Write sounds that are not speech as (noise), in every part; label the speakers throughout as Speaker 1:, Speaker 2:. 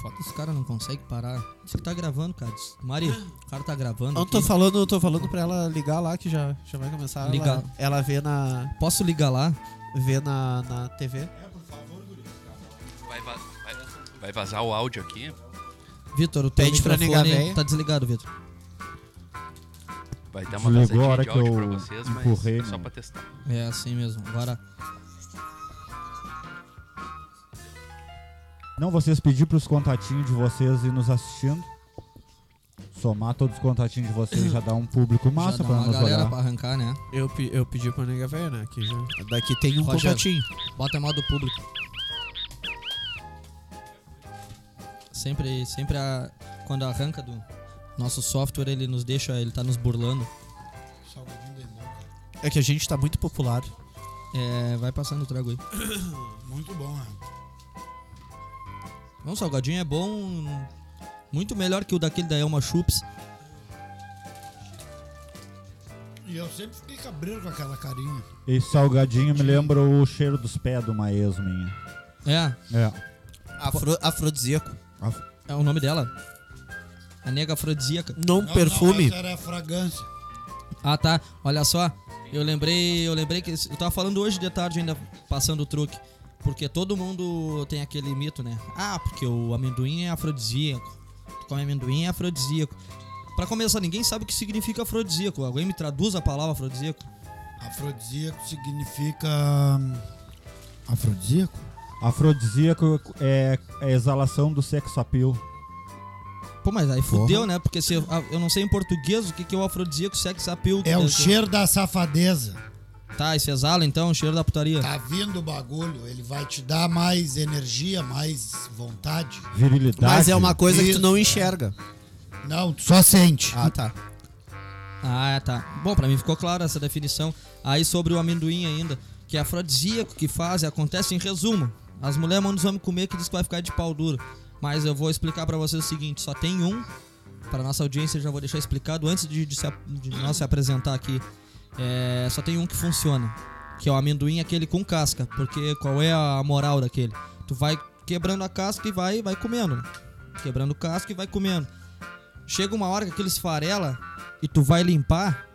Speaker 1: foda, os caras não conseguem parar. Diz que tá gravando, cara. Diz, Mari, o cara tá gravando.
Speaker 2: Eu tô
Speaker 1: aqui.
Speaker 2: falando, tô falando pra ela ligar lá que já, já vai começar. Ela-
Speaker 1: Ligar.
Speaker 2: Ela, vê na
Speaker 1: Posso ligar lá?
Speaker 2: vê na, na TV.
Speaker 3: Vai, va- vai- vai vazar o áudio aqui.
Speaker 1: Vitor, o teu
Speaker 2: Pede pra
Speaker 1: microfone
Speaker 2: nega véia.
Speaker 1: tá desligado, Vitor.
Speaker 3: Vai dar uma
Speaker 4: Desligou
Speaker 3: vazadinha
Speaker 4: a hora
Speaker 3: de
Speaker 4: que
Speaker 3: áudio
Speaker 4: eu
Speaker 3: pra vocês, mas
Speaker 4: empurrei,
Speaker 3: é só
Speaker 4: né?
Speaker 3: pra testar.
Speaker 1: É assim mesmo. Agora,
Speaker 4: Não, vocês pedir pros contatinhos de vocês ir nos assistindo. Somar todos os contatinhos de vocês já dá um público
Speaker 1: já
Speaker 4: massa
Speaker 1: dá
Speaker 4: pra
Speaker 1: uma
Speaker 4: nós
Speaker 1: galera
Speaker 4: olhar.
Speaker 1: pra arrancar, né?
Speaker 2: Eu, pe- eu pedi pra nega ver, né? Que já, daqui tem um
Speaker 1: Rogério.
Speaker 2: contatinho.
Speaker 1: Bota a modo público. Sempre, sempre a, quando arranca do nosso software, ele nos deixa, ele tá nos burlando.
Speaker 2: É que a gente tá muito popular.
Speaker 1: É, vai passando o trago aí.
Speaker 5: Muito bom, né?
Speaker 1: Não, salgadinho é bom, muito melhor que o daquele da Elma Chups.
Speaker 5: E eu sempre fiquei cabreiro com aquela carinha.
Speaker 4: Esse salgadinho me lembra o cheiro dos pés de uma ex minha.
Speaker 1: É,
Speaker 4: É.
Speaker 2: Afro, afrodisíaco.
Speaker 4: A-
Speaker 1: é o nome dela. A nega afrodisíaca.
Speaker 2: Não, é-
Speaker 5: Não,
Speaker 2: perfume.
Speaker 5: Não, essa era a fragrância.
Speaker 1: Ah, tá. Olha só. Eu lembrei, eu lembrei que eu tava falando hoje de tarde ainda passando o truque, porque todo mundo tem aquele mito, né? Ah, porque o amendoim é afrodisíaco. Tu come amendoim é afrodisíaco. Pra começar, ninguém sabe o que significa afrodisíaco. Alguém me traduz a palavra afrodisíaco?
Speaker 5: Afrodisíaco significa. hum, Afrodisíaco?
Speaker 4: Afrodisíaco é é a exalação do sexo appeal.
Speaker 1: Pô, mas aí fudeu, né? Porque se, ah, eu não sei em português o que, que é o afrodisíaco, sex appeal.
Speaker 5: É o
Speaker 1: né?
Speaker 5: cheiro da safadeza.
Speaker 1: Tá, e se exala então, o cheiro da putaria.
Speaker 5: Tá vindo o bagulho, ele vai te dar mais energia, mais vontade.
Speaker 4: Virilidade.
Speaker 2: Mas é uma coisa que tu
Speaker 5: Isso.
Speaker 2: não enxerga.
Speaker 5: Não, tu só sente.
Speaker 2: Ah, tá.
Speaker 1: Ah, tá. Bom, pra mim ficou clara essa definição. Aí sobre o amendoim ainda, que é afrodisíaco que faz, e acontece em resumo. As mulheres mandam os homens comer que diz que vai ficar de pau duro. Mas eu vou explicar pra vocês o seguinte, só tem um. Pra nossa audiência eu já vou deixar explicado antes de, de se ap- de nós se apresentar aqui. É, só tem um que funciona, que é o amendoim aquele com casca, porque qual é a moral daquele? Tu vai quebrando a casca e vai vai comendo. né? Quebrando o casco e vai comendo. Chega uma hora que aqueles farela e tu vai limpar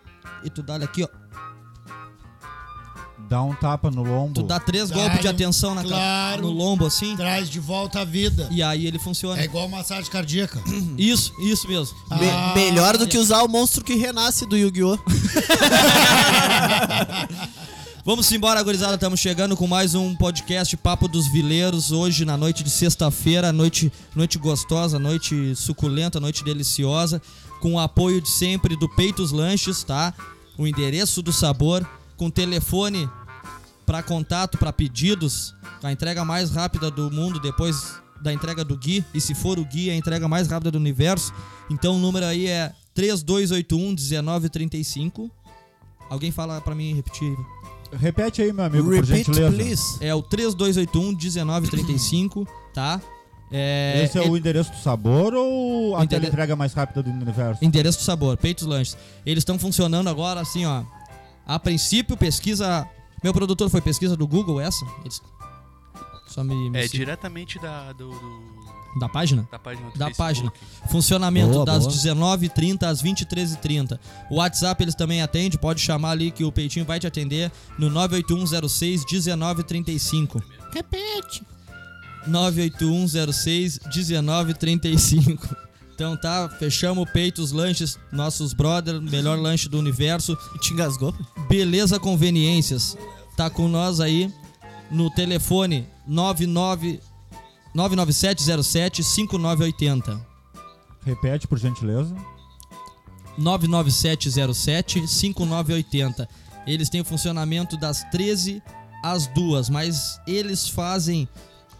Speaker 1: e tu dá aqui, ó.
Speaker 4: Dá um tapa no lombo.
Speaker 1: Tu dá três
Speaker 5: Dá-lhe
Speaker 1: golpes de
Speaker 5: um-
Speaker 1: atenção na ca-
Speaker 5: claro.
Speaker 1: no lombo assim
Speaker 5: Traz de volta a vida.
Speaker 1: e aí ele funciona.
Speaker 5: É igual massagem
Speaker 2: (coughs)
Speaker 5: cardíaca.
Speaker 1: Isso, isso mesmo.
Speaker 2: Me-
Speaker 5: Ah,
Speaker 2: melhor do que usar o monstro que renasce do Yu-Gi-Oh!
Speaker 1: Vamos embora, gurizada. Estamos chegando com mais um podcast Papo dos Vileiros. Hoje, na noite de sexta-feira, noite, noite gostosa, noite suculenta, noite deliciosa. Com o apoio de sempre do Peitos Lanches, tá? O endereço do sabor. Com telefone para contato, para pedidos. A entrega mais rápida do mundo depois da entrega do Gui. E se for o Gui, é a entrega mais rápida do universo. Então o número aí é 3281 1935. Alguém fala para mim repetir.
Speaker 4: Repete aí, meu amigo, por
Speaker 2: Repeat,
Speaker 4: gentileza.
Speaker 2: please.
Speaker 1: É o 3281-1935, tá? É,
Speaker 4: Esse é, o endereço do sabor ou a
Speaker 1: Entere-
Speaker 4: entrega entrega mais rápida do universo?
Speaker 1: Endereço do sabor, peitos lanches. Eles estão funcionando agora assim, ó. A princípio, pesquisa. Meu produtor foi pesquisa do Google essa? Eles- Só me. me
Speaker 3: É
Speaker 1: sig-
Speaker 3: diretamente da, do, do-
Speaker 1: Da página?
Speaker 3: da página do
Speaker 1: Da
Speaker 3: Facebook.
Speaker 1: página. Funcionamento
Speaker 2: Boa,
Speaker 1: das
Speaker 2: boa.
Speaker 1: 19h30 às 23h30. O WhatsApp eles também atendem, pode chamar ali que o Peitinho vai te atender no 981061935. Repete. 981061935. Então tá, fechamos o Peitos Lanches, nossos brother, melhor lanche do universo.
Speaker 2: Te engasgou?
Speaker 1: Beleza Conveniências tá com nós aí no telefone 99 99707 5980.
Speaker 4: Repete, por gentileza.
Speaker 1: 99707 5980. Eles têm o funcionamento das 13 às 2, mas eles fazem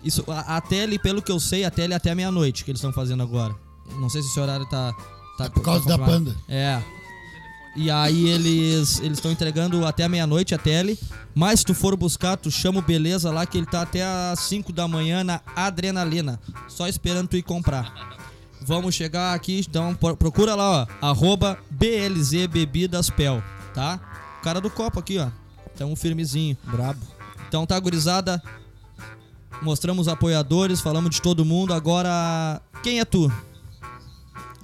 Speaker 1: isso a, a tele, pelo que eu sei, a tele é até meia-noite que eles estão fazendo agora. Não sei se esse horário tá tá
Speaker 5: É por causa da
Speaker 1: confirmado.
Speaker 5: Panda.
Speaker 1: É. E aí eles eles estão entregando até a meia-noite a tele, mas se tu for buscar, tu chama o Beleza lá que ele tá até às 5 da manhã na Adrenalina, só esperando tu ir comprar. Vamos chegar aqui, então pro- procura lá, ó, arroba BLZ Bebidas Pel, tá? O cara do copo aqui, ó. Então um tá firmezinho.
Speaker 2: Brabo.
Speaker 1: Então tá, gurizada. Mostramos apoiadores, falamos de todo mundo. Agora, quem é tu?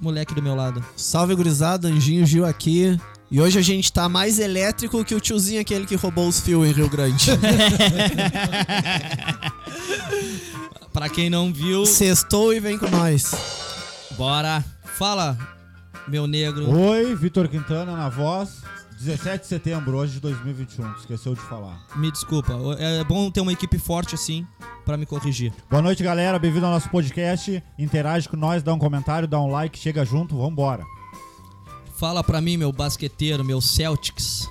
Speaker 1: Moleque do meu lado.
Speaker 2: Salve, gurizada. Anjinho Gil aqui. E hoje a gente tá mais elétrico que o tiozinho aquele que roubou os fios em Rio (laughs) Grande.
Speaker 1: Pra quem não viu,
Speaker 2: Sextou e vem com nós.
Speaker 1: bora. Fala, meu negro.
Speaker 4: Oi, Vitor Quintana na voz. 17 de setembro, hoje de 2021. Esqueceu de falar.
Speaker 1: Me desculpa. É bom ter uma equipe forte assim pra me corrigir.
Speaker 4: Boa noite, galera. Bem-vindo ao nosso podcast. Interage com nós, dá um comentário, dá um like, chega junto, vambora.
Speaker 1: Fala pra mim, meu basqueteiro, meu Celtics.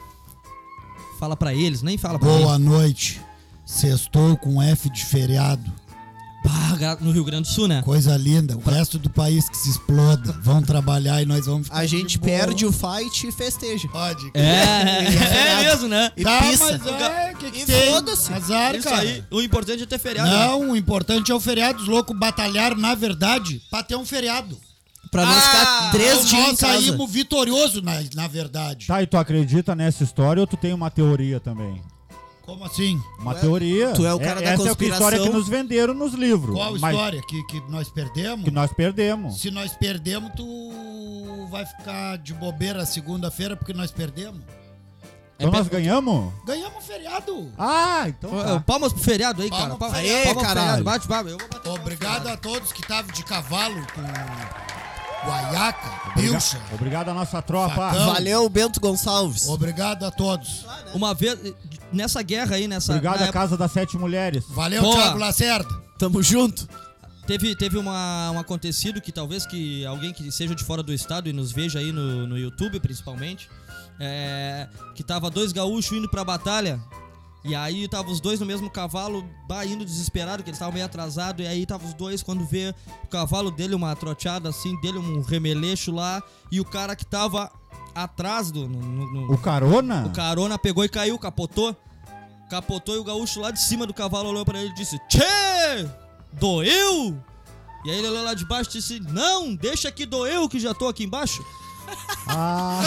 Speaker 1: Fala pra eles, nem fala pra mim.
Speaker 5: Boa noite. Sextou com F de feriado.
Speaker 1: Bah, gra- no Rio Grande do Sul, né?
Speaker 5: Coisa linda. O resto do país que se exploda. Vão trabalhar e nós vamos ficar
Speaker 2: A gente
Speaker 5: Tá de boa.
Speaker 2: perde o fight e festeja.
Speaker 5: Pode.
Speaker 1: É, é, mesmo, né?
Speaker 2: E
Speaker 5: Tá,
Speaker 2: pissa.
Speaker 5: mas é, que que
Speaker 2: E
Speaker 5: tem?
Speaker 2: foda-se.
Speaker 5: Azar,
Speaker 1: Isso
Speaker 5: cara.
Speaker 1: aí, o importante é ter feriado. né?
Speaker 5: Não, o importante é o feriado. Os loucos batalharam, na verdade, pra ter um feriado.
Speaker 2: Pra nós ficar três
Speaker 5: Então
Speaker 2: dias em
Speaker 5: nós
Speaker 2: casa.
Speaker 5: saímos vitorioso, na, na verdade.
Speaker 4: Tá, e tu acredita nessa história ou tu tem uma teoria também?
Speaker 5: Como assim?
Speaker 4: Uma
Speaker 2: Tu é-
Speaker 4: teoria.
Speaker 2: tu é o cara da
Speaker 4: essa
Speaker 2: conspiração.
Speaker 4: é a história que nos venderam nos livros.
Speaker 5: Qual
Speaker 4: mas
Speaker 5: história? Que, que nós perdemos?
Speaker 4: Que nós perdemos.
Speaker 5: Se nós perdemos, tu vai ficar de bobeira segunda-feira porque nós perdemos.
Speaker 4: Então
Speaker 1: É
Speaker 4: nós ganhamos?
Speaker 5: Ganhamos um feriado.
Speaker 4: Ah, então
Speaker 1: Ô,
Speaker 4: tá.
Speaker 1: Palmas pro feriado aí, cara.
Speaker 5: Palmas pro
Speaker 1: Palmas,
Speaker 2: feriado.
Speaker 1: palmas pro
Speaker 2: Aê,
Speaker 1: feriado.
Speaker 2: caralho.
Speaker 1: Bate, bate. Eu vou bater palmas pro
Speaker 5: Obrigado
Speaker 1: feriado.
Speaker 5: a todos que estavam de cavalo com guaiaca, bilcha.
Speaker 4: Obrigado à nossa tropa.
Speaker 5: Facão.
Speaker 2: Valeu, Bento Gonçalves.
Speaker 5: Obrigado a todos.
Speaker 1: Uma vez, nessa guerra aí, nessa.
Speaker 4: Obrigado
Speaker 1: na
Speaker 4: à
Speaker 1: época,
Speaker 4: Casa das Sete Mulheres.
Speaker 5: Valeu,
Speaker 1: Boa.
Speaker 5: Thiago Lacerda.
Speaker 2: Tamo junto.
Speaker 1: teve teve uma, um acontecido que talvez que alguém que seja de fora do estado e nos veja aí no, no YouTube, principalmente. é, que tava dois gaúchos indo pra batalha. E aí tava os dois no mesmo cavalo, bah, indo desesperado, que eles estavam meio atrasados. E aí tava os dois, quando vê o cavalo dele, uma troteada assim, dele um remeleixo lá. E o cara que tava atrás do... no- no- no-
Speaker 4: O carona?
Speaker 1: O carona pegou e caiu, capotou. Capotou e o gaúcho lá de cima do cavalo olhou pra ele e disse: Tchê! Doeu? E aí ele olhou lá de baixo e disse: Não, deixa que doeu que já tô aqui embaixo.
Speaker 4: Ah,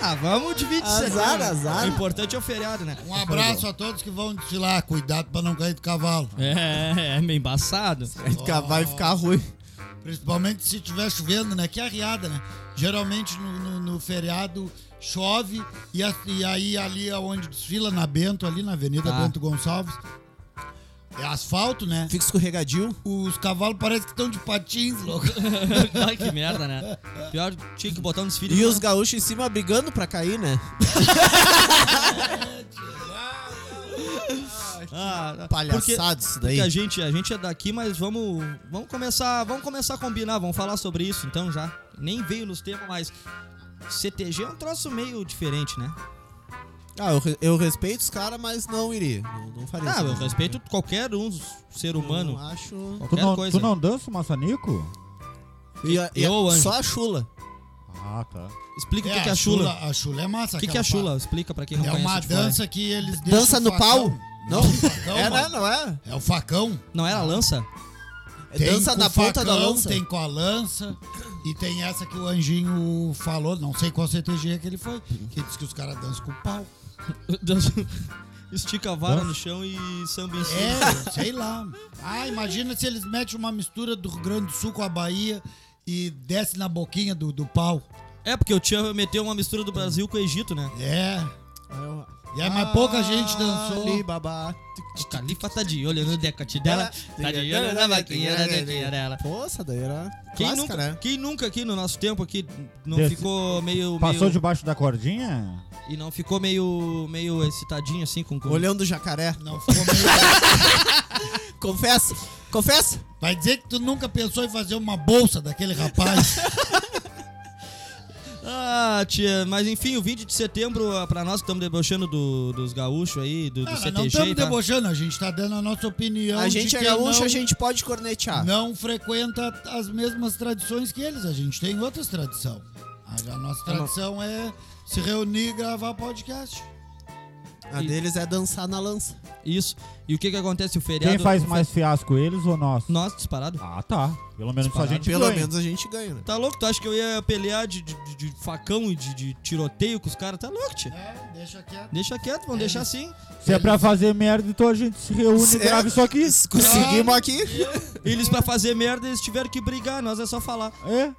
Speaker 1: Ah, vamos dividir isso
Speaker 2: Azar,
Speaker 1: aqui, né?
Speaker 2: azar.
Speaker 1: O importante é o feriado, né?
Speaker 5: Um abraço a todos que vão desfilar. Cuidado pra não cair do cavalo.
Speaker 1: É, é meio embaçado.
Speaker 2: Vai ficar ruim.
Speaker 5: Principalmente se estiver chovendo, né? Que arriada, né? Geralmente no, no- no feriado chove e, a- e aí ali é onde desfila, na Bento, ali na Avenida
Speaker 1: Ah.
Speaker 5: Bento Gonçalves, é asfalto, né?
Speaker 2: Fica escorregadio.
Speaker 5: Os cavalos parecem que estão de patins, louco.
Speaker 1: (laughs) Ai, que merda, né? Pior, tinha que botar um desfile.
Speaker 2: E os gaúchos em cima brigando pra cair, né?
Speaker 1: ah, porque-
Speaker 2: Palhaçados isso daí.
Speaker 1: Porque a gente, a gente é daqui, mas vamos, vamos começar, vamos começar a combinar, vamos falar sobre isso então já. Nem veio nos temas, mas CTG é um troço meio diferente, né?
Speaker 2: Ah, eu, re- eu respeito os caras, mas não iria. Não, não faria
Speaker 1: Ah,
Speaker 2: isso.
Speaker 1: eu respeito qualquer um ser
Speaker 2: Não
Speaker 1: humano,
Speaker 2: acho.
Speaker 4: tu
Speaker 1: qualquer
Speaker 4: não,
Speaker 1: coisa.
Speaker 4: tu não dança o maçanico?
Speaker 2: E a- e a-
Speaker 1: Eu, anjo.
Speaker 2: só a chula.
Speaker 4: Ah, tá.
Speaker 1: Explica o que
Speaker 5: É,
Speaker 1: que é a chula.
Speaker 5: A chula é massa,
Speaker 1: O que que é
Speaker 5: aquela
Speaker 1: a chula? Explica pra quem não
Speaker 5: parte. É
Speaker 1: conhece
Speaker 5: uma
Speaker 1: de fora.
Speaker 5: dança que eles deixam
Speaker 2: Dança
Speaker 5: o
Speaker 2: no pau?
Speaker 5: facão.
Speaker 2: Não.
Speaker 5: facão,
Speaker 2: é, né?
Speaker 5: mano.
Speaker 2: Não é?
Speaker 5: É o facão.
Speaker 1: Não era lança?
Speaker 2: É
Speaker 5: Tem
Speaker 2: dança
Speaker 5: com
Speaker 2: na ponta da
Speaker 5: facão,
Speaker 2: lança.
Speaker 5: Tem com a lança. E tem essa que o Anjinho falou, não sei qual CTG é que ele foi, que disse que os caras dançam com o
Speaker 2: (laughs)
Speaker 5: pau.
Speaker 1: Estica a vara
Speaker 4: Dança?
Speaker 1: no chão e samba em cima.
Speaker 5: É, sei lá. Ah, imagina se eles metem uma mistura do Rio Grande do Sul com a Bahia e desce na boquinha do, do pau.
Speaker 1: É, porque o Tchan meteu uma mistura do Brasil com o Egito, né?
Speaker 5: É. E aí, mas pouca gente dançou.
Speaker 2: Ah, Ali, babá.
Speaker 1: O Califa tá de olho no decote dela,
Speaker 5: É.
Speaker 1: tá de olho na vaquinha da dedinha dela.
Speaker 2: Poça, daí era
Speaker 1: Quem
Speaker 2: clássica,
Speaker 1: nunca,
Speaker 2: né?
Speaker 1: quem nunca aqui no nosso tempo aqui não
Speaker 4: Desse-
Speaker 1: ficou meio,
Speaker 4: Passou
Speaker 1: meio-
Speaker 4: debaixo da cordinha?
Speaker 1: e não ficou meio meio excitadinho assim com com-
Speaker 2: Olhando o jacaré.
Speaker 5: Não ficou meio...
Speaker 2: Confessa, confessa.
Speaker 5: Vai dizer que tu nunca pensou em fazer uma bolsa daquele rapaz.
Speaker 1: Ah, tia, mas enfim, o 20 de setembro ah, pra nós que estamos debochando do- dos gaúchos aí, do, do
Speaker 5: Cara,
Speaker 1: CTG,
Speaker 5: não estamos
Speaker 1: tá?
Speaker 5: debochando, a gente tá dando a nossa opinião.
Speaker 2: A
Speaker 5: de
Speaker 2: gente é
Speaker 5: quem
Speaker 2: gaúcho,
Speaker 5: não-
Speaker 2: a gente pode cornetear.
Speaker 5: não frequenta as mesmas tradições que eles. A gente tem outras tradições. A, a nossa tradição é se reunir e gravar podcast.
Speaker 2: A
Speaker 1: E-
Speaker 2: deles é dançar na lança.
Speaker 1: Isso. E o que que acontece? O feriado...
Speaker 4: Quem faz mais fiasco, eles ou nós?
Speaker 1: Nós, disparado.
Speaker 4: Ah, tá. Pelo menos só a gente
Speaker 2: Pelo
Speaker 4: ganha.
Speaker 2: menos a gente ganha, né?
Speaker 1: Tá louco? Tu acha que eu ia pelear de, de- de- de facão e de, de tiroteio com os caras? Tá louco, tia.
Speaker 5: É, deixa quieto.
Speaker 1: Deixa quieto, vamos deixar assim.
Speaker 4: Se é pra fazer merda, então a gente se reúne e
Speaker 2: Certo.
Speaker 4: grava isso aqui.
Speaker 2: Conseguimos aqui.
Speaker 1: Eles pra fazer merda, eles tiveram que brigar, nós é só falar.
Speaker 4: É.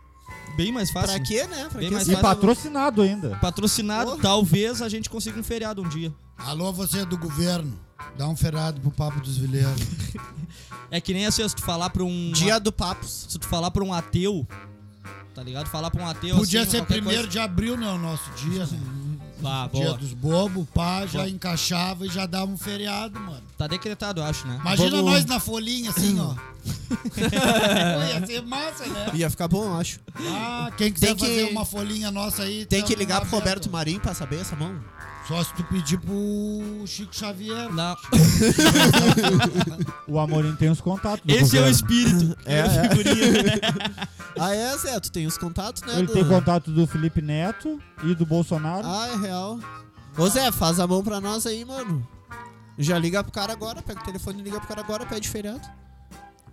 Speaker 1: Bem mais fácil.
Speaker 2: Pra quê, né? Pra
Speaker 1: Bem
Speaker 2: quê?
Speaker 1: mais
Speaker 2: essa-
Speaker 1: fácil.
Speaker 4: E patrocinado ainda.
Speaker 1: Patrocinado,
Speaker 2: Porra.
Speaker 1: talvez a gente consiga um feriado um dia.
Speaker 5: Alô, você é do governo. Dá um ferrado pro papo dos vileiros.
Speaker 1: É que nem assim, ó, se tu falar pra um.
Speaker 2: Dia do Papos.
Speaker 1: Se tu falar pra um ateu, tá ligado? Falar pra um ateu
Speaker 2: Então,
Speaker 5: Podia
Speaker 1: assim,
Speaker 5: ser
Speaker 1: qualquer
Speaker 5: 1 de abril, né? O nosso dia, né?
Speaker 1: coisa- Ah,
Speaker 5: Dia
Speaker 1: boa.
Speaker 5: dos bobos, pá, já encaixava e já dava um feriado, mano.
Speaker 1: Tá decretado, eu acho, né?
Speaker 5: Imagina
Speaker 2: Vamos-
Speaker 5: nós na folhinha,
Speaker 2: (laughs)
Speaker 5: assim, ó. Ia ser massa, né?
Speaker 2: Ia ficar bom, eu acho.
Speaker 5: Ah, quem quiser
Speaker 2: Tem que-
Speaker 5: fazer uma folhinha nossa aí...
Speaker 2: Tem
Speaker 5: tamo
Speaker 2: que ligar pro
Speaker 5: aberto.
Speaker 2: Roberto Marinho pra saber essa mão.
Speaker 5: Só se tu pedir pro Chico Xavier. né?
Speaker 1: Não.
Speaker 4: O Amorim tem os contatos. do
Speaker 1: Esse é o
Speaker 4: governo.
Speaker 1: espírito.
Speaker 2: (laughs) É,
Speaker 1: a
Speaker 2: é.
Speaker 1: figurinha.
Speaker 2: (laughs) Ah, é, Zé, tu tem os contatos, né?
Speaker 4: Ele
Speaker 2: do-
Speaker 4: tem contato do Felipe Neto e do Bolsonaro.
Speaker 2: Ah, é real. Ô, Zé, faz a mão pra nós aí, mano. Já liga pro cara agora, pega o telefone e liga pro cara agora, pede feriado.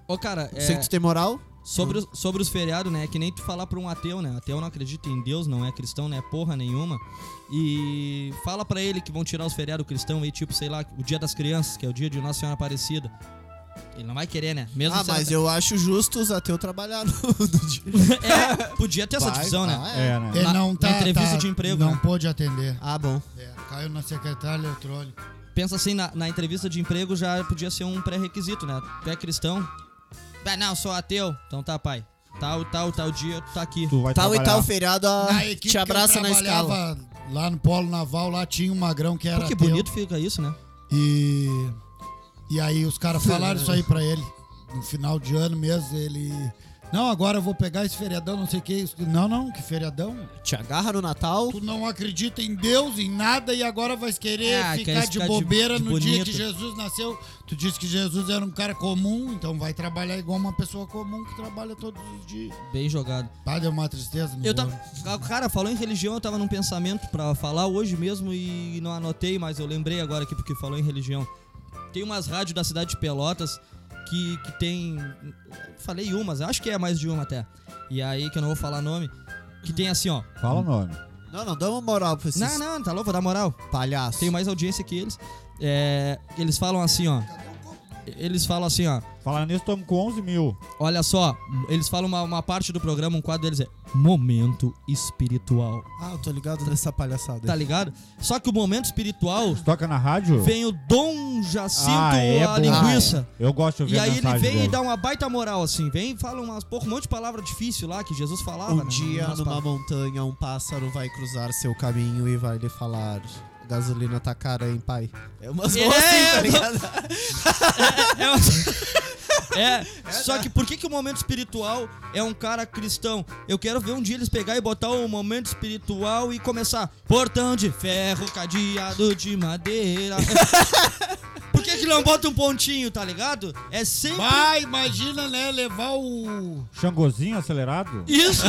Speaker 1: Ô, cara, é,
Speaker 2: Sei que tu tá tem moral.
Speaker 1: sobre, os- sobre os feriados, né? É que nem tu falar pra um ateu, né? Ateu não acredita em Deus, não é cristão, né? Porra nenhuma. E fala pra ele que vão tirar os feriados cristão aí, tipo, sei lá, o dia das crianças, que é o dia de Nossa Senhora Aparecida. Ele não vai querer, né? Mesmo
Speaker 2: Ah,
Speaker 1: se ela-
Speaker 2: mas eu acho justo os ateus trabalhar no no dia.
Speaker 1: (laughs) É, podia ter essa
Speaker 2: Vai,
Speaker 1: divisão, né?
Speaker 2: ah,
Speaker 4: É, né?
Speaker 5: Ele
Speaker 1: Na-
Speaker 5: não
Speaker 1: na
Speaker 5: tá...
Speaker 1: entrevista
Speaker 5: tá-
Speaker 1: de emprego,
Speaker 5: Não
Speaker 1: né?
Speaker 5: pôde atender.
Speaker 2: Ah, bom.
Speaker 5: É, caiu na secretária eletrônica.
Speaker 1: Pensa assim, na, na entrevista de emprego já podia ser um pré-requisito, né? Tu é cristão? Ah, não, sou ateu. Então tá, pai. Tal, tal, tal dia tu tá aqui.
Speaker 4: Tu vai
Speaker 2: Tal e
Speaker 4: trabalhar.
Speaker 2: tal feriado,
Speaker 1: Ah,
Speaker 2: a-
Speaker 5: Na equipe
Speaker 2: te abraça
Speaker 5: que
Speaker 2: na
Speaker 5: eu
Speaker 2: escala.
Speaker 5: trabalhava Lá no Polo Naval, lá tinha um magrão que era
Speaker 1: Pô, que
Speaker 5: ateu.
Speaker 1: bonito fica isso, né?
Speaker 5: E, e aí os
Speaker 1: (laughs)
Speaker 5: caras falaram isso aí pra ele. No final de ano mesmo, ele. Não, agora eu vou pegar esse feriadão, não sei o que. Não, não, que feriadão.
Speaker 2: Te agarra no Natal.
Speaker 5: Tu não acredita em Deus, em nada, e agora vai querer
Speaker 1: Ah,
Speaker 5: ficar,
Speaker 1: quer
Speaker 5: de
Speaker 1: ficar de-
Speaker 5: bobeira
Speaker 1: de
Speaker 5: no dia
Speaker 1: bonito.
Speaker 5: que Jesus nasceu. Tu disse que Jesus era um cara comum, então vai trabalhar igual uma pessoa comum que trabalha todos os dias.
Speaker 1: Bem jogado.
Speaker 5: Pá, deu uma tristeza no
Speaker 1: Eu
Speaker 5: olho.
Speaker 1: tava. ah, Cara, falou em religião, eu tava num pensamento pra falar hoje mesmo e não anotei, mas eu lembrei agora aqui porque falou em religião. Tem umas rádios da cidade de Pelotas que, que tem. Falei umas, acho que é mais de uma até. E aí, que eu não vou falar nome. Que tem assim, ó.
Speaker 4: Fala o nome.
Speaker 2: Não, não, dá uma moral pra esses
Speaker 1: Não, não, tá louco, vou dar moral.
Speaker 2: palhaços.
Speaker 1: Tenho mais audiência que eles. É, eles falam assim, ó. Eles falam assim, ó.
Speaker 4: Falando nisso, estamos com 11 mil.
Speaker 1: Olha só, eles falam uma, uma parte do programa, um quadro deles é Momento Espiritual.
Speaker 2: Ah, eu tô ligado nessa palhaçada.
Speaker 1: Tá
Speaker 2: aí.
Speaker 1: ligado? Só que o momento espiritual
Speaker 4: Toca na rádio?
Speaker 1: vem o Dom Jacinto
Speaker 4: Ah, é
Speaker 1: a
Speaker 4: bom.
Speaker 1: linguiça.
Speaker 4: Eu gosto de ouvir
Speaker 1: E
Speaker 4: a
Speaker 1: aí ele
Speaker 4: mensagem
Speaker 1: vem e
Speaker 4: dele.
Speaker 1: dá uma baita moral, assim. Vem e fala umas, porra, um monte de palavra difícil lá que Jesus falava.
Speaker 2: Um
Speaker 1: né?
Speaker 2: dia
Speaker 1: Umas
Speaker 2: numa
Speaker 1: palavras-
Speaker 2: montanha um pássaro vai cruzar seu caminho e vai lhe falar gasolina tá cara, hein, pai? É umas
Speaker 1: É,
Speaker 2: boas assim, tá
Speaker 1: é,
Speaker 2: ligado?
Speaker 1: É, uma- (laughs) É, só que por que, que o momento espiritual é um cara cristão? Eu quero ver um dia eles pegar e botar o momento espiritual e começar. Portão de ferro, cadeado de madeira. por que, que não bota um pontinho, tá ligado? É sempre.
Speaker 5: Vai, imagina, né? Levar o.
Speaker 1: um
Speaker 4: Xangozinho acelerado?
Speaker 1: Isso!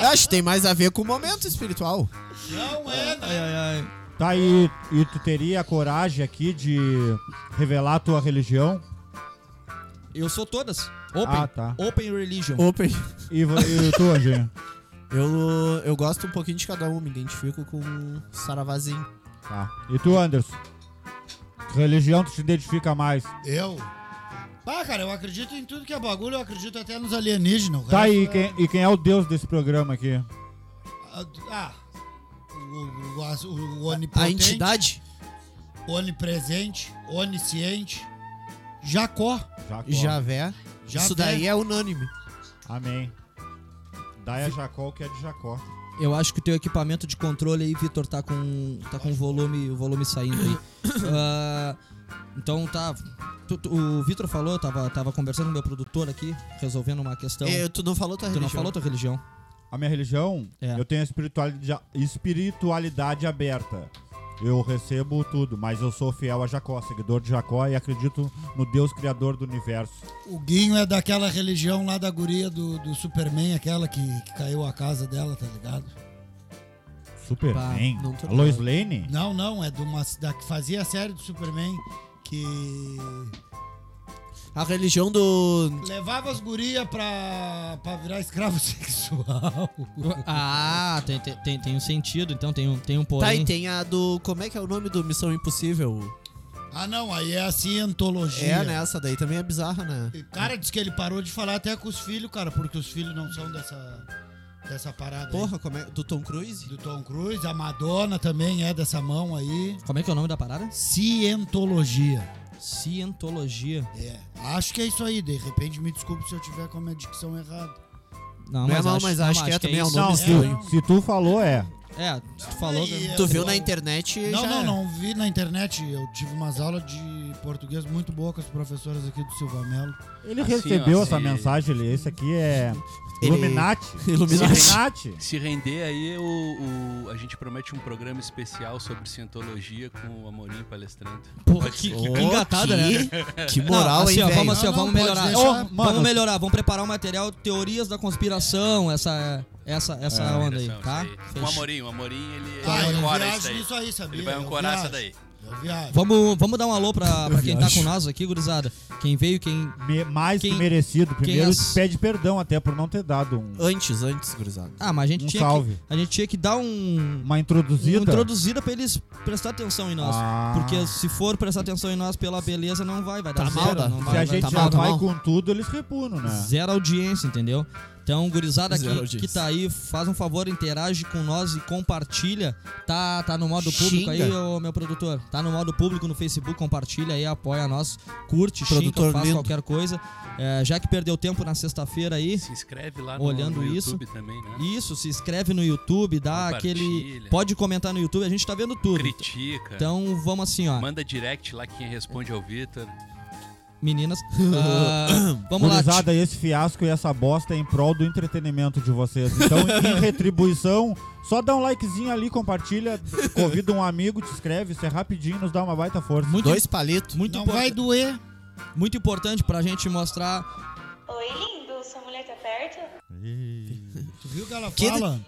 Speaker 2: Eu acho que tem mais a ver com o momento espiritual.
Speaker 5: Não é, né?
Speaker 1: Ai, ai, ai.
Speaker 4: Tá aí. E tu teria a coragem aqui de revelar a tua religião?
Speaker 1: Eu sou todas. Open.
Speaker 4: Ah, tá.
Speaker 1: Open religion.
Speaker 2: Open.
Speaker 4: E, vo- e
Speaker 2: (laughs)
Speaker 4: tu, Anjinho?
Speaker 2: Eu, eu gosto um pouquinho de cada um, me identifico com Saravazinho.
Speaker 4: Tá. E tu, Anderson? Que religião tu te identifica mais?
Speaker 5: Eu? Pá, cara, eu acredito em tudo que é bagulho, eu acredito até nos alienígenas. o
Speaker 4: Tá
Speaker 5: resto
Speaker 4: aí.
Speaker 5: é-
Speaker 4: Quem, e quem é o deus desse programa aqui?
Speaker 5: Ah, o, o, as- o, o
Speaker 2: A
Speaker 5: onipotente,
Speaker 2: entidade?
Speaker 5: onipresente, onisciente, Jacó.
Speaker 4: Jacó.
Speaker 2: Javé.
Speaker 5: Javé.
Speaker 2: Isso daí é unânime.
Speaker 4: Amém. Daí a Jacó o que é de Jacó.
Speaker 1: Eu acho que o teu equipamento de controle aí, Vitor, tá com tá com o volume, o volume saindo (coughs) aí. Ah, então tá. tu- tu- o Vitor falou, eu tava, tava conversando com meu produtor aqui, resolvendo uma questão.
Speaker 2: Eh, tu não falou tua
Speaker 1: tu não
Speaker 2: religião.
Speaker 1: falou tua religião?
Speaker 4: A minha religião,
Speaker 1: É.
Speaker 4: eu tenho a espiritualidade, espiritualidade aberta. Eu recebo tudo, mas eu sou fiel a Jacó, seguidor de Jacó e acredito no Deus criador do universo.
Speaker 5: O Guinho é daquela religião lá da guria do, do Superman, aquela que, que caiu a casa dela, tá ligado?
Speaker 4: Superman?
Speaker 2: não tô
Speaker 4: A Lois Lane?
Speaker 5: Não, não, é de uma da que fazia a série do Superman que
Speaker 2: A religião do.
Speaker 5: levava as gurias pra, pra virar escravo (laughs) sexual.
Speaker 1: Ah, tem, tem, tem, tem um sentido, então tem um, tem um
Speaker 2: Tá, e
Speaker 1: porém.
Speaker 2: tem a do. Como é que é o nome do Missão Impossível?
Speaker 5: Ah, não, aí é a cientologia.
Speaker 2: É, né? Essa daí também é bizarra, né?
Speaker 5: E, Cara, diz que ele parou de falar até com os filhos, cara, porque os filhos não são dessa, dessa parada. aí.
Speaker 2: Porra, como é. Do Tom Cruise?
Speaker 5: Do Tom Cruise, a Madonna também é dessa mão aí.
Speaker 1: Como é que é o nome da parada?
Speaker 5: Cientologia.
Speaker 1: Cientologia.
Speaker 5: É, acho que é isso aí. De repente, me desculpe se eu tiver com a minha dicção errada.
Speaker 1: Não,
Speaker 2: Não é mal, mas acho que é também, é o
Speaker 1: isso.
Speaker 2: nome
Speaker 4: Não,
Speaker 2: Não,
Speaker 4: se,
Speaker 2: estranho.
Speaker 4: se tu falou, é.
Speaker 1: É, tu falou. que-
Speaker 5: Aí,
Speaker 2: Tu viu
Speaker 5: eu-
Speaker 2: na internet e
Speaker 5: Não,
Speaker 2: já é.
Speaker 5: não,
Speaker 2: era.
Speaker 5: não vi na internet. Eu tive umas aulas de português muito boas com as professoras aqui do Silva Melo.
Speaker 4: Ele
Speaker 3: Assim,
Speaker 4: recebeu
Speaker 3: ó,
Speaker 4: essa
Speaker 3: se-
Speaker 4: mensagem, ele, esse aqui é
Speaker 2: Ele-
Speaker 4: Illuminati.
Speaker 2: Illuminati.
Speaker 3: Se render aí, o, o- a gente promete um programa especial sobre cientologia com o Amorim palestrando.
Speaker 1: Porra, que, que
Speaker 2: Ô,
Speaker 1: engatada, né?
Speaker 2: que, Que moral,
Speaker 1: não, assim,
Speaker 2: hein,
Speaker 1: ó,
Speaker 2: velho?
Speaker 1: vamos, assim, ó,
Speaker 5: Não, não,
Speaker 1: vamos
Speaker 5: pode
Speaker 1: melhorar.
Speaker 5: deixar.
Speaker 1: Ô,
Speaker 4: mano.
Speaker 1: Vamos melhorar, vamos preparar o material Teorias da Conspiração, essa, essa, essa
Speaker 2: É,
Speaker 1: onda aí,
Speaker 3: Direção,
Speaker 1: tá?
Speaker 3: isso aí. O
Speaker 1: Fech-
Speaker 3: Amorim, o Amorim, ele, ele
Speaker 5: Ah, eu
Speaker 3: ancora
Speaker 5: viajo
Speaker 3: isso aí.
Speaker 5: nisso aí, sabia?
Speaker 3: Ele vai
Speaker 5: Eu
Speaker 3: ancorar
Speaker 5: viajo.
Speaker 3: essa daí.
Speaker 5: Eu viagem.
Speaker 1: Vamos, vamos dar um alô pra, pra quem tá
Speaker 2: viajo.
Speaker 1: com nós aqui, gurizada. Quem veio, quem.
Speaker 4: Me- mais que
Speaker 1: Quem-
Speaker 4: merecido. Primeiro,
Speaker 1: as-
Speaker 4: pede perdão até por não ter dado um-
Speaker 2: Antes, antes, gurizada.
Speaker 1: Ah, mas a gente,
Speaker 4: Um
Speaker 1: tinha,
Speaker 4: salve.
Speaker 1: Que, a gente tinha que dar um.
Speaker 4: uma introduzida.
Speaker 1: Uma introduzida pra eles prestar atenção em nós.
Speaker 4: Ah.
Speaker 1: Porque se for prestar atenção em nós pela beleza, não vai, vai dar
Speaker 2: Tá
Speaker 1: zero.
Speaker 2: mal,
Speaker 1: não vai,
Speaker 2: tá?
Speaker 4: Se a
Speaker 1: vai
Speaker 4: gente
Speaker 1: dar
Speaker 4: já
Speaker 1: mal, tá
Speaker 4: vai
Speaker 1: mal.
Speaker 4: com tudo, eles repunam, né?
Speaker 1: É. Zero audiência, entendeu? Então, gurizada
Speaker 2: Zero
Speaker 1: que,
Speaker 2: audiência.
Speaker 1: que tá aí, faz um favor, interage com nós e compartilha. Tá, tá no modo público aí,
Speaker 2: Xinga.
Speaker 1: ô, meu produtor? Tá no modo público no Facebook, compartilha aí, apoia nós, curte,
Speaker 2: Produtor
Speaker 1: xinga, faz
Speaker 2: lindo.
Speaker 1: qualquer coisa. É, já que perdeu tempo na sexta-feira aí,
Speaker 3: Se inscreve lá no,
Speaker 1: Olhando
Speaker 3: no
Speaker 1: isso.
Speaker 3: YouTube também, né?
Speaker 1: isso, se inscreve no YouTube, dá aquele.
Speaker 3: Compartilha.
Speaker 1: Pode comentar no YouTube, a gente tá vendo tudo.
Speaker 3: Critica.
Speaker 1: Então vamos assim, ó.
Speaker 3: Manda direct lá quem responde ao Vitor.
Speaker 2: (coughs)
Speaker 1: Meninas, ah, vamos lá.
Speaker 4: Gurizada, esse fiasco e essa bosta é em prol do entretenimento de vocês.
Speaker 1: (laughs)
Speaker 4: Então, em retribuição, só dá um likezinho ali, compartilha, convida um amigo, te inscreve, isso é rapidinho, nos dá uma baita força.
Speaker 1: Muito,
Speaker 2: Dois palitos.
Speaker 1: muito,
Speaker 5: Não
Speaker 1: impor-
Speaker 5: vai doer.
Speaker 1: muito importante pra gente mostrar
Speaker 6: Oi, lindo, sua mulher tá perto?
Speaker 5: Tu viu o que ela
Speaker 2: Que-
Speaker 5: fala?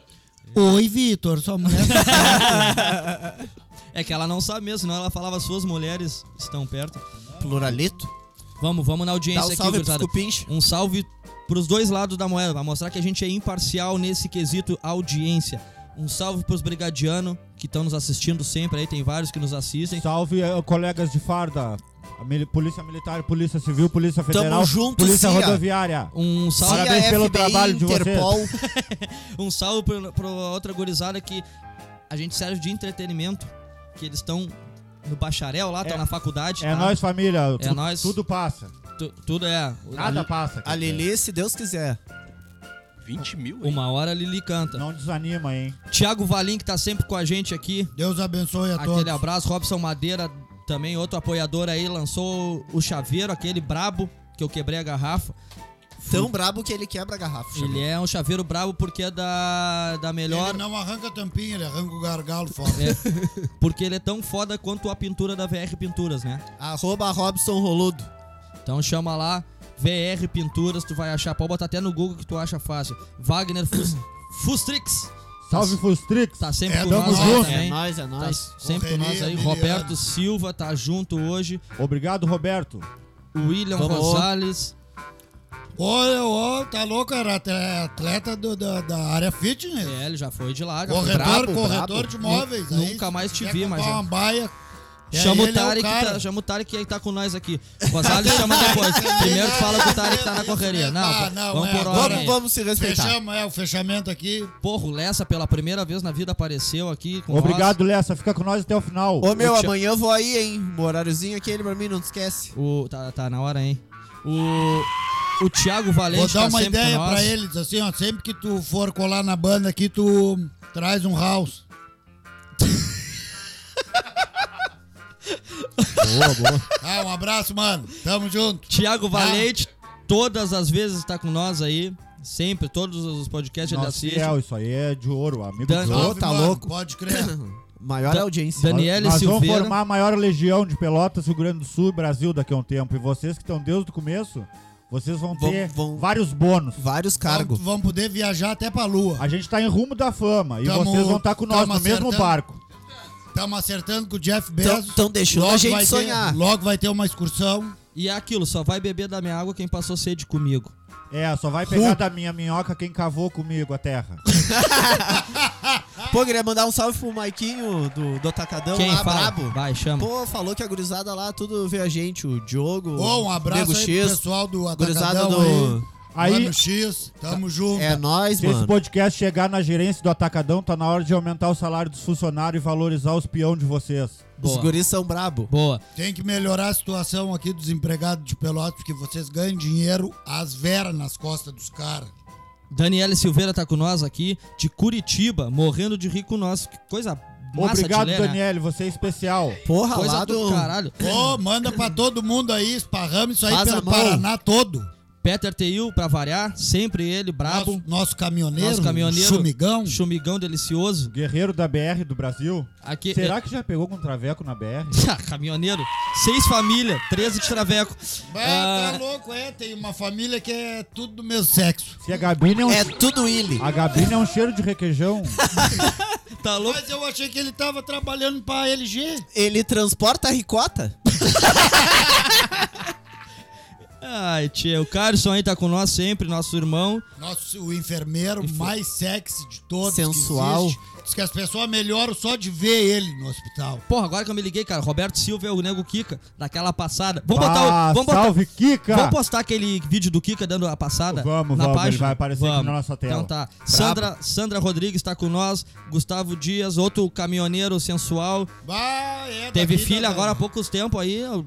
Speaker 5: Oi, Vitor, sua mulher tá
Speaker 1: É que ela não sabe mesmo, senão ela falava suas mulheres estão perto.
Speaker 2: Pluralito.
Speaker 1: Vamos, vamos na
Speaker 2: Dá
Speaker 1: audiência
Speaker 2: um
Speaker 1: aqui,
Speaker 2: salve pros
Speaker 1: gurizada.
Speaker 2: cupins.
Speaker 1: Um salve pros dois lados da moeda, pra mostrar que a gente é imparcial nesse quesito audiência. Um salve pros brigadianos que estão nos assistindo sempre aí, tem vários que nos assistem.
Speaker 4: Salve, eh, colegas de farda, a mili- Polícia Militar, Polícia Civil, Polícia Federal,
Speaker 2: junto,
Speaker 4: Polícia
Speaker 2: Cia.
Speaker 4: Rodoviária.
Speaker 1: Um salve,
Speaker 4: Parabéns
Speaker 2: CIA,
Speaker 4: pelo
Speaker 2: FBI,
Speaker 4: trabalho de vocês.
Speaker 2: Interpol.
Speaker 1: um salve pro, pro outra gurizada que a gente serve de entretenimento, que eles estão no bacharel lá, estão na faculdade.
Speaker 4: É
Speaker 1: tá?
Speaker 4: nós, família.
Speaker 1: É
Speaker 4: Tu-
Speaker 1: nóis.
Speaker 4: Tudo passa.
Speaker 1: Tu- tudo é.
Speaker 4: Nada passa. quer
Speaker 2: A
Speaker 4: dizer.
Speaker 2: Lili, se Deus quiser.
Speaker 3: 20 mil, hein?
Speaker 1: Uma hora a Lili canta.
Speaker 4: Não desanima, hein?
Speaker 1: Tiago Valim, que tá sempre com a gente aqui.
Speaker 5: Deus abençoe a
Speaker 1: Aquele
Speaker 5: todos.
Speaker 1: abraço, Robson Madeira, também outro apoiador aí, lançou o chaveiro, aquele brabo, que eu quebrei a garrafa.
Speaker 2: Tão brabo que ele quebra a garrafa.
Speaker 1: Ele é um chaveiro brabo porque é da, da melhor.
Speaker 5: Ele não arranca a tampinha, ele arranca o gargalo fora.
Speaker 1: é, porque ele é tão foda quanto a pintura da VR Pinturas, né?
Speaker 2: é Arroba Robson Roludo.
Speaker 1: Então chama lá, VR Pinturas, tu vai achar. Pode botar até no Google que tu acha fácil. Wagner Fus- Fustrix,
Speaker 4: Salve, Fustrix.
Speaker 1: tá sempre
Speaker 5: É,
Speaker 1: com
Speaker 5: tamo
Speaker 1: nós aí
Speaker 5: junto.
Speaker 1: também.
Speaker 2: nóis, é
Speaker 1: Tá sempre com nós aí.
Speaker 5: Correria,
Speaker 1: Roberto
Speaker 5: miliano.
Speaker 1: Silva tá junto hoje.
Speaker 4: Obrigado, Roberto.
Speaker 1: William
Speaker 2: Vamos.
Speaker 1: Gonzalez.
Speaker 5: Olha, ô, tá louco, era atle- atleta do- da, da área fitness.
Speaker 1: É, ele já foi de lá, já foi
Speaker 5: Corredor,
Speaker 1: brabo,
Speaker 5: corredor
Speaker 1: brabo.
Speaker 5: de móveis.
Speaker 1: Nu-
Speaker 5: aí,
Speaker 1: nunca
Speaker 5: se
Speaker 1: mais te
Speaker 5: quiser
Speaker 1: vi,
Speaker 5: comprar
Speaker 1: mas é.
Speaker 5: uma baia. é,
Speaker 1: Chama o
Speaker 5: ele é
Speaker 1: Tarek, que
Speaker 5: cara.
Speaker 1: tá, chama o Tarek que aí tá com nós aqui. O Gonzalez chama depois.
Speaker 5: (laughs)
Speaker 1: Primeiro
Speaker 5: é
Speaker 1: tu fala que o Tarek tá na correria. Não,
Speaker 5: Ah,
Speaker 1: pô,
Speaker 5: não,
Speaker 1: vamos
Speaker 5: é,
Speaker 1: por
Speaker 5: agora-
Speaker 1: ordem.
Speaker 2: Vamos,
Speaker 1: aí.
Speaker 2: vamos se
Speaker 1: tá.
Speaker 2: respeitar.
Speaker 5: Fechamos, é, o fechamento aqui.
Speaker 1: Porra, o Lessa pela primeira vez na vida apareceu aqui com
Speaker 4: Obrigado, Lessa. Fica com nós até o final.
Speaker 2: Ô meu,
Speaker 1: O Thi-
Speaker 2: amanhã eu vou aí, hein? Um horáriozinho aquele pra mim, não te esquece.
Speaker 1: nós. O, tá, tá na hora, hein? O, o Thiago Valente
Speaker 5: Vou
Speaker 1: tá
Speaker 5: dar uma
Speaker 1: sempre
Speaker 5: ideia
Speaker 1: com nós.
Speaker 5: pra eles, assim, ó. Sempre que tu for colar na banda aqui, tu traz um house.
Speaker 4: Boa, boa.
Speaker 5: Ah, um abraço, mano. Tamo junto.
Speaker 1: Thiago Valente, todas as vezes tá com nós aí. Sempre, todos os podcasts ele
Speaker 4: Nossa,
Speaker 1: assiste.
Speaker 4: fiel, isso aí é de ouro, amigo
Speaker 1: Dan-
Speaker 4: de ouro.
Speaker 5: Salve,
Speaker 2: tá
Speaker 5: mano,
Speaker 2: louco.
Speaker 5: Pode crer.
Speaker 2: (coughs) Maior
Speaker 1: Da-
Speaker 2: audiência.
Speaker 1: Daniele
Speaker 4: nós vamos
Speaker 1: Silveira.
Speaker 4: formar a maior legião de Pelotas, Rio Grande do Sul e Brasil daqui a um tempo. E vocês que estão desde o começo, Vocês vão
Speaker 2: Vão-
Speaker 4: ter
Speaker 2: vão-
Speaker 4: vários bônus.
Speaker 2: Vários cargos.
Speaker 5: Vão, vão poder viajar até pra lua.
Speaker 4: A gente tá em rumo da fama e
Speaker 5: Tamo-
Speaker 4: vocês vão estar com nós
Speaker 5: tamo
Speaker 4: no mesmo
Speaker 5: acertando.
Speaker 4: barco.
Speaker 5: Estamos acertando com o Jeff
Speaker 2: Então,
Speaker 5: Bezos.
Speaker 2: então deixando a
Speaker 5: Logo
Speaker 2: gente
Speaker 5: vai ter-
Speaker 2: sonhar.
Speaker 5: logo vai ter uma excursão.
Speaker 1: E é aquilo, só vai beber da minha água quem passou sede comigo.
Speaker 4: É, só vai pegar da minha minhoca quem cavou comigo a terra.
Speaker 2: Pô, queria mandar um salve pro Maiquinho do, do
Speaker 5: Então
Speaker 2: Atacadão
Speaker 1: quem
Speaker 2: lá,
Speaker 1: fala?
Speaker 2: brabo.
Speaker 1: Vai, chama.
Speaker 2: Pô, falou que a gurizada lá tudo vê a gente, o Diogo,
Speaker 5: Bom, um abraço
Speaker 2: Nego
Speaker 5: aí pro
Speaker 2: X,
Speaker 5: pessoal do
Speaker 2: gurizada
Speaker 5: Atacadão
Speaker 2: do...
Speaker 5: aí.
Speaker 4: Aí,
Speaker 5: Mano X, tamo junto.
Speaker 2: É nóis,
Speaker 4: se esse
Speaker 2: mano.
Speaker 4: podcast chegar na gerência do Atacadão, tá na hora de aumentar o salário dos funcionários e valorizar os peão de vocês.
Speaker 2: Os
Speaker 1: Boa.
Speaker 2: guris são brabo.
Speaker 1: Boa.
Speaker 5: Tem que melhorar a situação aqui dos empregados de Pelotas, porque vocês ganham dinheiro às veras nas costas dos caras.
Speaker 1: Daniele Silveira tá com nós aqui, de Curitiba, morrendo de rico nosso. Que coisa massa
Speaker 4: Obrigado,
Speaker 1: de ler, né?
Speaker 4: Daniele, você é especial.
Speaker 2: Porra,
Speaker 1: Coisa
Speaker 2: lá
Speaker 1: do
Speaker 2: do...
Speaker 1: caralho.
Speaker 2: (coughs)
Speaker 5: Ô, manda pra todo mundo aí, esparrama isso aí
Speaker 2: Faz a
Speaker 5: pelo
Speaker 2: mão.
Speaker 5: Paraná todo.
Speaker 1: Peter Teil, pra variar, sempre ele,
Speaker 2: Tá
Speaker 1: brabo.
Speaker 5: Nosso, nosso caminhoneiro,
Speaker 1: Nosso caminhoneiro.
Speaker 5: chumigão.
Speaker 1: Chumigão delicioso.
Speaker 4: Guerreiro da BR do Brasil.
Speaker 1: Aqui,
Speaker 4: Será que já pegou com traveco na BR?
Speaker 1: (laughs) Ah, caminhoneiro. Seis família, 13 de traveco.
Speaker 5: Ah,
Speaker 1: Ah,
Speaker 5: tá louco, é, tem uma família que é tudo do mesmo sexo.
Speaker 4: Se a Gabine é um,
Speaker 2: É tudo ele.
Speaker 4: a Gabine é um cheiro
Speaker 1: (laughs)
Speaker 4: de requeijão,
Speaker 1: tá louco?
Speaker 5: Mas eu achei que ele tava trabalhando pra LG.
Speaker 2: Ele transporta a ricota?
Speaker 1: Ai, tia, o Carson aí tá com nós sempre, nosso irmão.
Speaker 5: Nosso o enfermeiro mais sexy de todos.
Speaker 2: Sensual.
Speaker 5: Que existe. Diz que as pessoas melhoram só de ver ele no hospital.
Speaker 1: Porra, agora que eu me liguei, cara, Roberto Silva é o nego Kika, daquela passada. Vamos botar
Speaker 4: Ah,
Speaker 1: o. Vamos, botar,
Speaker 4: salve, Kika!
Speaker 1: vamos postar aquele vídeo do Kika dando a passada?
Speaker 4: Vamos,
Speaker 1: na
Speaker 4: vamos,
Speaker 1: página?
Speaker 4: ele vai aparecer aqui na nossa tela.
Speaker 1: Então tá. Sandra, Sandra Rodrigues tá com nós, Gustavo Dias, outro caminhoneiro sensual.
Speaker 4: Tá
Speaker 5: Bah, é da
Speaker 1: Teve
Speaker 5: vida
Speaker 1: filha
Speaker 5: da-
Speaker 1: agora há poucos tempos aí. ó.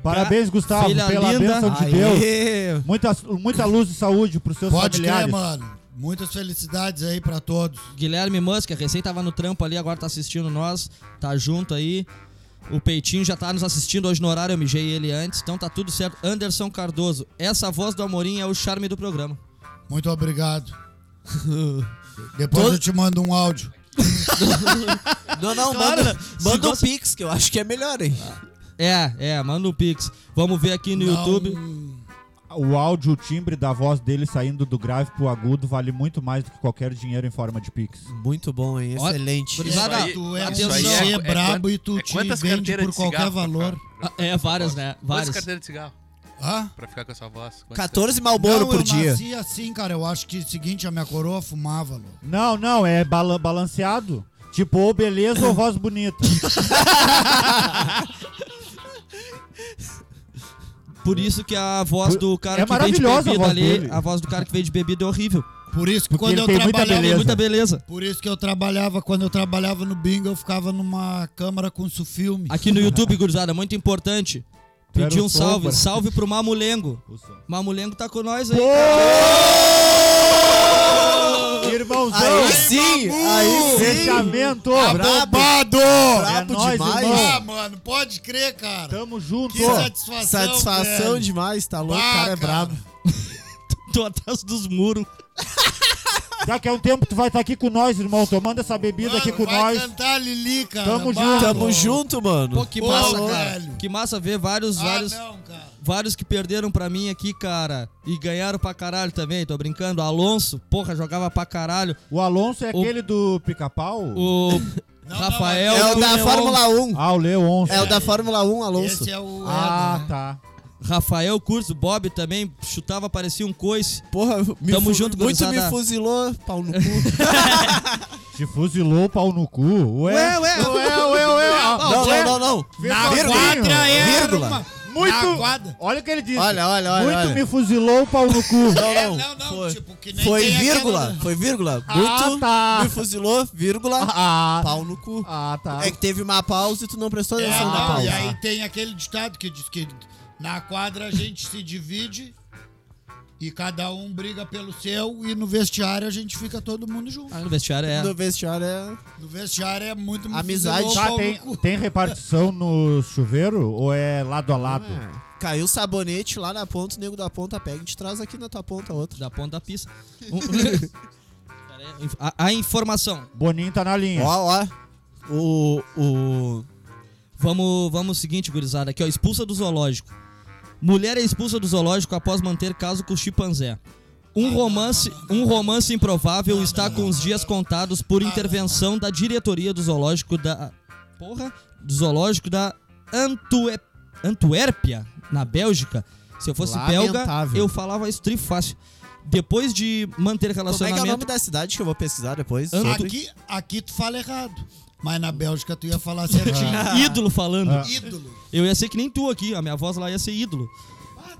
Speaker 4: Parabéns, Gustavo,
Speaker 1: Filha
Speaker 4: pela
Speaker 1: linda.
Speaker 4: bênção de
Speaker 1: Aê.
Speaker 4: Deus.
Speaker 2: Aê.
Speaker 4: Muita, muita luz e saúde pros seus
Speaker 5: Pode crer,
Speaker 4: familiares.
Speaker 5: mano. Muitas felicidades aí pra todos.
Speaker 1: Guilherme Musker, recém tava no trampo ali, agora tá assistindo nós, tá junto aí. O Peitinho já tá nos assistindo hoje no horário, eu mijei ele antes, então tá tudo certo. Anderson Cardoso, essa voz do Amorim é o charme do programa.
Speaker 5: Muito obrigado. Depois
Speaker 2: Todo-
Speaker 5: eu te mando um áudio.
Speaker 2: Não, não,
Speaker 1: Claro,
Speaker 2: manda,
Speaker 1: se
Speaker 2: manda um
Speaker 1: gosta-
Speaker 2: pix, que eu acho que é melhor, hein?
Speaker 1: É, é, manda um pix. Vamos ver aqui no
Speaker 5: Não-
Speaker 1: YouTube.
Speaker 4: O áudio, o timbre da voz dele saindo do grave pro agudo vale muito mais do que qualquer dinheiro em forma de pix.
Speaker 2: Muito bom, hein?
Speaker 1: Olha,
Speaker 2: Excelente.
Speaker 5: Isso
Speaker 1: Gurizada,
Speaker 5: aí- tu é,
Speaker 1: atenção.
Speaker 5: um ser
Speaker 3: é- é
Speaker 5: brabo
Speaker 3: quant-
Speaker 5: e tu
Speaker 3: é
Speaker 5: te
Speaker 3: quantas
Speaker 5: vende
Speaker 3: carteiras
Speaker 5: por
Speaker 3: de
Speaker 5: qualquer
Speaker 3: cigarro pra
Speaker 5: valor.
Speaker 3: ficar- pra-
Speaker 1: É, várias, né?
Speaker 3: Quantas
Speaker 1: Várias.
Speaker 3: carteiras de cigarro
Speaker 5: Hã?
Speaker 3: Ah, pra ficar com essa voz? Quantas
Speaker 2: 14 Malboro
Speaker 5: Não,
Speaker 2: por
Speaker 5: eu
Speaker 2: dia.
Speaker 5: nasci assim, cara. Eu acho que o seguinte, a minha coroa fumava, louco.
Speaker 4: Não, não, é bala- balanceado. Tipo, ou beleza ou voz bonita.
Speaker 1: Por isso que a voz do cara
Speaker 4: É
Speaker 1: que vem de
Speaker 4: maravilhosa a
Speaker 1: bebida
Speaker 4: voz
Speaker 1: ali,
Speaker 4: dele.
Speaker 1: a voz do cara que vem de bebida é horrível.
Speaker 5: Por isso que
Speaker 4: Porque
Speaker 5: quando
Speaker 4: ele
Speaker 5: eu
Speaker 4: tem muita
Speaker 5: trabalhava.
Speaker 1: Tem
Speaker 4: beleza.
Speaker 1: muita beleza.
Speaker 5: Por isso que eu trabalhava, quando eu trabalhava no bingo, eu ficava numa câmara com sufilme.
Speaker 1: Aqui
Speaker 5: (laughs)
Speaker 1: no YouTube, gurizada, muito importante.
Speaker 4: Tu era
Speaker 1: Pedir
Speaker 4: um
Speaker 1: um salve,
Speaker 4: sopra.
Speaker 1: salve pro Mamulengo.
Speaker 4: O som.
Speaker 1: Mamulengo tá com nós aí.
Speaker 4: Irmãozão,
Speaker 2: Aí sim, aí sim.
Speaker 4: fechamento!
Speaker 5: Abobado!
Speaker 4: É
Speaker 2: Brabo
Speaker 4: nóis,
Speaker 2: demais.
Speaker 5: Ah,
Speaker 4: irmão!
Speaker 5: mano, pode crer, cara.
Speaker 4: Tamo junto!
Speaker 5: que satisfação.
Speaker 2: Satisfação
Speaker 5: velho.
Speaker 2: demais, tá louco?
Speaker 5: Bah,
Speaker 2: o cara é
Speaker 5: cara.
Speaker 2: brabo.
Speaker 1: Tô atrás dos muros.
Speaker 4: Daqui a um tempo tu vai estar aqui com nós, irmão, tomando essa bebida
Speaker 5: Mano,
Speaker 4: aqui com
Speaker 5: vai é-
Speaker 4: nós.
Speaker 5: cantar Lili, cara. Ah,
Speaker 4: Tamo
Speaker 5: Bah,
Speaker 4: junto.
Speaker 2: Tamo
Speaker 5: pô.
Speaker 2: junto, mano.
Speaker 1: Pô, que
Speaker 5: Pô,
Speaker 1: massa,
Speaker 5: velho.
Speaker 1: cara. Que massa ver vários,
Speaker 5: Ah,
Speaker 1: vários,
Speaker 5: não, cara.
Speaker 1: vários que perderam pra mim aqui, cara. E ganharam pra caralho também, tô brincando. Alonso, porra, jogava pra caralho.
Speaker 4: O Alonso é
Speaker 1: O-
Speaker 4: aquele do pica-pau?
Speaker 1: O
Speaker 5: Não,
Speaker 1: Rafael.
Speaker 5: não,
Speaker 2: É o da
Speaker 1: Cunhon-
Speaker 2: Fórmula 1.
Speaker 4: Ah, o Leonço.
Speaker 2: É o da Fórmula 1, Alonso.
Speaker 5: Esse é o...
Speaker 4: Ah,
Speaker 5: Eda, né?
Speaker 4: tá.
Speaker 1: Rafael Curso, Bob também chutava, parecia um coice.
Speaker 2: Porra, me
Speaker 1: Tamo
Speaker 2: fu-
Speaker 1: junto,
Speaker 2: muito
Speaker 1: gurizada.
Speaker 2: me fuzilou, pau no cu.
Speaker 4: Te fuzilou pau no cu. Ué,
Speaker 1: Ué, ué.
Speaker 4: ué, ué, ué. Ah,
Speaker 2: Não,
Speaker 4: ué.
Speaker 2: não, não, não.
Speaker 5: Na
Speaker 4: Vírgula.
Speaker 5: quadra era
Speaker 2: Vírgula.
Speaker 5: uma... Na
Speaker 4: Muito.
Speaker 5: quadra.
Speaker 4: Olha o que ele disse.
Speaker 2: Olha, olha, olha,
Speaker 4: Muito
Speaker 2: olha.
Speaker 4: me fuzilou o pau no cu.
Speaker 2: (laughs) Não,
Speaker 5: Não, não,
Speaker 2: Foi,
Speaker 5: tipo, que nem
Speaker 2: foi
Speaker 5: tem aquela-
Speaker 2: vírgula, foi vírgula. Muito
Speaker 4: tá.
Speaker 2: me fuzilou, vírgula,
Speaker 4: Ah,
Speaker 2: pau no cu.
Speaker 4: ah, tá.
Speaker 2: É que teve uma pausa e tu não prestou
Speaker 5: É,
Speaker 2: atenção na
Speaker 5: não, e
Speaker 2: pausa.
Speaker 5: aí tem aquele ditado que diz que na quadra a gente se divide e cada um briga pelo seu e no vestiário a gente fica todo mundo junto.
Speaker 1: Ah, no vestiário é.
Speaker 2: No vestiário é...
Speaker 5: No vestiário é muito muito
Speaker 2: Amizade.
Speaker 5: louco,
Speaker 4: Tá,
Speaker 5: pau
Speaker 4: tem,
Speaker 5: no cu.
Speaker 4: tem repartição no chuveiro ou é lado a lado?
Speaker 2: Caiu o sabonete lá na ponta, o nego da ponta pega e te traz aqui na tua ponta outro.
Speaker 1: Da ponta da pista. Um- (laughs) Cara, é- a, a informação.
Speaker 4: Boninho tá na linha.
Speaker 2: Ó, ó. O. O. é
Speaker 1: Vamos, vamos seguinte, gurizada, aqui, ó. Expulsa do zoológico. Mulher é expulsa do zoológico após manter caso com chimpanzé. Um romance, um romance improvável está com os dias contados por intervenção da diretoria do zoológico da porra, do zoológico da Antue- Antuérpia, na Bélgica. Se eu fosse belga,
Speaker 2: Lamentável.
Speaker 1: eu falava isso trifácil. Depois de manter
Speaker 2: Como é que é o nome
Speaker 1: relacionamento
Speaker 2: da cidade que eu vou pesquisar depois?
Speaker 1: Ando-
Speaker 2: sobre?
Speaker 5: Aqui, aqui tu fala errado. Mas na Bélgica tu
Speaker 4: (laughs)
Speaker 5: ia falar certinho.
Speaker 1: (laughs) ídolo falando.
Speaker 5: Ídolo.
Speaker 1: Eu ia ser que nem tu aqui, a minha voz lá ia ser ídolo.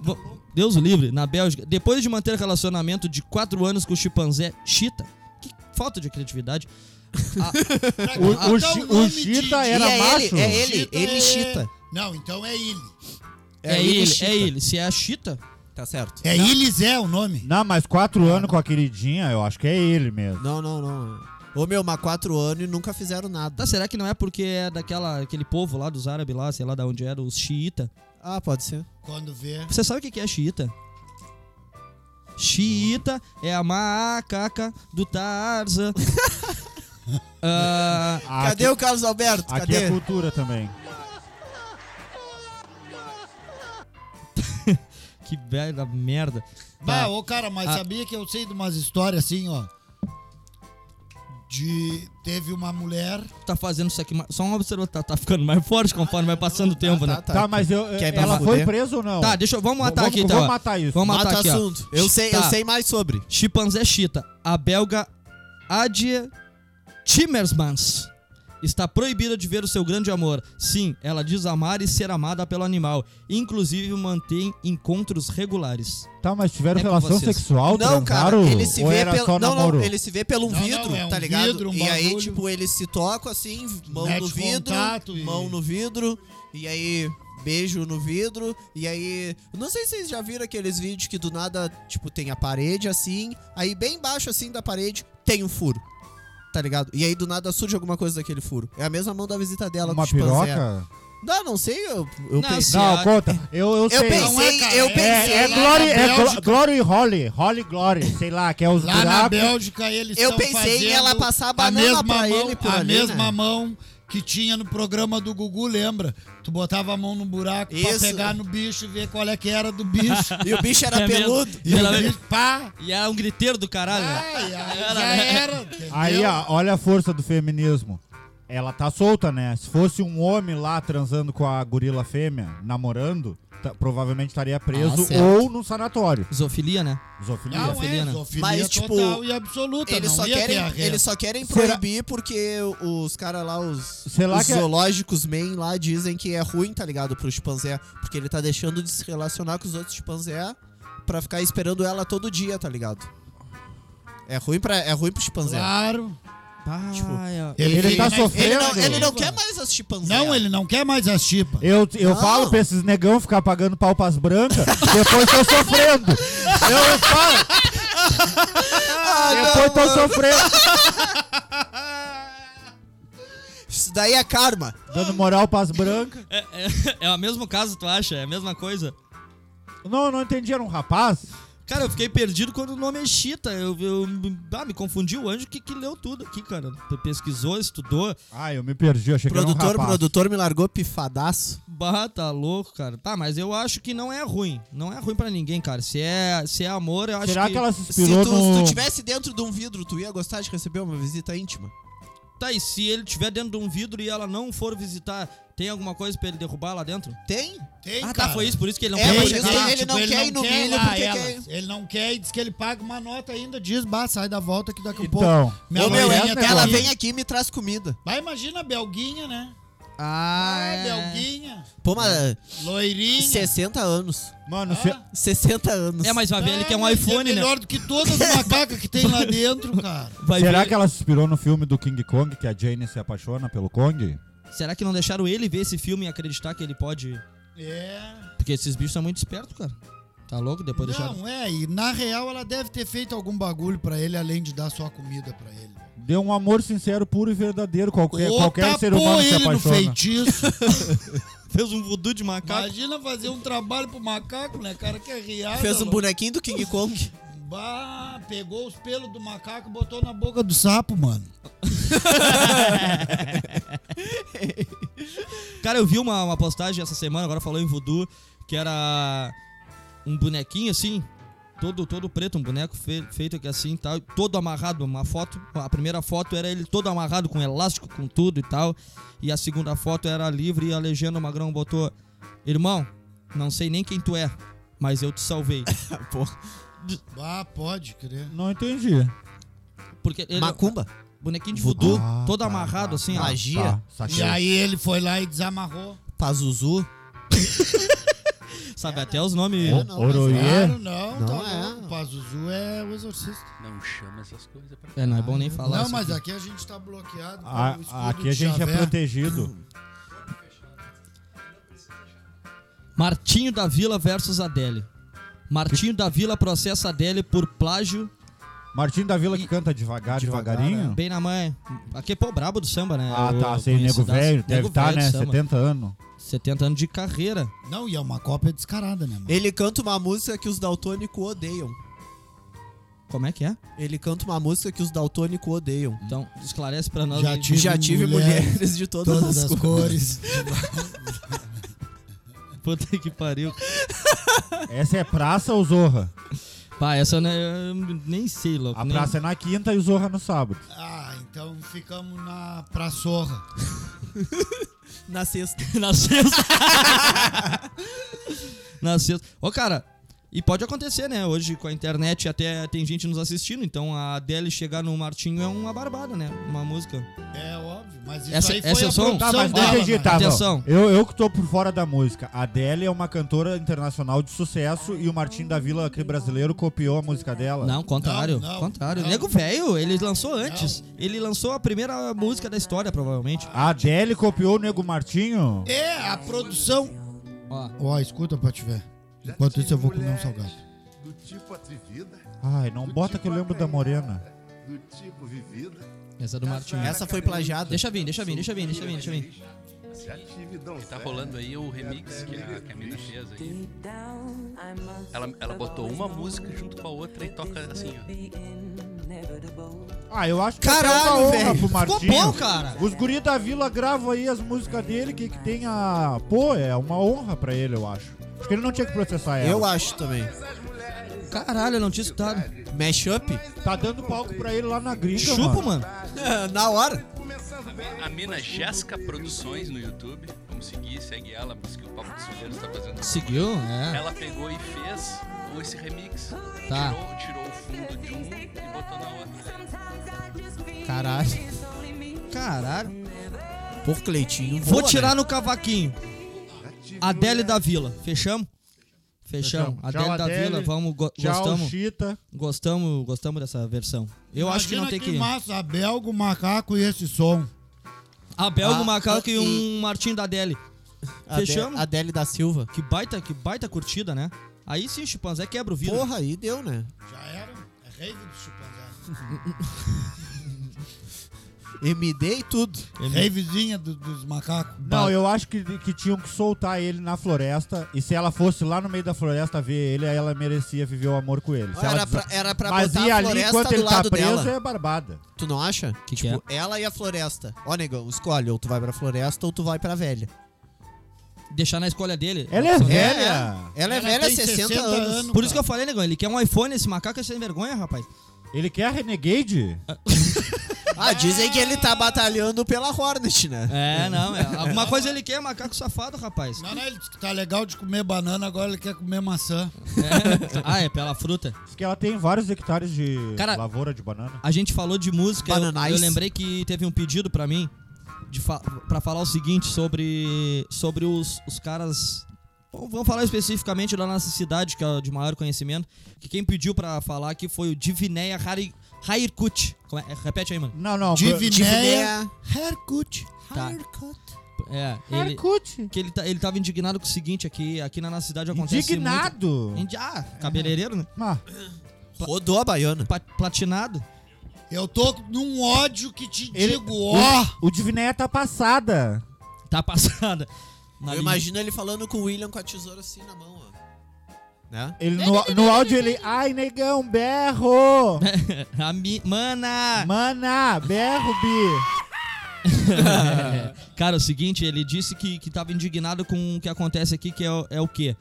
Speaker 1: Vo- Deus o livre, na Bélgica, depois de manter relacionamento de 4 anos com o chimpanzé Chita, que falta de criatividade,
Speaker 5: Pra
Speaker 4: O-
Speaker 5: botar
Speaker 4: o
Speaker 2: tá
Speaker 4: Chi- o
Speaker 5: nome
Speaker 4: Chita
Speaker 5: de-
Speaker 2: E
Speaker 4: era
Speaker 2: é
Speaker 4: macho?
Speaker 2: ele, é ele,
Speaker 5: Chita
Speaker 2: ele
Speaker 5: é-
Speaker 2: chita.
Speaker 5: Não, então é ele.
Speaker 1: é,
Speaker 2: ele
Speaker 1: ele,
Speaker 2: Chita.
Speaker 1: é ele. Se é a Chita,
Speaker 2: Tá certo.
Speaker 5: É Ilis é o nome.
Speaker 4: Não, mas quatro anos com a queridinha, eu acho que é ele mesmo.
Speaker 2: Não, não, não. Ô meu, mas quatro anos e nunca fizeram nada.
Speaker 1: tá, será que não é porque é daquela, aquele povo lá dos árabes lá, sei lá de onde era, os xiita?
Speaker 2: Ah, pode ser.
Speaker 5: Quando vê.
Speaker 1: Você sabe o que que é xiita? Xiita é a macaca do Tarzan. Ah,
Speaker 2: Cadê
Speaker 4: aqui,
Speaker 2: o Carlos Alberto?
Speaker 4: Aqui
Speaker 2: Cadê?
Speaker 4: é cultura também.
Speaker 1: que bela merda.
Speaker 5: Bah,
Speaker 1: Tá.
Speaker 5: ô cara, mas
Speaker 1: Ah.
Speaker 5: sabia que eu sei de umas histórias assim, ó. De. Teve uma mulher.
Speaker 1: tá fazendo isso aqui, ma- só uma observação, tá, tá ficando mais forte conforme vai passando o
Speaker 2: Ah,
Speaker 1: tempo, né?
Speaker 4: Tá, mas eu,
Speaker 2: Quer ir pra
Speaker 4: ela foi
Speaker 2: fuder?
Speaker 4: presa ou não?
Speaker 1: Tá, deixa eu, vamos matar
Speaker 4: vamos,
Speaker 1: aqui,
Speaker 2: então.
Speaker 4: Vamos
Speaker 1: tá? ó.
Speaker 4: matar isso.
Speaker 1: Vamos matar
Speaker 2: Mata
Speaker 1: aqui, ó.
Speaker 2: assunto. Eu sei, eu
Speaker 1: Tá.
Speaker 2: sei mais sobre.
Speaker 1: Chimpanzé Chita, a belga Adie Timmermans está proibida de ver o seu grande amor. Sim, ela diz amar e ser amada pelo animal. Inclusive mantém encontros regulares.
Speaker 4: Tá, mas tiveram
Speaker 1: É com
Speaker 4: relação
Speaker 1: vocês.
Speaker 4: sexual,
Speaker 2: Não, cara,
Speaker 4: transaram?
Speaker 2: ele se
Speaker 4: ou
Speaker 2: vê
Speaker 4: era
Speaker 2: pelo.
Speaker 4: só
Speaker 2: Não,
Speaker 4: namoro?
Speaker 2: não, ele se vê pelo
Speaker 5: Não,
Speaker 2: vidro,
Speaker 5: não, é um
Speaker 2: tá ligado?
Speaker 5: vidro, um
Speaker 2: e aí,
Speaker 5: bagulho.
Speaker 2: tipo, eles se tocam assim, mão
Speaker 5: Mete
Speaker 2: no vidro,
Speaker 5: contato e-
Speaker 2: mão no vidro, e aí beijo no vidro, e aí. Não sei se vocês já viram aqueles vídeos que do nada, tipo, tem a parede assim, aí bem embaixo assim da parede tem um furo. Tá ligado? E aí do nada surge alguma coisa daquele furo. É a mesma mão da visita dela
Speaker 4: Uma
Speaker 2: do chimpanzé.
Speaker 4: piroca?
Speaker 2: Não, não sei, eu, eu
Speaker 1: Não,
Speaker 2: pensei.
Speaker 1: se
Speaker 4: Não,
Speaker 1: a-
Speaker 4: conta. Eu, eu
Speaker 2: Eu
Speaker 4: sei.
Speaker 2: pensei,
Speaker 5: Não é, cara,
Speaker 2: eu
Speaker 5: é-
Speaker 2: pensei.
Speaker 4: É, é,
Speaker 5: lá
Speaker 4: Glory,
Speaker 5: na
Speaker 4: é Glo-
Speaker 5: Bélgica.
Speaker 4: Glory Holly. Holly Glory. Sei lá, que é os
Speaker 5: Lá na
Speaker 4: buracos.
Speaker 5: Bélgica eles
Speaker 2: Eu
Speaker 5: tão
Speaker 2: pensei em ela
Speaker 5: fazendo
Speaker 2: passar a
Speaker 5: a
Speaker 2: banana
Speaker 5: mesma
Speaker 2: pra
Speaker 5: mão,
Speaker 2: ele por
Speaker 5: A
Speaker 2: ali,
Speaker 5: mesma
Speaker 2: né?
Speaker 5: mão que tinha no programa do Gugu, lembra? Tu botava a mão no buraco pra
Speaker 2: Isso.
Speaker 5: pegar no bicho e ver qual é que era do
Speaker 2: (laughs)
Speaker 5: bicho.
Speaker 2: E o bicho era
Speaker 1: É mesmo.
Speaker 2: peludo.
Speaker 5: e o
Speaker 1: Ela-
Speaker 5: bicho, pá!
Speaker 1: E é um griteiro do caralho. né?
Speaker 5: Ai, ai, já era. entendeu?
Speaker 4: Aí, ó, olha a força do feminismo. Ela tá solta, né? Se fosse um homem lá transando com a gorila fêmea, namorando, tá- provavelmente estaria preso
Speaker 2: Ah, certo.
Speaker 4: ou num sanatório.
Speaker 1: Zoofilia, né?
Speaker 4: Zoofilia.
Speaker 5: Não,
Speaker 1: Zoofilia,
Speaker 5: é,
Speaker 1: né?
Speaker 5: zoofilia
Speaker 2: Mas, tipo,
Speaker 5: total e absoluta.
Speaker 2: Eles
Speaker 5: não
Speaker 2: só,
Speaker 5: ia
Speaker 2: querem,
Speaker 5: ter a ré.
Speaker 2: eles só querem
Speaker 4: Será-
Speaker 2: proibir porque os caras lá, os,
Speaker 4: Será
Speaker 2: os
Speaker 4: que é-
Speaker 2: zoológicos main lá dizem que é ruim, tá ligado, pro chimpanzé. Porque ele tá deixando de se relacionar com os outros chimpanzé pra ficar esperando ela todo dia, tá ligado? É ruim, pra, é ruim pro chimpanzé.
Speaker 5: Claro.
Speaker 2: Tipo,
Speaker 1: Ah, é.
Speaker 4: Ele,
Speaker 5: Ele
Speaker 4: tá
Speaker 5: não-
Speaker 2: Ele
Speaker 4: sofrendo.
Speaker 2: não, ele não
Speaker 5: Claro.
Speaker 2: quer mais Ah, as chimpanzé.
Speaker 5: Não, ele não quer mais as chipas.
Speaker 4: Eu, eu
Speaker 2: Não.
Speaker 4: falo pra esses negão ficar pagando pau pras brancas, depois tô sofrendo. Eu falo.
Speaker 5: Ah,
Speaker 4: depois tô sofrendo.
Speaker 2: Isso daí é karma.
Speaker 4: Dando moral pras brancas.
Speaker 1: É, (laughs) é, é o mesmo caso, tu acha? É a mesma coisa?
Speaker 4: Não, eu não entendi, era um rapaz.
Speaker 1: Cara, eu fiquei perdido quando o nome é Chita. Eu, eu- ah, me confundi o anjo que, que leu tudo aqui, cara. Pesquisou, estudou.
Speaker 4: Ah, eu me perdi, achei que
Speaker 2: Produtor,
Speaker 4: era um rapaz.
Speaker 2: produtor me largou pifadaço.
Speaker 1: Bah, tá louco, cara. Tá, mas eu acho que não é ruim. Não é ruim pra ninguém, cara. Se é, se é amor, eu acho
Speaker 4: Será
Speaker 1: que...
Speaker 4: que ela se
Speaker 2: Se tu,
Speaker 4: inspirou
Speaker 2: se tu
Speaker 4: no...
Speaker 2: tivesse dentro de um vidro, tu ia gostar de receber uma visita íntima?
Speaker 1: Tá, e se ele tiver dentro de um vidro e ela não for visitar, tem alguma coisa pra ele derrubar lá dentro?
Speaker 2: Tem?
Speaker 5: Tem,
Speaker 1: ah, tá,
Speaker 5: cara.
Speaker 1: foi isso. Por isso que ele não
Speaker 2: É,
Speaker 1: quer
Speaker 2: mas
Speaker 1: mais
Speaker 2: ele-
Speaker 1: chegar.
Speaker 2: ele- não quer ir no milho
Speaker 5: lá
Speaker 2: porque
Speaker 5: ela.
Speaker 2: quer-
Speaker 5: Ele não quer e diz que ele paga uma nota ainda, diz, bah, sai da volta que daqui a pouco.
Speaker 4: Então,
Speaker 5: Minha
Speaker 2: Ô, meu,
Speaker 5: mãe é
Speaker 4: essa
Speaker 5: até
Speaker 2: Ela
Speaker 4: agora.
Speaker 5: aqui.
Speaker 2: vem aqui e me traz comida.
Speaker 5: Bah, imagina a Belguinha, né?
Speaker 2: Ah,
Speaker 5: Ah,
Speaker 1: é.
Speaker 5: Belguinha,
Speaker 2: Pô, mas
Speaker 5: loirinha.
Speaker 2: 60 anos.
Speaker 4: mano, se...
Speaker 5: Ah,
Speaker 2: 60 anos.
Speaker 1: É, mas vai ver, ele quer um
Speaker 5: mas
Speaker 1: iPhone,
Speaker 5: é
Speaker 1: né?
Speaker 5: melhor do que todas as macacas que
Speaker 2: (laughs)
Speaker 5: tem lá dentro, cara.
Speaker 1: Vai
Speaker 4: Será
Speaker 1: ver-
Speaker 4: que ela se inspirou no filme do King Kong, que a Jane se apaixona pelo Kong?
Speaker 1: Será que não deixaram ele ver esse filme e acreditar que ele pode...
Speaker 5: É.
Speaker 1: Porque esses bichos são muito espertos, cara. Tá louco? Depois deixaram...
Speaker 5: Não, é, e na real ela deve ter feito algum bagulho pra ele, além de dar só a comida pra ele.
Speaker 4: Deu um amor sincero, puro e verdadeiro. Qualquer,
Speaker 5: Ou
Speaker 4: qualquer
Speaker 5: tapou
Speaker 4: ser humano se
Speaker 5: tá ele no
Speaker 4: apaixona.
Speaker 5: feitiço.
Speaker 4: (laughs)
Speaker 1: Fez um voodoo de macaco.
Speaker 5: Imagina fazer um trabalho pro macaco, né, cara? Que é riada.
Speaker 2: Fez um
Speaker 5: louco.
Speaker 2: bonequinho do King Kong.
Speaker 5: Bah, pegou os pelos do macaco e botou na boca do sapo, mano.
Speaker 1: Cara, eu vi uma, uma postagem essa semana, agora falou em voodoo, que era um bonequinho assim, todo todo preto, um boneco fe- feito aqui assim, e tal, todo amarrado, uma foto, a primeira foto era ele todo amarrado com elástico, com tudo e tal, e a segunda foto era livre e a legenda o Magrão botou: "Irmão, não sei nem quem tu é, mas eu te salvei".
Speaker 5: Ah, pode crer.
Speaker 4: Não entendi.
Speaker 1: Porque ele
Speaker 2: Macumba.
Speaker 1: bonequinho de voodoo,
Speaker 4: Ah,
Speaker 1: todo
Speaker 4: tá,
Speaker 1: amarrado
Speaker 4: tá,
Speaker 1: assim,
Speaker 4: tá,
Speaker 1: ó.
Speaker 2: magia.
Speaker 4: Tá,
Speaker 5: E
Speaker 4: saquei.
Speaker 5: aí ele foi lá e desamarrou.
Speaker 2: Pazuzu.
Speaker 1: Sabe até os nomes.
Speaker 2: É, não, mas-
Speaker 4: Oroie.
Speaker 5: Claro, não.
Speaker 2: Não
Speaker 5: tá
Speaker 2: é.
Speaker 5: louco. O Pazuzu é o exorcista.
Speaker 3: Não chama essas coisas pra
Speaker 1: É, não é bom nem
Speaker 4: Tá
Speaker 1: falar.
Speaker 5: não,
Speaker 1: isso
Speaker 5: mas
Speaker 1: aqui.
Speaker 5: aqui a gente tá bloqueado.
Speaker 4: A-
Speaker 5: pelo escudo
Speaker 4: aqui
Speaker 5: de
Speaker 4: a gente é
Speaker 5: Javé.
Speaker 4: protegido.
Speaker 1: Martinho da Vila versus Adele. Martinho da Vila processa Adele por plágio
Speaker 4: Martim da Vila que canta devagar,
Speaker 2: Devagar,
Speaker 4: Ah, devagarinho.
Speaker 1: bem na mãe. Aqui é pô, brabo do samba, né?
Speaker 4: Ah,
Speaker 1: O-
Speaker 4: tá. Sem nego
Speaker 1: conhecidaço.
Speaker 4: velho. Deve
Speaker 1: Nego
Speaker 4: estar,
Speaker 1: velho do
Speaker 4: né?
Speaker 1: samba.
Speaker 4: 70 anos.
Speaker 1: 70 anos de carreira.
Speaker 5: Não, e é uma cópia descarada, né, mano?
Speaker 2: Ele canta uma música que os daltônicos odeiam.
Speaker 1: Como é que é?
Speaker 2: Ele canta uma música que os daltônicos odeiam.
Speaker 1: Então, esclarece pra nós.
Speaker 5: Já
Speaker 1: aí.
Speaker 5: tive,
Speaker 2: Já tive
Speaker 5: mulher,
Speaker 2: mulheres de todas,
Speaker 5: (laughs) todas
Speaker 2: as,
Speaker 5: as
Speaker 2: cores.
Speaker 5: cores.
Speaker 1: (laughs)
Speaker 4: um.
Speaker 1: Puta que pariu.
Speaker 4: Essa é praça ou Zorra?
Speaker 1: Pá, essa eu ne- eu nem sei, louco.
Speaker 4: A
Speaker 1: nem-
Speaker 4: praça é na quinta e o Zorra no sábado.
Speaker 5: Ah, então ficamos na praçorra.
Speaker 2: Na sexta.
Speaker 1: (laughs) Na sexta. Na sexta. Ô, cara, e pode acontecer, né? Hoje com a internet até tem gente nos assistindo, então a Adele chegar no Martinho é uma barbada, né? Uma música.
Speaker 5: É óbvio, mas isso
Speaker 1: Essa-
Speaker 5: aí
Speaker 1: essa
Speaker 5: foi
Speaker 1: é
Speaker 5: a
Speaker 1: só um-
Speaker 5: produção
Speaker 4: Tá, mas não
Speaker 5: dela,
Speaker 4: entendi,
Speaker 5: né?
Speaker 4: tá,
Speaker 1: Atenção.
Speaker 4: bom. Eu, eu que tô por fora da música. A Adele é uma cantora internacional de sucesso e o Martim da Vila, aquele brasileiro, copiou a música dela.
Speaker 1: Não, contrário.
Speaker 5: Não, não,
Speaker 1: contrário.
Speaker 5: não.
Speaker 1: Nego velho, ele lançou antes. Ele lançou a primeira música da história, provavelmente.
Speaker 4: A Adele copiou o Nego Martinho?
Speaker 5: É, a produção.
Speaker 1: Ó,
Speaker 5: Ó, escuta pra te ver. Enquanto isso eu vou comer um salgado.
Speaker 7: do tipo atrevida,
Speaker 4: Ai, não bota que eu lembro da Morena.
Speaker 7: do tipo vivida.
Speaker 1: essa é
Speaker 5: Tá
Speaker 1: do Martinho.
Speaker 2: Essa foi plagiada.
Speaker 1: Deixa vir, deixa vir, deixa vir, deixa vir, deixa vir. (laughs)
Speaker 7: Já tive donzela.
Speaker 3: Tá rolando aí o remix que a, que a mina fez aí. Ela, ela botou uma música junto com a outra e toca assim, ó.
Speaker 4: Ah, eu acho que
Speaker 2: Caralho,
Speaker 4: é uma honra
Speaker 2: velho.
Speaker 4: pro Martinho.
Speaker 1: Ficou bom, cara.
Speaker 4: Os guri da Vila gravam aí as músicas dele, que, que tem a... Pô, é uma honra pra ele, eu acho. Acho que ele não tinha que processar ela.
Speaker 2: Eu acho também.
Speaker 1: Caralho, eu não tinha escutado.
Speaker 2: Mashup?
Speaker 4: Tá dando palco pra ele lá na gringa,
Speaker 1: Chupa, mano.
Speaker 2: Na hora.
Speaker 3: A mina Jéssica Produções no YouTube. Vamos seguir, segue ela, porque o Papo dos Filheiros tá fazendo.
Speaker 1: Seguiu? É.
Speaker 3: Ela pegou e fez esse remix.
Speaker 1: Tá.
Speaker 3: Tirou, tirou o fundo de um e botou na outra.
Speaker 1: Caralho. Caralho.
Speaker 2: Por Cleitinho.
Speaker 1: Vou
Speaker 2: voa,
Speaker 1: tirar
Speaker 2: né?
Speaker 1: no cavaquinho. Adele da Vila. Fechamos? Fechamos.
Speaker 4: Fechamos.
Speaker 1: Adele
Speaker 4: Então, Tchau,
Speaker 1: da
Speaker 4: Adele.
Speaker 1: Vila, vamos, go-
Speaker 4: Tchau,
Speaker 1: gostamos.
Speaker 4: Chita.
Speaker 1: Gostamos, gostamos dessa versão. Eu acho que não tem que.
Speaker 5: massa, a belga, o macaco e esse som.
Speaker 1: A Belga,
Speaker 2: Ah,
Speaker 1: o Macaco e
Speaker 2: e-
Speaker 1: um Martim da Adele.
Speaker 2: Ade-
Speaker 1: Fechamos?
Speaker 2: Adele da Silva.
Speaker 1: Que baita, que baita curtida, né? Aí sim, chimpanzé quebra o vidro.
Speaker 2: Porra, aí deu, né?
Speaker 5: Já era? É rave do chupandá.
Speaker 2: MD e tudo.
Speaker 5: Ravezinha do- dos macacos.
Speaker 4: Não, eu acho que, que tinham que soltar ele na floresta. E se ela fosse lá no meio da floresta ver ele, aí ela merecia viver o amor com ele. Se ela
Speaker 2: Era
Speaker 4: desa-
Speaker 2: pra, era pra
Speaker 4: Mas e
Speaker 2: botar a
Speaker 4: ali,
Speaker 2: floresta
Speaker 4: enquanto
Speaker 2: do
Speaker 4: ele tá
Speaker 2: lado
Speaker 4: preso,
Speaker 2: dela.
Speaker 4: é barbada.
Speaker 2: Tu não acha?
Speaker 1: Que
Speaker 2: tipo, ela e a floresta. Ó, negão, escolhe. Ou tu vai pra floresta ou tu vai pra velha.
Speaker 1: Deixar na escolha dele.
Speaker 4: Ela é
Speaker 1: Só-
Speaker 4: velha.
Speaker 2: Ela é velha há 60, anos.
Speaker 1: Por isso que eu falei, negão, ele quer um iPhone, esse macaco é sem vergonha, rapaz.
Speaker 4: Ele quer a Renegade?
Speaker 2: Ah, dizem que ele tá batalhando pela Hornet, né?
Speaker 1: É, não, é. (laughs) Alguma coisa ele quer, macaco safado, rapaz.
Speaker 5: Não, não, ele disse que tá legal de comer banana, agora ele quer comer maçã.
Speaker 1: É. Ah, é, pela fruta.
Speaker 4: Diz que ela tem vários hectares de
Speaker 1: Cara-
Speaker 4: lavoura de banana.
Speaker 1: A gente falou de música, eu,
Speaker 2: Bananais.
Speaker 1: eu lembrei que teve um pedido pra mim de fa para falar o seguinte sobre sobre os, os caras Bom, Vamos falar especificamente da nossa cidade, que é de maior conhecimento. Que quem pediu pra falar aqui foi o Divinéia Hari- Hairkut. Como é? Repete aí, mano.
Speaker 4: Não, não.
Speaker 1: tipo,
Speaker 5: Divinéia.
Speaker 2: Divinéia.
Speaker 4: É.
Speaker 5: Haircut.
Speaker 1: Tá.
Speaker 5: Haircut.
Speaker 1: É, ele,
Speaker 4: Arcute.
Speaker 1: que ele, tá, ele tava indignado com o seguinte aqui, aqui na nossa cidade acontece
Speaker 4: Indignado.
Speaker 1: muito... Indi- Ah, cabeleireiro, né?
Speaker 4: Ah,
Speaker 2: Rodou a baiana.
Speaker 1: Pa- Platinado. é-
Speaker 5: Eu tô num ódio que te
Speaker 4: Ele-
Speaker 5: digo, ó.
Speaker 4: o Divinéia tá passada.
Speaker 1: Tá passada. Na
Speaker 2: Eu
Speaker 1: linha.
Speaker 2: imagino ele falando com o William com a tesoura assim na mão, ó. Né?
Speaker 4: Ele, no, no áudio ele... Ai,
Speaker 2: (laughs)
Speaker 4: negão, berro.
Speaker 1: A mi- Mana!
Speaker 4: Mana, berro, bi.
Speaker 1: (laughs) Cara, é o seguinte, ele disse que, que tava indignado com o que acontece aqui, que é, o- é o quê?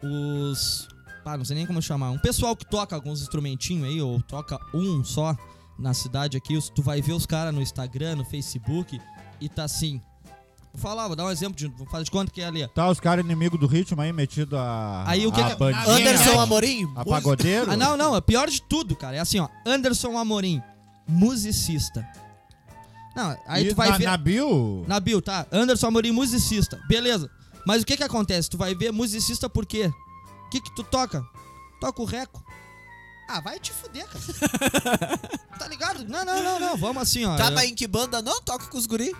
Speaker 1: Os. Pá, não sei nem como chamar. Um pessoal que toca alguns instrumentinhos aí, ou toca um só na cidade aqui, os- tu vai ver os caras no Instagram, no Facebook, e tá assim. Vou falar, vou dar um exemplo de. Vou fazer de conta que é ali, ó.
Speaker 4: Tá, os caras inimigos do ritmo aí, metido a.
Speaker 1: Aí o que
Speaker 4: a
Speaker 1: que-
Speaker 4: bandinha,
Speaker 2: Anderson Amorim?
Speaker 4: A pagodeiro?
Speaker 1: Ah, não, não, é pior de tudo, cara. É assim, ó. Anderson Amorim, musicista. Não, aí
Speaker 4: E
Speaker 1: tu vai
Speaker 4: na,
Speaker 1: ver.
Speaker 4: Na bio?
Speaker 1: Na bio, tá? Anderson Amorim, musicista. Beleza. Mas o que que acontece? Tu vai ver musicista por quê? O que que tu toca? Toca o reco. Ah, vai te fuder, cara. tá ligado? Não, não, não, não. Vamos assim, ó.
Speaker 2: Tá,
Speaker 1: Eu-
Speaker 2: mas em que banda? Não, toca com os guri.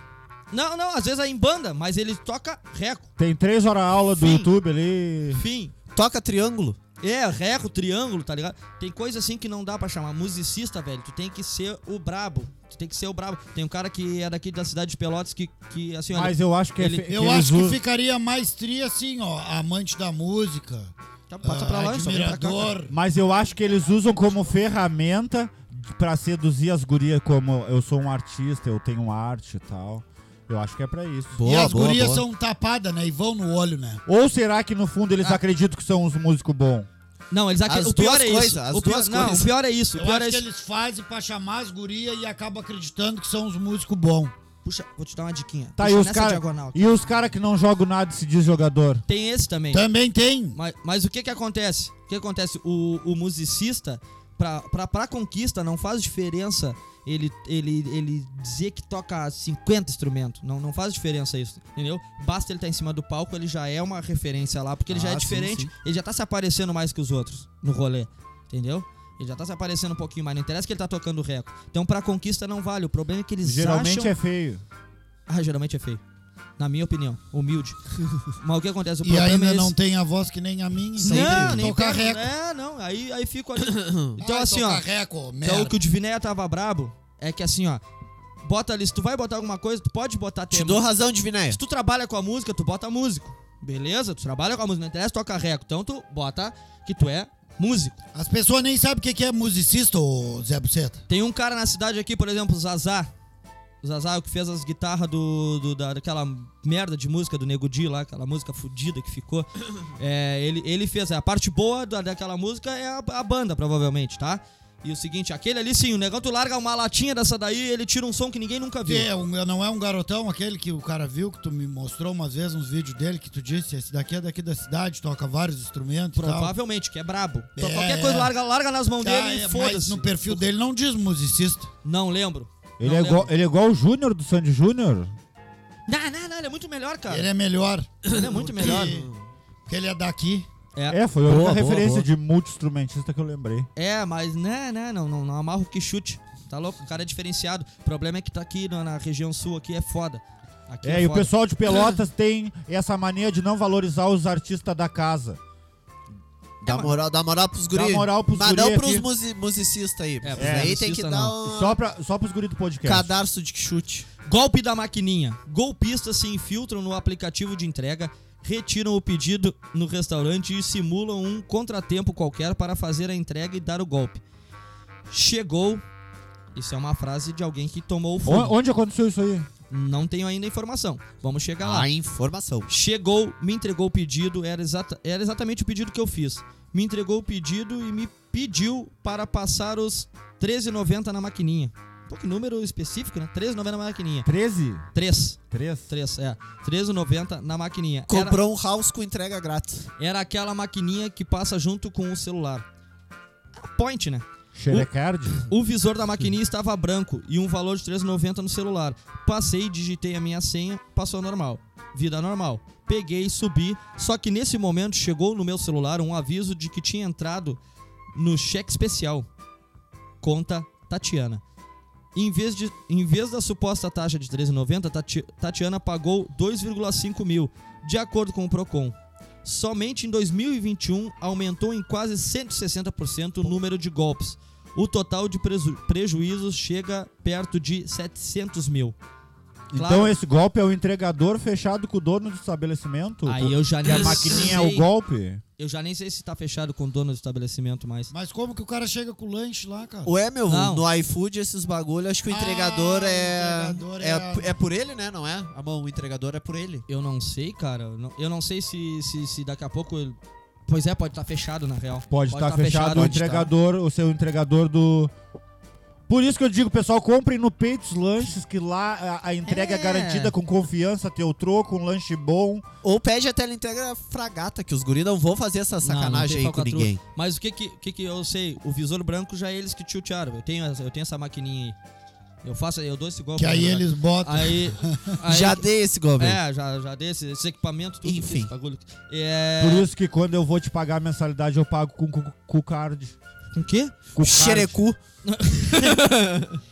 Speaker 1: Não, não. Às vezes é em banda, mas ele toca reco.
Speaker 4: Tem três horas aula do
Speaker 1: Fim.
Speaker 4: YouTube ali.
Speaker 1: Fim.
Speaker 2: Toca triângulo.
Speaker 1: É, reco, triângulo, tá ligado? Tem coisa assim que não dá pra chamar. Musicista, velho, tu tem que ser o brabo. Tu tem que ser o brabo. Tem um cara que é daqui da cidade de Pelotas que, que assim, olha.
Speaker 4: Mas eu acho que é.
Speaker 1: ele-
Speaker 4: fe-
Speaker 5: Eu
Speaker 4: eles
Speaker 5: acho que
Speaker 4: usam-
Speaker 5: ficaria mais tri assim, ó. Amante da música.
Speaker 1: tá, passa
Speaker 5: ah,
Speaker 1: pra lá, só vem pra cá, cara.
Speaker 5: admirador.
Speaker 4: Mas eu acho que eles usam como ferramenta pra seduzir as gurias, como eu sou um artista, eu tenho arte e tal. Eu acho que é pra isso.
Speaker 5: e as gurias são tapadas, né? E vão no olho, né?
Speaker 4: Ou será que no fundo eles
Speaker 1: Ah.
Speaker 4: acreditam que são uns músicos bons?
Speaker 1: Não, eles acreditam.
Speaker 2: As
Speaker 1: O pior
Speaker 2: duas
Speaker 1: é isso.
Speaker 2: coisas, as
Speaker 1: o pior,
Speaker 2: duas
Speaker 1: não,
Speaker 2: coisas.
Speaker 1: o pior é isso. O
Speaker 5: Eu
Speaker 1: pior
Speaker 5: acho
Speaker 1: é
Speaker 5: que
Speaker 1: isso.
Speaker 5: eles fazem pra chamar as gurias e acabam acreditando que são os músicos bons.
Speaker 1: Puxa, vou te dar uma diquinha.
Speaker 4: Tá,
Speaker 1: Puxa
Speaker 4: e os
Speaker 1: nessa
Speaker 4: caras.
Speaker 1: diagonal aqui.
Speaker 4: E os caras que não jogam nada e se diz jogador?
Speaker 1: Tem esse
Speaker 4: Tá.
Speaker 1: também.
Speaker 5: Também tem.
Speaker 1: Mas, mas o que que acontece? O que acontece? O, o musicista, pra, pra, pra conquista, não faz diferença ele, ele, ele dizer que toca 50 instrumentos. Não, não faz diferença isso, entendeu? Basta ele estar em cima do palco, ele já é uma referência lá, porque ele já
Speaker 2: Ah,
Speaker 1: é
Speaker 2: sim,
Speaker 1: diferente,
Speaker 2: sim.
Speaker 1: ele já tá se aparecendo mais que os outros no rolê, entendeu? Ele já tá se aparecendo um pouquinho mais, não interessa que ele tá tocando reco. Então pra conquista não vale, o problema é que eles
Speaker 4: Geralmente
Speaker 1: acham...
Speaker 4: é feio.
Speaker 1: Ah, geralmente é feio. Na minha opinião,
Speaker 5: (laughs)
Speaker 1: humilde. Mas o que acontece? O
Speaker 5: E
Speaker 1: problema
Speaker 5: ainda
Speaker 1: é esse.
Speaker 5: não tá tem a voz que nem a minha. então
Speaker 1: Não, nem
Speaker 5: tocar
Speaker 1: pego.
Speaker 5: reco.
Speaker 1: É, não. Aí, aí fico
Speaker 5: (coughs)
Speaker 1: ali. Então, assim, ó.
Speaker 5: Reco,
Speaker 1: Então, o que o Divinéia tava brabo é que, assim, ó. Bota ali. Se tu vai botar alguma coisa, tu pode botar
Speaker 2: Te
Speaker 1: tema.
Speaker 2: dou razão, Divinéia.
Speaker 1: Se tu trabalha com a música, tu bota músico. Beleza? Tu trabalha com a música. Não interessa, toca reco. Então, tu bota que tu é músico.
Speaker 5: As pessoas nem sabem o que que é musicista, ô Zé Buceta.
Speaker 1: Tem um cara na cidade aqui, por exemplo, Zazá. O Zazá é o que fez as guitarras do, do- da, daquela merda de música do Nego Di lá, aquela música fodida que
Speaker 5: (coughs)
Speaker 1: ficou. É, ele, ele fez. A parte boa da, daquela música é a, a banda, provavelmente, tá? E o seguinte, aquele ali sim, o negão tu larga uma latinha dessa daí ele tira um som que ninguém nunca viu.
Speaker 5: É, um- não é um garotão aquele que o cara viu, que tu me mostrou umas vezes uns vídeos dele, que tu disse, esse daqui é daqui da cidade, toca vários instrumentos e tal.
Speaker 1: Provavelmente, que é brabo. Então,
Speaker 5: É.
Speaker 1: Qualquer coisa larga, larga nas mãos
Speaker 5: Tá,
Speaker 1: dele
Speaker 5: é,
Speaker 1: e
Speaker 5: mas
Speaker 1: um foda-se.
Speaker 5: no perfil dele não diz musicista.
Speaker 1: Não lembro.
Speaker 4: Ele
Speaker 1: Não
Speaker 4: é,
Speaker 1: lembro.
Speaker 4: igual, ele é igual o Júnior do Sandy Júnior?
Speaker 1: Não, não, não, ele é muito melhor, cara.
Speaker 5: Ele é melhor.
Speaker 1: Ele é muito
Speaker 5: (coughs)
Speaker 1: melhor.
Speaker 5: Porque ele é daqui.
Speaker 4: É, foi a única
Speaker 2: boa,
Speaker 4: referência
Speaker 2: boa.
Speaker 4: de multi-instrumentista que eu lembrei.
Speaker 1: É, mas né, né, não, não, não amarro que chute. Tá louco? O cara é diferenciado. O problema é que tá aqui na, na região sul aqui é foda. Aqui
Speaker 4: É,
Speaker 1: é,
Speaker 4: e o
Speaker 1: foda.
Speaker 4: pessoal de Pelotas tem essa mania de não valorizar os artistas da casa.
Speaker 2: Dá moral, dá moral pros guri.
Speaker 4: Dá moral pros
Speaker 2: Mas
Speaker 4: guri
Speaker 2: não pros
Speaker 4: aqui.
Speaker 2: musi- musicistas aí.
Speaker 1: É,
Speaker 2: Isso aí tem
Speaker 1: musicista
Speaker 2: que dar
Speaker 1: não.
Speaker 2: um
Speaker 4: Só, é. pra, só pros guris do podcast.
Speaker 2: cadarço de chute.
Speaker 1: Golpe da maquininha. Golpistas se infiltram no aplicativo de entrega, retiram o pedido no restaurante e simulam um contratempo qualquer para fazer a entrega e dar o golpe. Chegou. Isso é uma frase de alguém que tomou o fundo.
Speaker 4: O- onde aconteceu isso aí?
Speaker 1: Não tenho ainda informação. Vamos chegar lá.
Speaker 2: A informação.
Speaker 1: Chegou, me entregou o pedido, era, exata, era exatamente o pedido que eu fiz. Me entregou o pedido e me pediu para passar os 13,90 na maquininha. Pô, que número específico, né? 13,90 na maquininha.
Speaker 4: 13?
Speaker 1: 3,
Speaker 4: 3?
Speaker 1: 3, é. 13,90 na maquininha. Era,
Speaker 2: Comprou um house com entrega grátis.
Speaker 1: era aquela maquininha que passa junto com o celular. A Point, né?
Speaker 4: Xerecard?
Speaker 1: O visor da maquininha estava branco e um valor de 3,90 no celular. Passei, digitei a minha senha, passou normal. Vida normal. Peguei, subi, só que nesse momento chegou no meu celular um aviso de que tinha entrado no cheque especial. Conta Tatiana. Em vez, de, em vez da suposta taxa de 13,90, Tati- Tatiana pagou 2,5 mil, de acordo com o Procon. Somente em 2021 aumentou em quase 160% o número de golpes. O total de presu- prejuízos chega perto de 700 mil. Claro.
Speaker 4: Então esse golpe é o entregador fechado com o dono do estabelecimento?
Speaker 1: Aí eu já
Speaker 4: Que a
Speaker 1: nem
Speaker 4: maquininha é o
Speaker 1: sei.
Speaker 4: golpe?
Speaker 1: Eu já nem sei se tá fechado com o dono do estabelecimento mais.
Speaker 5: Mas como que o cara chega com o lanche lá, cara?
Speaker 2: Ué, é, meu,
Speaker 1: Não.
Speaker 2: no iFood esses bagulho, acho que o
Speaker 5: Ah,
Speaker 2: entregador,
Speaker 5: o
Speaker 2: é...
Speaker 5: entregador é
Speaker 2: é...
Speaker 5: a-
Speaker 2: é por ele, né? Não é? A mão, o entregador é por ele.
Speaker 1: Eu não sei, cara. Eu não- Eu não sei se, se, se daqui a pouco. ele- Pois é, pode estar fechado na real.
Speaker 4: Pode estar
Speaker 1: tá
Speaker 4: fechado, o
Speaker 1: pode tá.
Speaker 4: entregador, o seu entregador do. Por isso que eu digo, pessoal, comprem no Peitos Lanches, que lá a, a entrega é.
Speaker 1: É.
Speaker 4: garantida com confiança, teu troco, um lanche bom.
Speaker 2: Ou pede a teleentrega fragata, que os guris não vão fazer essa
Speaker 1: Não, não
Speaker 2: sacanagem
Speaker 1: tem
Speaker 2: aí com
Speaker 1: falcatrua.
Speaker 2: ninguém.
Speaker 1: Mas o que que, que que eu sei? O visor branco já é eles que tiltearam. Eu tenho, essa- eu tenho essa maquininha aí. Eu faço, eu dou esse golpe.
Speaker 5: Que aí
Speaker 1: né?
Speaker 5: eles botam.
Speaker 1: Aí, aí-
Speaker 2: Já dei esse golpe.
Speaker 1: É, já, já dei esse, esse equipamento, tudo.
Speaker 2: Enfim.
Speaker 1: Esse bagulho. É...
Speaker 4: Por isso que quando eu vou te pagar a mensalidade, eu pago com com- com o card.
Speaker 1: Com o quê?
Speaker 4: Com o card.
Speaker 2: Xerecu.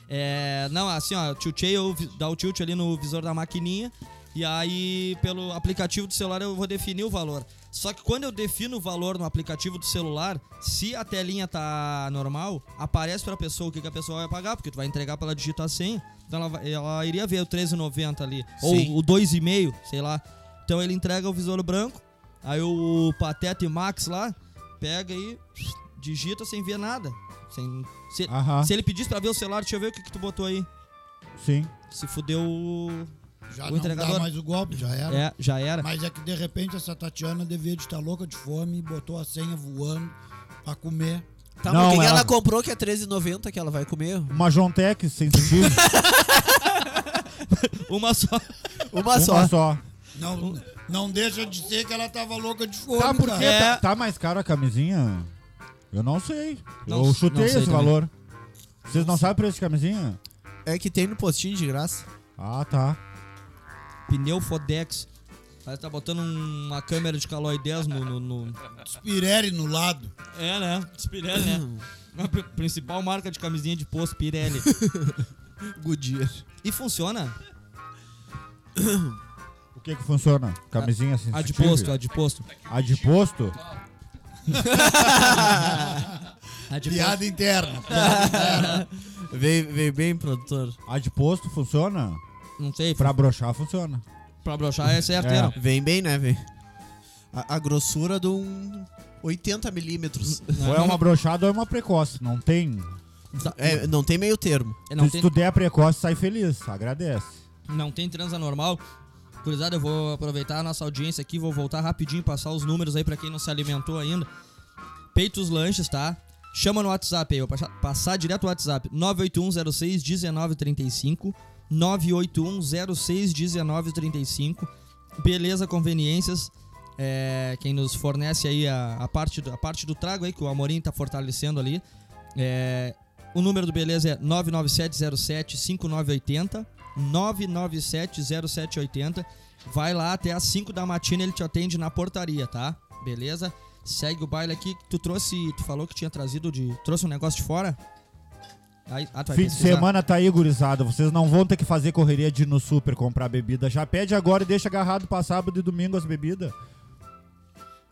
Speaker 1: É, não, assim, ó, tiltei, eu vi- dá o tilt ali no visor da maquininha. E aí, pelo aplicativo do celular, eu vou definir o valor. Só que quando eu defino o valor no aplicativo do celular, se a telinha tá normal, aparece pra pessoa o que, que a pessoa vai pagar, porque tu vai entregar pra ela digitar a senha. Então ela, vai- ela iria ver o 13,90 ali,
Speaker 2: Sim.
Speaker 1: ou o 2,5, sei lá. Então ele entrega o visor branco, aí o Pateta e Max lá, pega e digita sem ver nada. Sem, se-
Speaker 4: Aham,
Speaker 1: se ele pedisse pra ver o celular, deixa eu ver o que, que tu botou aí.
Speaker 4: sim.
Speaker 1: Se fudeu o.
Speaker 5: Já
Speaker 1: Ah, o
Speaker 5: não
Speaker 1: entregador-
Speaker 5: dá mais o golpe, já era.
Speaker 1: É, já era.
Speaker 5: Mas é que de repente essa Tatiana devia de estar louca de fome e botou a senha voando pra comer.
Speaker 2: Tá,
Speaker 4: Não,
Speaker 2: mas o que que
Speaker 4: ela-
Speaker 2: ela... comprou que é 13,90 que ela vai comer?
Speaker 4: Uma Jontec sensitivo,
Speaker 1: (laughs) Uma só.
Speaker 2: Uma só.
Speaker 4: uma só.
Speaker 5: Não, não deixa de ser que ela tava louca de fome,
Speaker 4: Tá, porque
Speaker 5: cara.
Speaker 1: É.
Speaker 4: tá, tá mais caro a camisinha? Eu não sei.
Speaker 1: Não-
Speaker 4: eu chutei
Speaker 1: não sei
Speaker 4: esse
Speaker 1: também.
Speaker 4: valor. Vocês não sabem o preço de camisinha?
Speaker 2: É que tem no postinho de graça.
Speaker 4: Ah, tá.
Speaker 1: Pneu Fodex. Parece que tá botando um- uma câmera de calói 10 no. no, no-
Speaker 5: Spirelli no lado.
Speaker 1: É, né? Dos Pirelli, né? A pri- principal marca de camisinha de posto, Pirelli.
Speaker 2: Goodyear.
Speaker 1: E funciona?
Speaker 4: O que que funciona? Camisinha sensitiva?
Speaker 1: A de posto, a de posto.
Speaker 4: A de posto?
Speaker 1: A de posto.
Speaker 5: Piada interna.
Speaker 2: Veio, veio bem, produtor.
Speaker 4: A de posto funciona?
Speaker 1: Não sei, pra,
Speaker 4: Pra brochar funciona.
Speaker 1: pra brochar é certo. né?
Speaker 4: É.
Speaker 2: Vem bem, né, vem? A, a grossura de um 80 milímetros.
Speaker 4: Ou é uma brochada ou é uma precoce. Não tem.
Speaker 1: Tá.
Speaker 2: É, não tem meio termo.
Speaker 1: Não,
Speaker 4: Se
Speaker 1: tem,
Speaker 4: tu der a precoce, sai feliz. Agradece.
Speaker 1: não tem transa normal. Curizada, eu vou aproveitar a nossa audiência aqui, vou voltar rapidinho, passar os números aí pra quem não se alimentou ainda. Peitos Lanches, tá? Chama no WhatsApp aí, eu vou passar- passar direto o WhatsApp. 981061935, 981061935. Beleza Conveniências, é, quem nos fornece aí a, a parte do, a parte do trago aí, que o Amorim tá fortalecendo ali. É, o número do Beleza é 997075980, 9970780. Vai lá até as 5 da matina, ele te atende na portaria, tá? Beleza? Segue o baile aqui. Tu trouxe. Tu falou que tinha trazido de. Trouxe um negócio de fora? Aí, ah, tu vai
Speaker 4: Fim de
Speaker 1: pesquisar.
Speaker 4: semana tá aí, gurizada. Vocês não vão ter que fazer correria de ir no super comprar bebida. Já pede agora e deixa agarrado pra sábado e domingo as bebidas.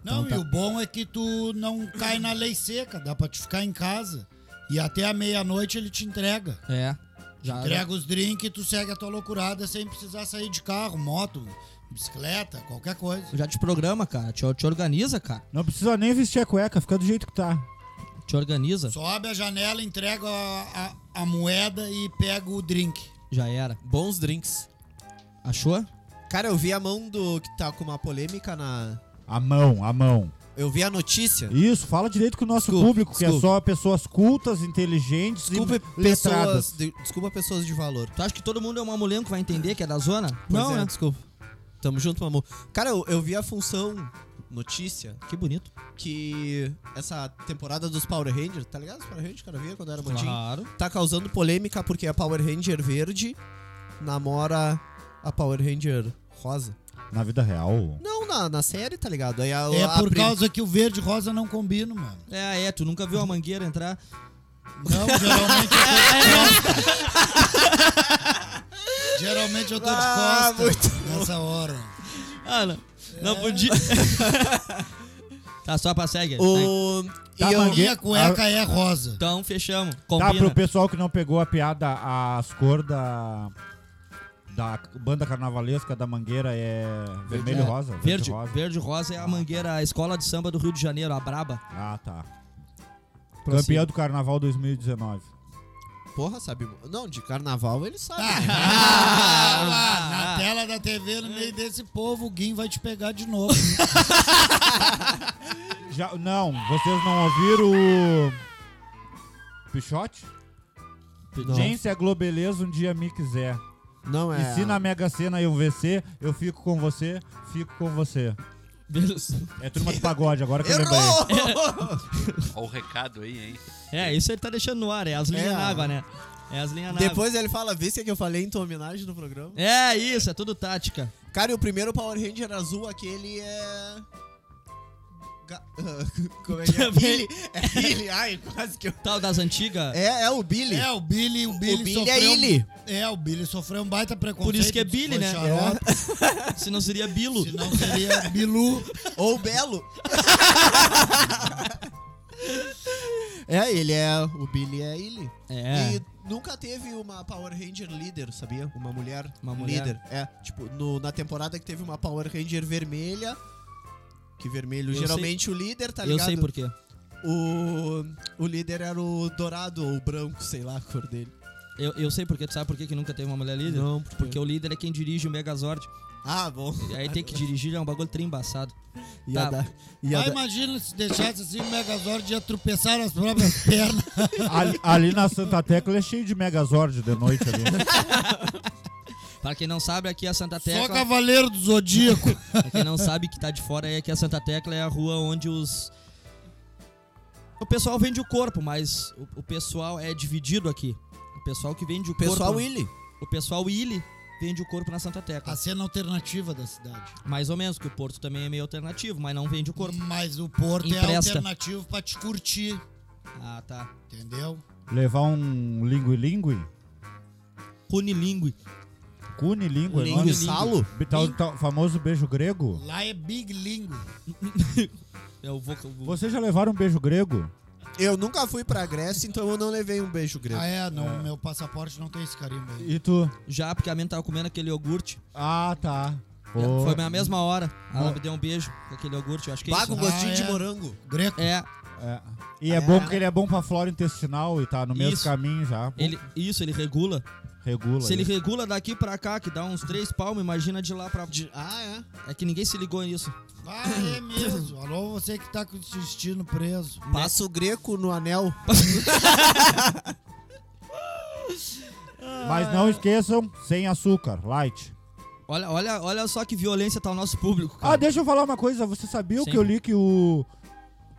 Speaker 5: Não,
Speaker 4: Então tá.
Speaker 5: e o bom é que tu não cai na lei seca, dá pra te ficar em casa. E até a meia-noite ele te entrega.
Speaker 1: É. Já, já,
Speaker 5: Entrega os drinks e tu segue a tua loucurada sem precisar sair de carro, moto, bicicleta, qualquer coisa.
Speaker 1: já te programa, cara. Te, te organiza, cara.
Speaker 4: Não precisa nem vestir a cueca, fica do jeito que tá.
Speaker 1: Te organiza.
Speaker 5: Sobe a janela, entrega a, a- a moeda e pega o drink.
Speaker 1: Já era.
Speaker 2: Bons drinks.
Speaker 1: Achou?
Speaker 2: Cara, eu vi a mão do que tá com uma polêmica na.
Speaker 4: A mão, a mão.
Speaker 2: Eu vi a notícia.
Speaker 4: Isso, fala direito com o nosso
Speaker 2: Desculpa,
Speaker 4: público, que é
Speaker 2: desculpa.
Speaker 4: só pessoas cultas, inteligentes
Speaker 2: Desculpa
Speaker 4: e letradas.
Speaker 2: pessoas, de, desculpa pessoas de valor.
Speaker 1: Tu acha que todo mundo é uma mulher que vai entender que é da zona?
Speaker 2: Pois
Speaker 1: Não,
Speaker 2: é,
Speaker 1: né?
Speaker 2: desculpa. Tamo junto, Mamu. Cara, eu, eu vi a função notícia
Speaker 1: Que bonito.
Speaker 2: que essa temporada dos Power Rangers, tá ligado? Os Power Rangers, cara, eu via quando eu era bandinho.
Speaker 1: Claro.
Speaker 2: Tá causando polêmica porque a Power Ranger verde namora a Power Ranger rosa.
Speaker 4: Na vida real.
Speaker 2: Não, na, na série, tá ligado? Aí a,
Speaker 5: É
Speaker 2: a
Speaker 5: por
Speaker 2: prim-
Speaker 5: causa que o verde e rosa não combinam, mano.
Speaker 1: É, é, tu nunca viu a mangueira entrar.
Speaker 2: (laughs)
Speaker 5: Não, geralmente
Speaker 2: É.
Speaker 5: eu tô de costa. Geralmente eu tô de
Speaker 2: Ah,
Speaker 5: costa nessa hora.
Speaker 1: Ah, não. Não podia. tá, só pra segue. Aí.
Speaker 2: O...
Speaker 4: Tá,
Speaker 2: e eu-
Speaker 4: mas-
Speaker 5: Minha cueca é rosa.
Speaker 1: Então fechamos.
Speaker 4: Tá,
Speaker 1: Combina.
Speaker 4: pro pessoal que não pegou a piada, as cores da, da banda carnavalesca da Mangueira é vermelho
Speaker 1: É,
Speaker 4: e rosa?
Speaker 1: Verde,
Speaker 4: rosa.
Speaker 1: verde rosa é a mangueira, a escola de samba do Rio de Janeiro, a Braba.
Speaker 4: Ah, tá.
Speaker 1: Prossiga.
Speaker 4: Campeão do Carnaval 2019.
Speaker 2: Porra, sabe? Não, de carnaval ele sabe. né?
Speaker 5: Ah, (laughs) lá, na tela da TV, no meio desse povo, o Guim vai te pegar
Speaker 2: (laughs)
Speaker 5: de novo.
Speaker 4: Já, não, vocês não ouviram o. Pichote? Gente, a Globeleza um dia me quiser.
Speaker 2: Não é.
Speaker 4: E se na Mega Sena eu vencer, eu fico com você, fico com você.
Speaker 1: Beleza.
Speaker 4: É turma de pagode, agora que eu lembrei.
Speaker 2: Errou!
Speaker 3: Olha o recado aí, hein?
Speaker 1: É, isso ele tá deixando no ar, é as linhas
Speaker 2: É,
Speaker 1: na
Speaker 2: a-
Speaker 1: água, né? É as linhas na água.
Speaker 2: (laughs) Depois ele fala, vê se é que eu falei em tua homenagem no programa.
Speaker 1: É isso, é tudo tática.
Speaker 2: Cara, e o primeiro Power Ranger azul, aquele é. Ga- (laughs) Como é que é?
Speaker 1: Também.
Speaker 2: Billy. É Billy, ai, quase que eu.
Speaker 1: Tal das antigas.
Speaker 2: É, é o Billy.
Speaker 5: É, o Billy, o Billy,
Speaker 2: Billy
Speaker 5: sofreu.
Speaker 2: é ele.
Speaker 5: É, o Billy sofreu um baita preconceito.
Speaker 1: Por isso que é Billy, né? Se não seria Bilo.
Speaker 5: Se não
Speaker 1: (laughs)
Speaker 5: seria Bilu.
Speaker 2: Ou o Belo. (laughs) é, ele é. O Billy é ele.
Speaker 1: É.
Speaker 2: E nunca teve uma Power Ranger líder, sabia? Uma mulher,
Speaker 1: Uma mulher.
Speaker 2: líder. É, tipo, no- na temporada que teve uma Power Ranger vermelha. Que vermelho,
Speaker 1: Eu sei-
Speaker 2: geralmente o líder, tá
Speaker 1: eu
Speaker 2: ligado?
Speaker 1: sei por quê.
Speaker 2: O, o líder era o dourado ou o branco, sei lá a cor dele.
Speaker 1: Eu, eu sei por quê. Tu sabe por quê que nunca teve uma mulher líder?
Speaker 2: Não, porque-
Speaker 1: o líder é quem dirige o Megazord.
Speaker 2: Ah, bom.
Speaker 1: E aí tem que dirigir, é um bagulho trem embaçado.
Speaker 2: Ia
Speaker 1: Tá.
Speaker 2: dar. Ia
Speaker 5: Mas
Speaker 2: dar.
Speaker 5: Ah, imagina se deixasse assim o Megazord ia tropeçar as próprias pernas.
Speaker 4: Ali, ali na Santa Tecla é cheio de Megazord de noite ali. né?
Speaker 1: Pra quem não sabe, aqui é a Santa
Speaker 5: Só
Speaker 1: Tecla.
Speaker 5: Cavaleiro do Zodíaco.
Speaker 1: Pra quem não sabe que tá de fora é que a Santa Tecla é a rua onde os. O pessoal vende o corpo, mas o, o pessoal é dividido aqui. O pessoal que vende o corpo.
Speaker 2: Pessoal Willy.
Speaker 1: O pessoal Willy vende o corpo na Santa Tecla.
Speaker 5: (laughs) A cena alternativa da cidade.
Speaker 1: Mais ou menos, que o Porto também é meio alternativo, mas não vende o corpo.
Speaker 5: Mas o Porto é
Speaker 1: Empresta.
Speaker 5: alternativo pra te curtir,
Speaker 1: Ah, tá.
Speaker 5: entendeu?
Speaker 4: Levar um lingui-lingui?
Speaker 1: Cunilingue.
Speaker 4: Cune-língua?
Speaker 1: Lingui-
Speaker 4: enorme.
Speaker 2: Salo?
Speaker 4: é Tal, tal, famoso beijo grego?
Speaker 5: Lá é Big Lingo.
Speaker 1: Eu vou. eu vou-
Speaker 4: Vocês já levaram um beijo grego?
Speaker 2: Eu nunca fui pra Grécia, então eu não levei um beijo grego.
Speaker 5: Ah, é? Não, Meu passaporte não tem esse carimbo aí.
Speaker 4: E tu?
Speaker 1: Já, porque a minha tava comendo aquele iogurte.
Speaker 4: Ah, tá. Pô.
Speaker 1: Foi na mesma hora. Ela me deu um beijo com aquele iogurte, eu acho que é
Speaker 2: Bago
Speaker 1: isso.
Speaker 2: um
Speaker 1: né?
Speaker 2: gostinho
Speaker 5: Ah,
Speaker 2: de
Speaker 5: é.
Speaker 2: morango.
Speaker 5: Greco.
Speaker 1: É,
Speaker 4: É. E é, bom porque ele é bom pra flora intestinal e tá no mesmo
Speaker 1: Isso.
Speaker 4: caminho já. Bom,
Speaker 1: ele, isso, ele regula.
Speaker 4: regula.
Speaker 1: Se ele
Speaker 4: isso.
Speaker 1: regula daqui pra cá, que dá uns três palmos, imagina de lá pra.
Speaker 2: De- Ah, é.
Speaker 1: É que ninguém se ligou nisso.
Speaker 5: Ah, é mesmo. Alô, você que tá com o intestino preso.
Speaker 2: Passa o greco no anel.
Speaker 4: Mas não esqueçam, sem açúcar, light.
Speaker 1: Olha, olha, olha só que violência tá o nosso público,
Speaker 4: Ah,
Speaker 1: cara.
Speaker 4: deixa eu falar uma coisa. Você sabia o
Speaker 1: Sim.
Speaker 4: que eu li que o.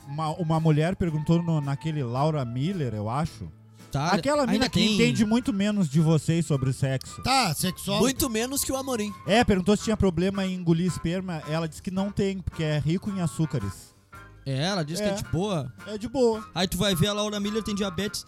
Speaker 4: Uma, uma mulher perguntou no- naquele Laura Miller, eu acho.
Speaker 1: tá,
Speaker 4: Aquela mina
Speaker 1: ainda
Speaker 4: que entende muito menos de vocês sobre sexo.
Speaker 5: Tá, sexual.
Speaker 2: Muito menos que o Amorim.
Speaker 4: É, perguntou se tinha problema em engolir esperma. Ela disse que não tem, porque é rico em açúcares.
Speaker 1: É, ela disse que é
Speaker 4: É.
Speaker 1: de boa.
Speaker 4: É de boa.
Speaker 1: Aí tu vai ver a Laura Miller tem diabetes.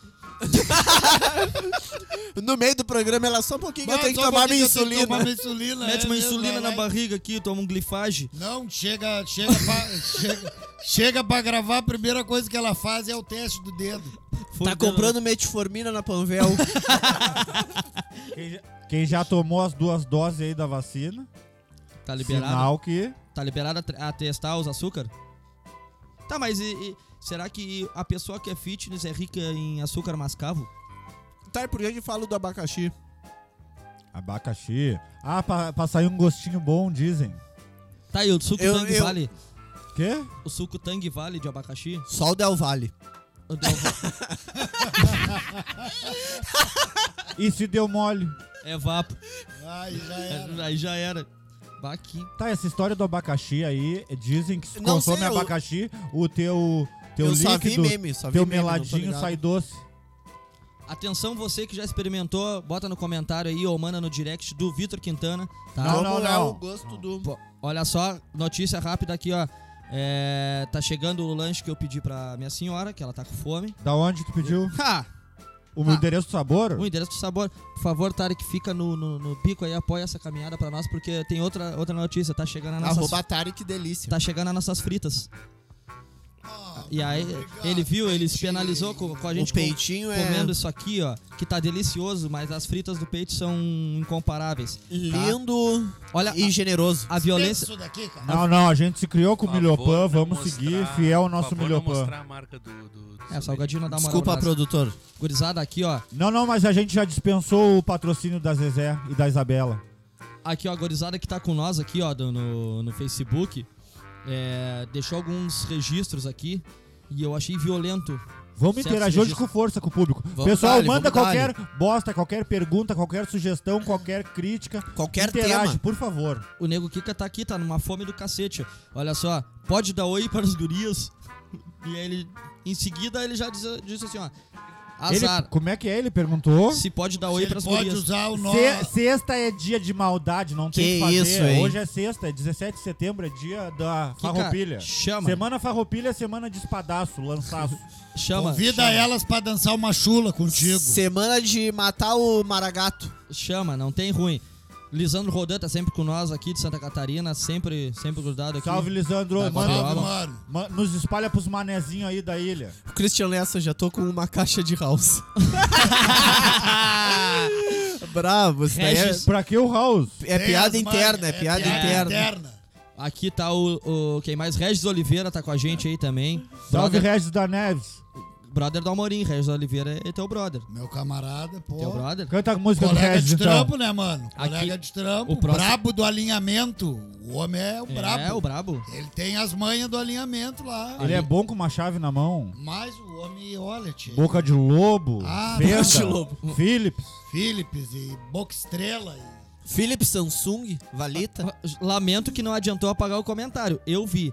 Speaker 2: No meio do programa ela só um pouquinho que eu tenho que
Speaker 5: Só um
Speaker 2: tomar minha
Speaker 5: pouquinho que eu tenho que
Speaker 2: insulina.
Speaker 5: tomar minha insulina,
Speaker 1: Mete
Speaker 5: é
Speaker 1: uma
Speaker 5: mesmo,
Speaker 1: insulina
Speaker 5: vai
Speaker 1: na
Speaker 5: lá e-
Speaker 1: barriga aqui, toma um glifage.
Speaker 5: Não, chega, chega pra, (laughs) chega, chega pra gravar, a primeira coisa que ela faz é o teste do dedo.
Speaker 1: Foi
Speaker 2: Tá comprando metformina na Panvel. (laughs)
Speaker 4: Quem já, quem já tomou as duas doses aí da vacina,
Speaker 1: Tá liberado.
Speaker 4: sinal que.
Speaker 1: Tá liberado a tre- a testar os açúcar? Tá, mas e- e será que a pessoa que é fitness é rica em açúcar mascavo?
Speaker 2: tá, e por que que fala do abacaxi?
Speaker 4: Abacaxi. Ah, pra, pra sair um gostinho bom, dizem.
Speaker 1: Tá, e o suco
Speaker 2: Eu-
Speaker 1: Tang
Speaker 2: eu-
Speaker 1: Vale?
Speaker 4: Quê?
Speaker 1: O suco Tang Vale de
Speaker 2: (laughs)
Speaker 1: abacaxi?
Speaker 2: Só o Del Valle.
Speaker 1: O Del-
Speaker 4: E se deu mole?
Speaker 1: É vapo.
Speaker 5: Ai, já era.
Speaker 1: Aí já era. Bah, que
Speaker 4: Tá, essa história do abacaxi aí, dizem que se
Speaker 2: Não
Speaker 4: consome
Speaker 2: sei, eu-
Speaker 4: abacaxi, o teu, teu
Speaker 2: eu só vi
Speaker 4: líquido,
Speaker 2: meme, só vi
Speaker 4: teu
Speaker 2: meme, não tô
Speaker 4: meladinho
Speaker 2: ligado.
Speaker 4: sai doce.
Speaker 1: Atenção você que já experimentou, bota no comentário aí ou manda no direct do Vitor Quintana, tá?
Speaker 4: Não,
Speaker 2: Como
Speaker 4: não,
Speaker 2: é
Speaker 4: não.
Speaker 2: o gosto do...
Speaker 1: Pô, Olha só, notícia rápida aqui, ó. É, tá chegando o lanche que eu pedi pra minha senhora, que ela tá com fome.
Speaker 4: Da onde tu pediu?
Speaker 1: Ha!
Speaker 4: O
Speaker 2: Ah.
Speaker 4: meu endereço do sabor?
Speaker 1: O Um endereço do sabor. Por favor, Tarek, fica no, no, no bico aí, apoia essa caminhada pra nós, porque tem outra, outra notícia. Tá chegando, a nossas,
Speaker 2: Arroba Atari, que delícia.
Speaker 1: tá chegando as nossas fritas.
Speaker 5: Ah,
Speaker 1: E aí ele viu, ele se penalizou com, com a gente
Speaker 2: o
Speaker 1: com-
Speaker 2: peitinho é
Speaker 1: comendo isso aqui, ó, que tá delicioso, mas as fritas do peito são incomparáveis. tá?
Speaker 2: lindo
Speaker 1: Olha
Speaker 2: e generoso.
Speaker 1: a, a violência.
Speaker 5: Isso daqui, cara.
Speaker 4: Não, não, a gente se criou com o
Speaker 3: Por favor,
Speaker 4: Milhopan,
Speaker 3: não
Speaker 4: vamos
Speaker 3: mostrar-
Speaker 4: seguir fiel ao nosso
Speaker 3: por favor, não
Speaker 4: Milhopan.
Speaker 3: mostrar a marca do... do- do
Speaker 1: É, o salgadinho não dá moral
Speaker 2: Desculpa,
Speaker 1: pra nós.
Speaker 2: produtor.
Speaker 1: Gurizada aqui, ó.
Speaker 4: Não, não, mas a gente já dispensou o patrocínio da Zezé e da Isabela.
Speaker 1: Aqui, ó, a gurizada que tá com nós aqui, ó, do- no, no Facebook. é, deixou alguns registros aqui e eu achei violento.
Speaker 4: Vamos
Speaker 1: Certo,
Speaker 4: interagir hoje
Speaker 1: registro.
Speaker 4: com força com o público.
Speaker 2: Vamos
Speaker 4: Pessoal,
Speaker 2: dar-lhe,
Speaker 4: manda
Speaker 2: vamos
Speaker 4: qualquer
Speaker 2: dar-lhe.
Speaker 4: bosta, qualquer pergunta, qualquer sugestão, qualquer crítica.
Speaker 2: Qualquer
Speaker 4: Interage,
Speaker 2: tema.
Speaker 4: por favor.
Speaker 1: O Nego Kika tá aqui, tá numa fome do cacete. Olha só, pode dar oi para os gurias. E aí ele, em seguida, ele já diz, diz assim, ó.
Speaker 4: Ele-
Speaker 1: Azar,
Speaker 4: como é que é? Ele perguntou.
Speaker 1: se pode dar
Speaker 5: Se
Speaker 1: oi
Speaker 5: ele
Speaker 1: para as
Speaker 5: pode
Speaker 1: gurias.
Speaker 5: usar o nome.
Speaker 4: Se- sexta é dia de maldade, não tem
Speaker 2: Que
Speaker 4: que fazer.
Speaker 2: isso, hein?
Speaker 4: Hoje é sexta, é 17 de setembro, é dia da
Speaker 1: Kika,
Speaker 4: farroupilha.
Speaker 1: Chama,
Speaker 4: Semana farroupilha é semana de espadaço, lançaço.
Speaker 1: chama,
Speaker 5: Convida elas pra dançar uma chula contigo.
Speaker 2: Semana de matar o Maragato.
Speaker 1: chama, não tem ruim. Lisandro Rodan tá sempre com nós aqui de Santa Catarina, sempre, sempre grudado aqui.
Speaker 4: Salve, Lisandro.
Speaker 1: Tá
Speaker 4: Manda-
Speaker 1: bom.
Speaker 5: Salve, mano.
Speaker 4: ma- nos espalha pros manezinhos aí da ilha.
Speaker 2: O Christian Lessa, já tô com uma caixa de house. Bravo, isso daí é,
Speaker 1: Regis.
Speaker 4: Pra que o House?
Speaker 2: é
Speaker 5: Tem
Speaker 2: piada
Speaker 5: as
Speaker 2: interna, é
Speaker 5: manhas,
Speaker 2: piada interna.
Speaker 1: Aqui tá o, o- quem mais? Regis Oliveira tá com a gente aí também.
Speaker 4: Salve,
Speaker 1: Brother,
Speaker 4: Regis da Neves.
Speaker 1: brother do Amorim, Regis Oliveira é teu brother.
Speaker 5: Meu camarada, pô.
Speaker 1: Teu brother?
Speaker 4: Canta a música do
Speaker 5: Colega
Speaker 4: Regis,
Speaker 5: de
Speaker 4: então.
Speaker 5: trampo, né, mano? Colega de trampo,
Speaker 1: o próximo-
Speaker 5: brabo do alinhamento. O homem é o brabo.
Speaker 1: É, o brabo.
Speaker 5: Ele tem as manhas do alinhamento lá.
Speaker 4: Ele é bom com uma chave na mão.
Speaker 5: Mas o homem, olha, tio.
Speaker 4: Boca de lobo.
Speaker 5: Ah,
Speaker 4: Fenda,
Speaker 5: Boca de
Speaker 2: Lobo.
Speaker 4: Philips.
Speaker 5: Philips e Boca Estrela. E...
Speaker 2: Philips Samsung, valita.
Speaker 1: Lamento que não adiantou apagar o comentário. Eu vi.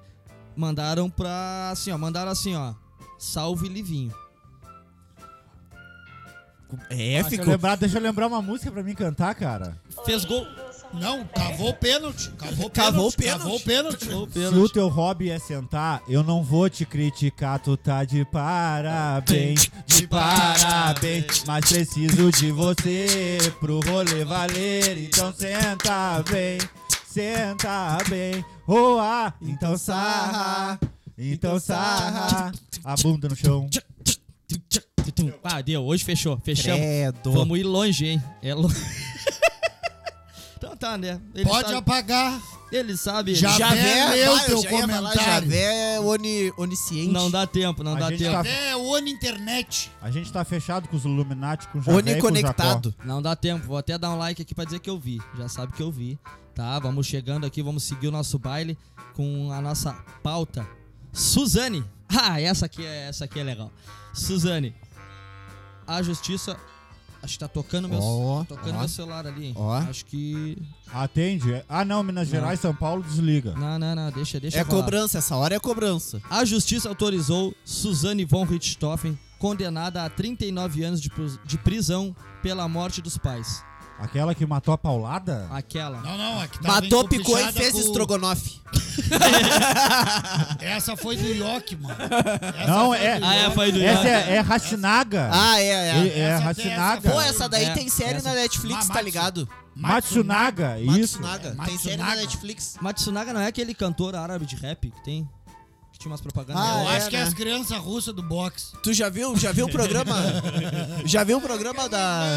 Speaker 1: Mandaram pra. Assim, ó. Mandaram assim, ó. Salve Livinho.
Speaker 2: É,
Speaker 4: Deixa eu, lembrar, deixa eu lembrar uma música pra mim cantar, cara.
Speaker 1: Fez gol.
Speaker 5: Não,
Speaker 6: tá
Speaker 5: cavou o pênalti. Cavou o pênalti.
Speaker 2: Cavou o
Speaker 5: Cavou o pênalti.
Speaker 4: Se o teu hobby é sentar, eu não vou te criticar. Tu tá de parabéns, de parabéns. Mas preciso de você pro rolê valer. Então senta bem, senta bem. Roa, então sarra, então sarra. A bunda no chão.
Speaker 1: Ah, deu. Hoje fechou. Fechamos.
Speaker 2: Credo.
Speaker 1: Vamos ir longe, hein? É longe. (laughs) então tá, né? Ele
Speaker 5: Pode
Speaker 1: sabe,
Speaker 5: apagar.
Speaker 1: Ele sabe.
Speaker 5: Já-
Speaker 1: ele-
Speaker 5: Javé leu
Speaker 2: vai, eu
Speaker 5: teu
Speaker 2: já ia falar,
Speaker 5: comentário.
Speaker 2: Javé é oni- onisciente.
Speaker 1: Não dá tempo, não
Speaker 4: A
Speaker 1: dá
Speaker 4: gente
Speaker 1: tempo.
Speaker 4: tá-
Speaker 5: É, One Internet.
Speaker 4: A gente tá fechado com os Illuminati, com o Javé e com o Jacó.
Speaker 2: Oniconectado.
Speaker 1: Não dá tempo, vou até dar um like aqui pra dizer que eu vi. Já sabe que eu vi, tá? Vamos chegando aqui, vamos seguir o nosso baile com a nossa pauta. Suzane. Ah, essa aqui é, essa aqui é legal. Suzane. A justiça acho que tá tocando meu,
Speaker 2: Ó,
Speaker 1: tocando
Speaker 2: ó.
Speaker 1: meu celular ali. hein?
Speaker 2: Ó.
Speaker 1: Acho que
Speaker 4: Atende? é- Ah, não, Minas
Speaker 1: Não.
Speaker 4: Gerais, São Paulo, desliga.
Speaker 1: Não, não, não, deixa, deixa
Speaker 2: É
Speaker 1: pra lá.
Speaker 2: cobrança, essa hora é cobrança.
Speaker 1: A justiça autorizou Suzane von Richthofen condenada a 39 anos de, pris- de prisão pela morte dos pais.
Speaker 4: Aquela que matou a paulada?
Speaker 1: Aquela.
Speaker 5: Não, não, aqui tá
Speaker 2: Matou, picou e fez
Speaker 5: estrogonofe.
Speaker 2: estrogonofe.
Speaker 5: Essa foi do York, mano. Essa
Speaker 4: Não,
Speaker 5: foi
Speaker 4: é-
Speaker 5: do
Speaker 1: Ah, é,
Speaker 5: York.
Speaker 1: foi do
Speaker 4: Essa
Speaker 1: Ian.
Speaker 4: é, é Racinaga.
Speaker 2: Ah, é, é.
Speaker 4: é, é
Speaker 5: Essa-
Speaker 4: Racinaga.
Speaker 2: Pô, essa daí
Speaker 1: É,
Speaker 2: tem série
Speaker 1: essa.
Speaker 2: na Netflix,
Speaker 5: Mamatsu.
Speaker 2: tá ligado?
Speaker 4: Matsunaga, isso.
Speaker 2: Matsunaga.
Speaker 5: É,
Speaker 2: Tem tipo- série na
Speaker 5: Matsunaga.
Speaker 2: Netflix.
Speaker 1: Matsunaga não é aquele cantor árabe de rap que tem? Que tinha umas propagandas.
Speaker 2: Ah,
Speaker 5: Eu
Speaker 2: é,
Speaker 5: acho que é
Speaker 2: né?
Speaker 5: as crianças russas do boxe.
Speaker 2: Tu já viu, já viu o programa? já viu o programa da.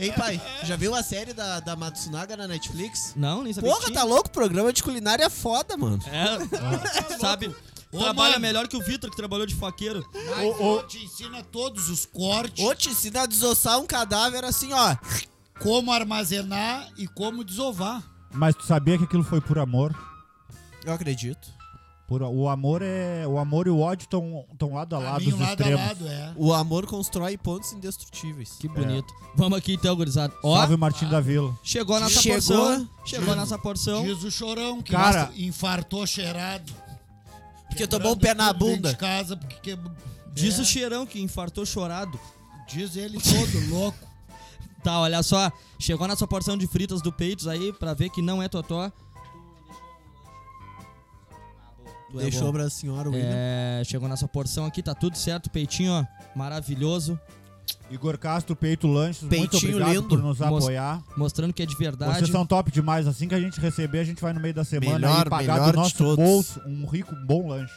Speaker 2: Ei, pai, já viu a série da, da Matsunaga na Netflix?
Speaker 1: Não, nem sabia.
Speaker 2: Porra,
Speaker 1: que
Speaker 2: tá
Speaker 1: tinha.
Speaker 2: louco? Programa de culinária é foda, mano.
Speaker 1: É, sabe?
Speaker 5: Ô,
Speaker 1: trabalha
Speaker 5: mano.
Speaker 1: melhor que o Vitor, que trabalhou de faqueiro.
Speaker 5: Mas eu te ensina todos os cortes,
Speaker 2: Ô, te ensina a desossar um cadáver assim, ó.
Speaker 5: como armazenar e como desovar.
Speaker 4: Mas tu sabia que aquilo foi por amor?
Speaker 2: Eu acredito.
Speaker 4: Por, o amor é. O amor e o ódio estão tão lado a lado,
Speaker 5: Caminho
Speaker 4: os
Speaker 5: lado
Speaker 4: extremos.
Speaker 5: a lado, é.
Speaker 2: O amor constrói pontos indestrutíveis.
Speaker 1: Que bonito. Vamos aqui então, gurizada. Ó,
Speaker 4: Salve Martim da Vila.
Speaker 1: chegou a nossa
Speaker 2: Chegou.
Speaker 1: porção. Chegou a
Speaker 5: Chegou.
Speaker 1: nossa porção.
Speaker 5: Diz o chorão que
Speaker 4: Cara-
Speaker 5: nossa, infartou cheirado.
Speaker 2: Porque tomou um pé
Speaker 5: Quebrando
Speaker 2: na
Speaker 5: tudo dentro
Speaker 2: bunda.
Speaker 5: De casa, porque quebra-
Speaker 1: Diz
Speaker 5: É,
Speaker 1: o cheirão que infartou chorado.
Speaker 5: diz ele todo louco.
Speaker 1: Tá, olha só. Chegou a nossa porção de fritas do peitos aí pra ver que não é totó. Tu é
Speaker 2: Deixou
Speaker 1: bom.
Speaker 2: pra senhora o William.
Speaker 4: né?
Speaker 1: É, chegou a nossa porção aqui, tá tudo certo. Peitinho, ó, maravilhoso.
Speaker 4: Igor Castro, Peito Lanches, muito
Speaker 2: Peitinho
Speaker 4: obrigado
Speaker 2: lindo.
Speaker 4: por nos
Speaker 1: Mos-
Speaker 4: apoiar.
Speaker 1: Mostrando que é de verdade.
Speaker 4: Vocês são top demais. Assim que a gente receber, a gente vai no meio da semana
Speaker 2: Melhor,
Speaker 4: e pagar
Speaker 2: melhor
Speaker 4: do
Speaker 2: de
Speaker 4: nosso
Speaker 2: todos.
Speaker 4: bolso um rico, bom lanche.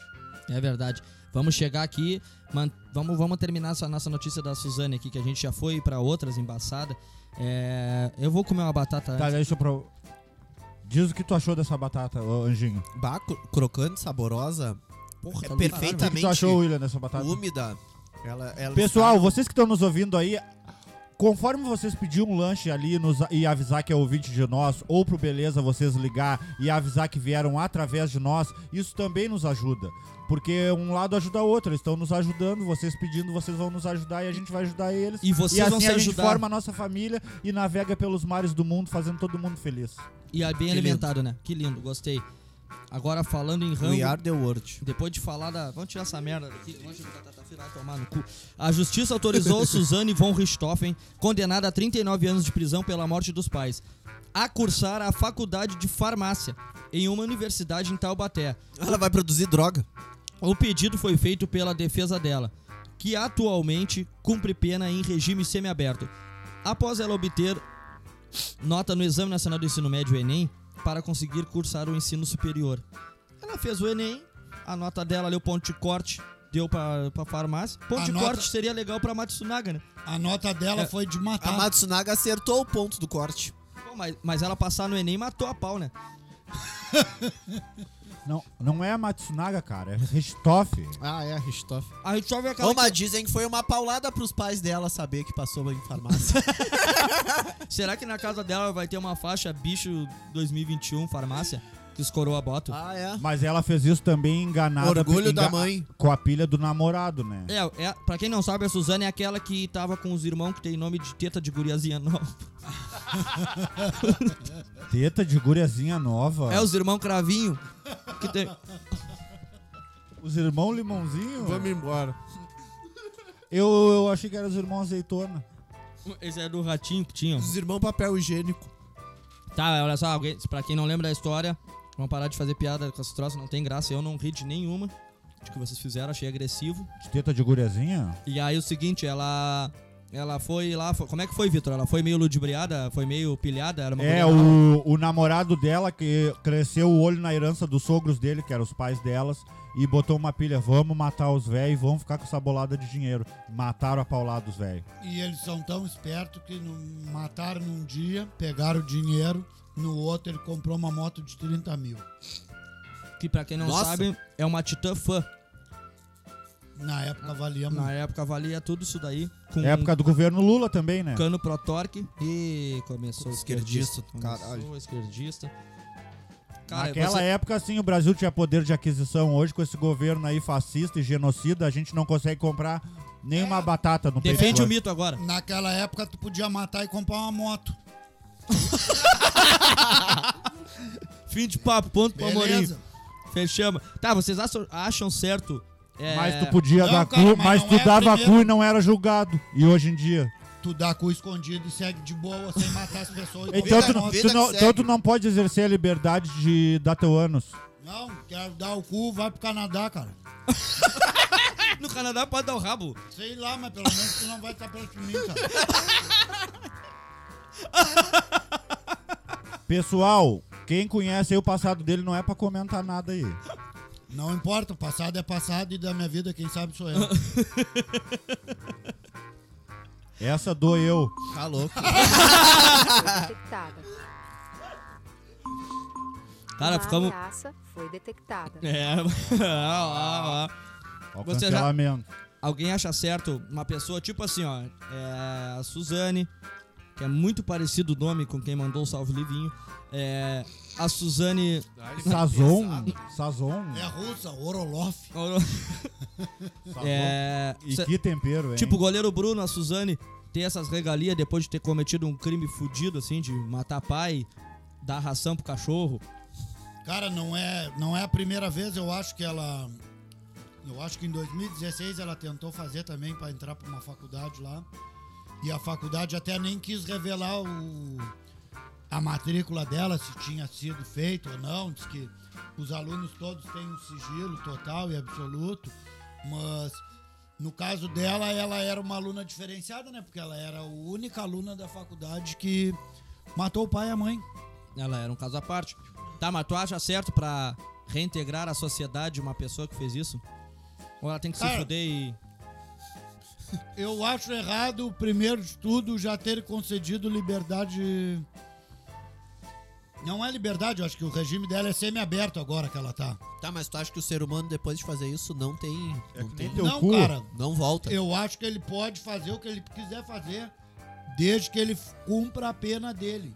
Speaker 1: É verdade. Vamos chegar aqui, man- vamos, vamos terminar essa nossa notícia da Suzane aqui, que a gente já foi pra outras embaçadas. É, eu vou comer uma batata
Speaker 4: Tá,
Speaker 1: antes.
Speaker 4: deixa eu pro... Diz o que tu achou dessa batata, ô, Anjinho.
Speaker 2: Bah, cro- crocante, saborosa,
Speaker 1: Porra,
Speaker 2: é
Speaker 1: tá louco.
Speaker 4: O que que
Speaker 2: perfeitamente
Speaker 4: tu achou, William, dessa batata?
Speaker 2: úmida. Ela, ela
Speaker 4: Pessoal, vocês que estão nos ouvindo aí, conforme vocês pedir um lanche ali nos- e avisar que é ouvinte de nós, ou pro Beleza vocês ligar e avisar que vieram através de nós, isso também nos ajuda. Porque um lado ajuda o outro, eles estão nos ajudando, vocês pedindo, vocês vão nos ajudar e a gente vai ajudar eles.
Speaker 1: E vocês
Speaker 4: assim
Speaker 1: vão se
Speaker 4: a gente
Speaker 1: ajudar.
Speaker 4: forma a nossa família e navega pelos mares do mundo, fazendo todo mundo feliz.
Speaker 1: E é bem
Speaker 2: Que
Speaker 1: alimentado, né? Que lindo, gostei. Agora falando em
Speaker 2: está-
Speaker 1: rango,
Speaker 2: We are the world.
Speaker 1: depois de falar da... Vamos tirar essa merda daqui, que lanche de batata frita tá vai tomar no cu. A justiça
Speaker 2: (laughs)
Speaker 1: autorizou Suzane von Richthofen, condenada a 39 anos de prisão pela morte dos pais, a cursar a faculdade de farmácia em uma universidade em Taubaté.
Speaker 2: Ela vai produzir droga.
Speaker 1: O pedido foi feito pela defesa dela, que atualmente cumpre pena em regime semiaberto. Após ela obter nota no Exame Nacional do Ensino Médio Enem para conseguir cursar o ensino superior. Ela fez o Enem, a nota dela ali, o ponto de corte, deu pra, pra farmácia. Ponto
Speaker 5: A
Speaker 1: de
Speaker 5: nota-
Speaker 1: corte seria legal pra Matsunaga, né?
Speaker 5: A nota dela foi de
Speaker 2: A
Speaker 5: matar.
Speaker 2: Matsunaga acertou o ponto do corte.
Speaker 1: Pô, mas, mas ela passar no Enem matou a pau, né?
Speaker 4: Não, não é a Matsunaga, cara, é Richthofen.
Speaker 2: Ah, é, Ristoff.
Speaker 1: A gente só vê aquela.
Speaker 2: Ô, mas dizem que foi uma paulada pros pais dela saber que passou em
Speaker 1: (laughs)
Speaker 2: farmácia.
Speaker 1: Será que na casa dela vai ter uma faixa bicho 2021 farmácia? Que os coroa botam?
Speaker 2: ah, é.
Speaker 4: Mas ela fez isso também enganada
Speaker 2: Orgulho da
Speaker 4: enga-
Speaker 2: mãe.
Speaker 4: com a pilha do namorado, né?
Speaker 1: É, é, pra quem não sabe, a Suzane é aquela que tava com os irmãos que tem nome de teta de guriazinha nova.
Speaker 4: Teta de guriazinha nova.
Speaker 1: É os irmãos cravinho. Que tem...
Speaker 4: Os irmãos limãozinho?
Speaker 2: embora.
Speaker 4: Eu, eu achei que eram os irmãos azeitona.
Speaker 1: Esse é do ratinho que tinha.
Speaker 2: Os irmãos papel higiênico.
Speaker 1: Tá, olha só, alguém, pra quem não lembra da história, vamos parar de fazer piada com esses troços, não tem graça. Eu não ri de nenhuma de que vocês fizeram, achei agressivo.
Speaker 4: De teta de guriazinha?
Speaker 1: E aí o seguinte, ela. Ela foi lá. foi- como é que foi, Vitor? Ela foi meio ludibriada, foi meio pilhada, era uma
Speaker 4: É,
Speaker 1: guria nova?
Speaker 4: o, o namorado dela que cresceu o olho na herança dos sogros dele, que eram os pais delas, e botou uma pilha, vamos matar os velhos e vamos ficar com essa bolada de dinheiro. Mataram a paulada dos velhos.
Speaker 5: E eles são tão espertos que não- mataram num dia, pegaram o dinheiro, no outro ele comprou uma moto de 30 mil.
Speaker 1: Que pra quem não
Speaker 2: Nossa.
Speaker 1: sabe, é uma titã fã.
Speaker 5: Na época valia muito.
Speaker 1: Na época valia tudo isso daí. Com
Speaker 4: Época do governo Lula também, né?
Speaker 1: Cano pro torque e começou o esquerdista.
Speaker 2: Esquerdista, caralho.
Speaker 1: Começou o esquerdista. Cara,
Speaker 4: Naquela
Speaker 1: você-
Speaker 4: época, assim, o Brasil tinha poder de aquisição. Hoje, com esse governo aí fascista e genocida, a gente não consegue comprar nenhuma batata no
Speaker 1: É. defende
Speaker 4: peito.
Speaker 1: o mito agora.
Speaker 5: Naquela época tu podia matar e comprar uma moto.
Speaker 1: Fim de papo, ponto pro Amorim.
Speaker 5: Beleza?
Speaker 1: Fechamos. Tá, vocês acham, acham certo. É,
Speaker 4: Mas tu podia
Speaker 5: Não,
Speaker 4: dar
Speaker 5: cara,
Speaker 4: cu,
Speaker 5: mas
Speaker 4: mas
Speaker 5: não
Speaker 4: tu
Speaker 5: é a
Speaker 4: dava
Speaker 5: primeira-
Speaker 4: cu e não era julgado. E hoje em dia.
Speaker 5: Tu dá cu escondido e segue de boa sem matar as pessoas. e
Speaker 4: (laughs) Então,
Speaker 5: comprar
Speaker 4: tu, não-
Speaker 5: moto.
Speaker 2: vida
Speaker 4: tu
Speaker 2: que
Speaker 4: não,
Speaker 2: segue.
Speaker 4: então tu não pode exercer a liberdade de dar teu ânus.
Speaker 5: Não, quero dar o cu, vai pro Canadá, cara.
Speaker 1: (laughs) No Canadá pode dar o rabo.
Speaker 5: Sei lá, mas pelo menos tu não vai estar perto de mim, cara.
Speaker 4: Pessoal, quem conhece aí o passado dele não é pra comentar nada aí.
Speaker 5: Não importa, o passado é passado e da minha vida quem sabe sou eu.
Speaker 4: (laughs) Essa dou eu.
Speaker 2: Tá louco.
Speaker 8: detectada.
Speaker 1: Cara,
Speaker 8: Uma
Speaker 1: ficamos.
Speaker 8: ameaça foi detectada.
Speaker 1: (laughs) É, ó, ó, ó.
Speaker 4: Ó, o
Speaker 1: Você já-
Speaker 4: cancelamento.
Speaker 1: Alguém acha certo uma pessoa tipo assim, ó. É, a Suzane, que é muito parecido o nome com quem mandou o salve Livinho. É, a Suzane.
Speaker 4: Sazon? Sazon?
Speaker 5: É russa, Orolof.
Speaker 4: Sazon.
Speaker 1: É,
Speaker 4: E que tempero, hein?
Speaker 1: Tipo, o goleiro Bruno, a Suzane, ter essas regalias depois de ter cometido um crime fudido, assim, de matar pai, dar ração pro cachorro.
Speaker 5: Cara, não é, não é a primeira vez, eu acho que ela. Eu acho que em 2016 ela tentou fazer também pra entrar pra uma faculdade lá. E a faculdade até nem quis revelar o, a matrícula dela, se tinha sido feito ou não. Diz que os alunos todos têm um sigilo total e absoluto. Mas no caso dela, ela era uma aluna diferenciada, né? Porque ela era a única aluna da faculdade que matou o pai e a mãe.
Speaker 1: Ela era um caso à parte. Tá, mas tu acha certo pra reintegrar à sociedade uma pessoa que fez isso? Ou ela tem que se
Speaker 5: Cara,
Speaker 1: fuder e.
Speaker 5: Eu acho errado, primeiro de tudo, já ter concedido liberdade. Não é liberdade, eu acho que o regime dela é semi-aberto agora que ela tá.
Speaker 2: Tá, mas tu acha que o ser humano, depois de fazer isso, não tem.
Speaker 4: É
Speaker 2: não,
Speaker 4: que
Speaker 2: tem-
Speaker 4: nem teu
Speaker 5: não,
Speaker 4: cu.
Speaker 5: cara,
Speaker 2: não volta.
Speaker 5: eu acho que ele pode fazer o que ele quiser fazer, desde que ele cumpra a pena dele.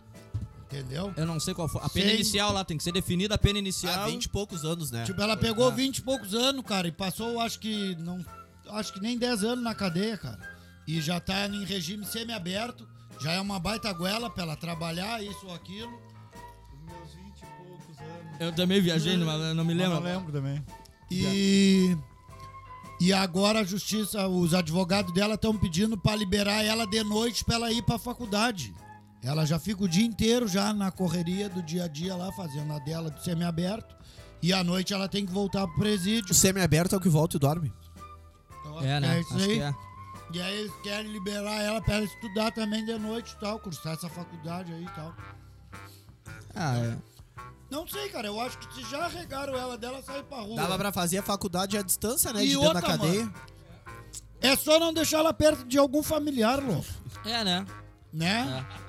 Speaker 5: Entendeu?
Speaker 4: É.
Speaker 1: Eu não sei qual foi. A pena
Speaker 5: Sem-
Speaker 1: inicial lá tem que ser definida a pena
Speaker 2: Há
Speaker 1: inicial.
Speaker 2: 20 e poucos anos, né?
Speaker 5: Tipo, ela
Speaker 4: É.
Speaker 5: pegou 20 e poucos anos, cara, e passou, acho que não, acho que nem 10 anos na cadeia, cara. E já tá em regime semiaberto, já é uma baita goela pra ela trabalhar isso ou aquilo.
Speaker 4: Os meus 20 e poucos anos.
Speaker 1: Eu também viajei, mas eu não me
Speaker 4: Eu
Speaker 1: lembro.
Speaker 4: não lembro também.
Speaker 5: E e agora a justiça, os advogados dela estão pedindo pra liberar ela de noite pra ela ir pra faculdade. Ela já fica o dia inteiro já na correria do dia a dia lá fazendo a dela de semiaberto e à noite ela tem que voltar pro presídio.
Speaker 2: O semi-aberto é o que volta e dorme.
Speaker 5: Então,
Speaker 1: É, né?
Speaker 5: isso
Speaker 1: Acho
Speaker 5: aí.
Speaker 1: que é.
Speaker 5: E aí eles querem liberar ela pra ela estudar também de noite e tal, cursar essa faculdade aí e tal.
Speaker 1: Ah, é.
Speaker 5: Não sei, cara, eu acho que se já regaram ela dela, saiu pra rua.
Speaker 2: Dava pra fazer a faculdade à distância, né?
Speaker 5: E
Speaker 2: de dentro da
Speaker 5: outra,
Speaker 2: cadeia.
Speaker 5: É só não deixar ela perto de algum familiar, louco.
Speaker 1: É, né?
Speaker 5: Né?
Speaker 1: É.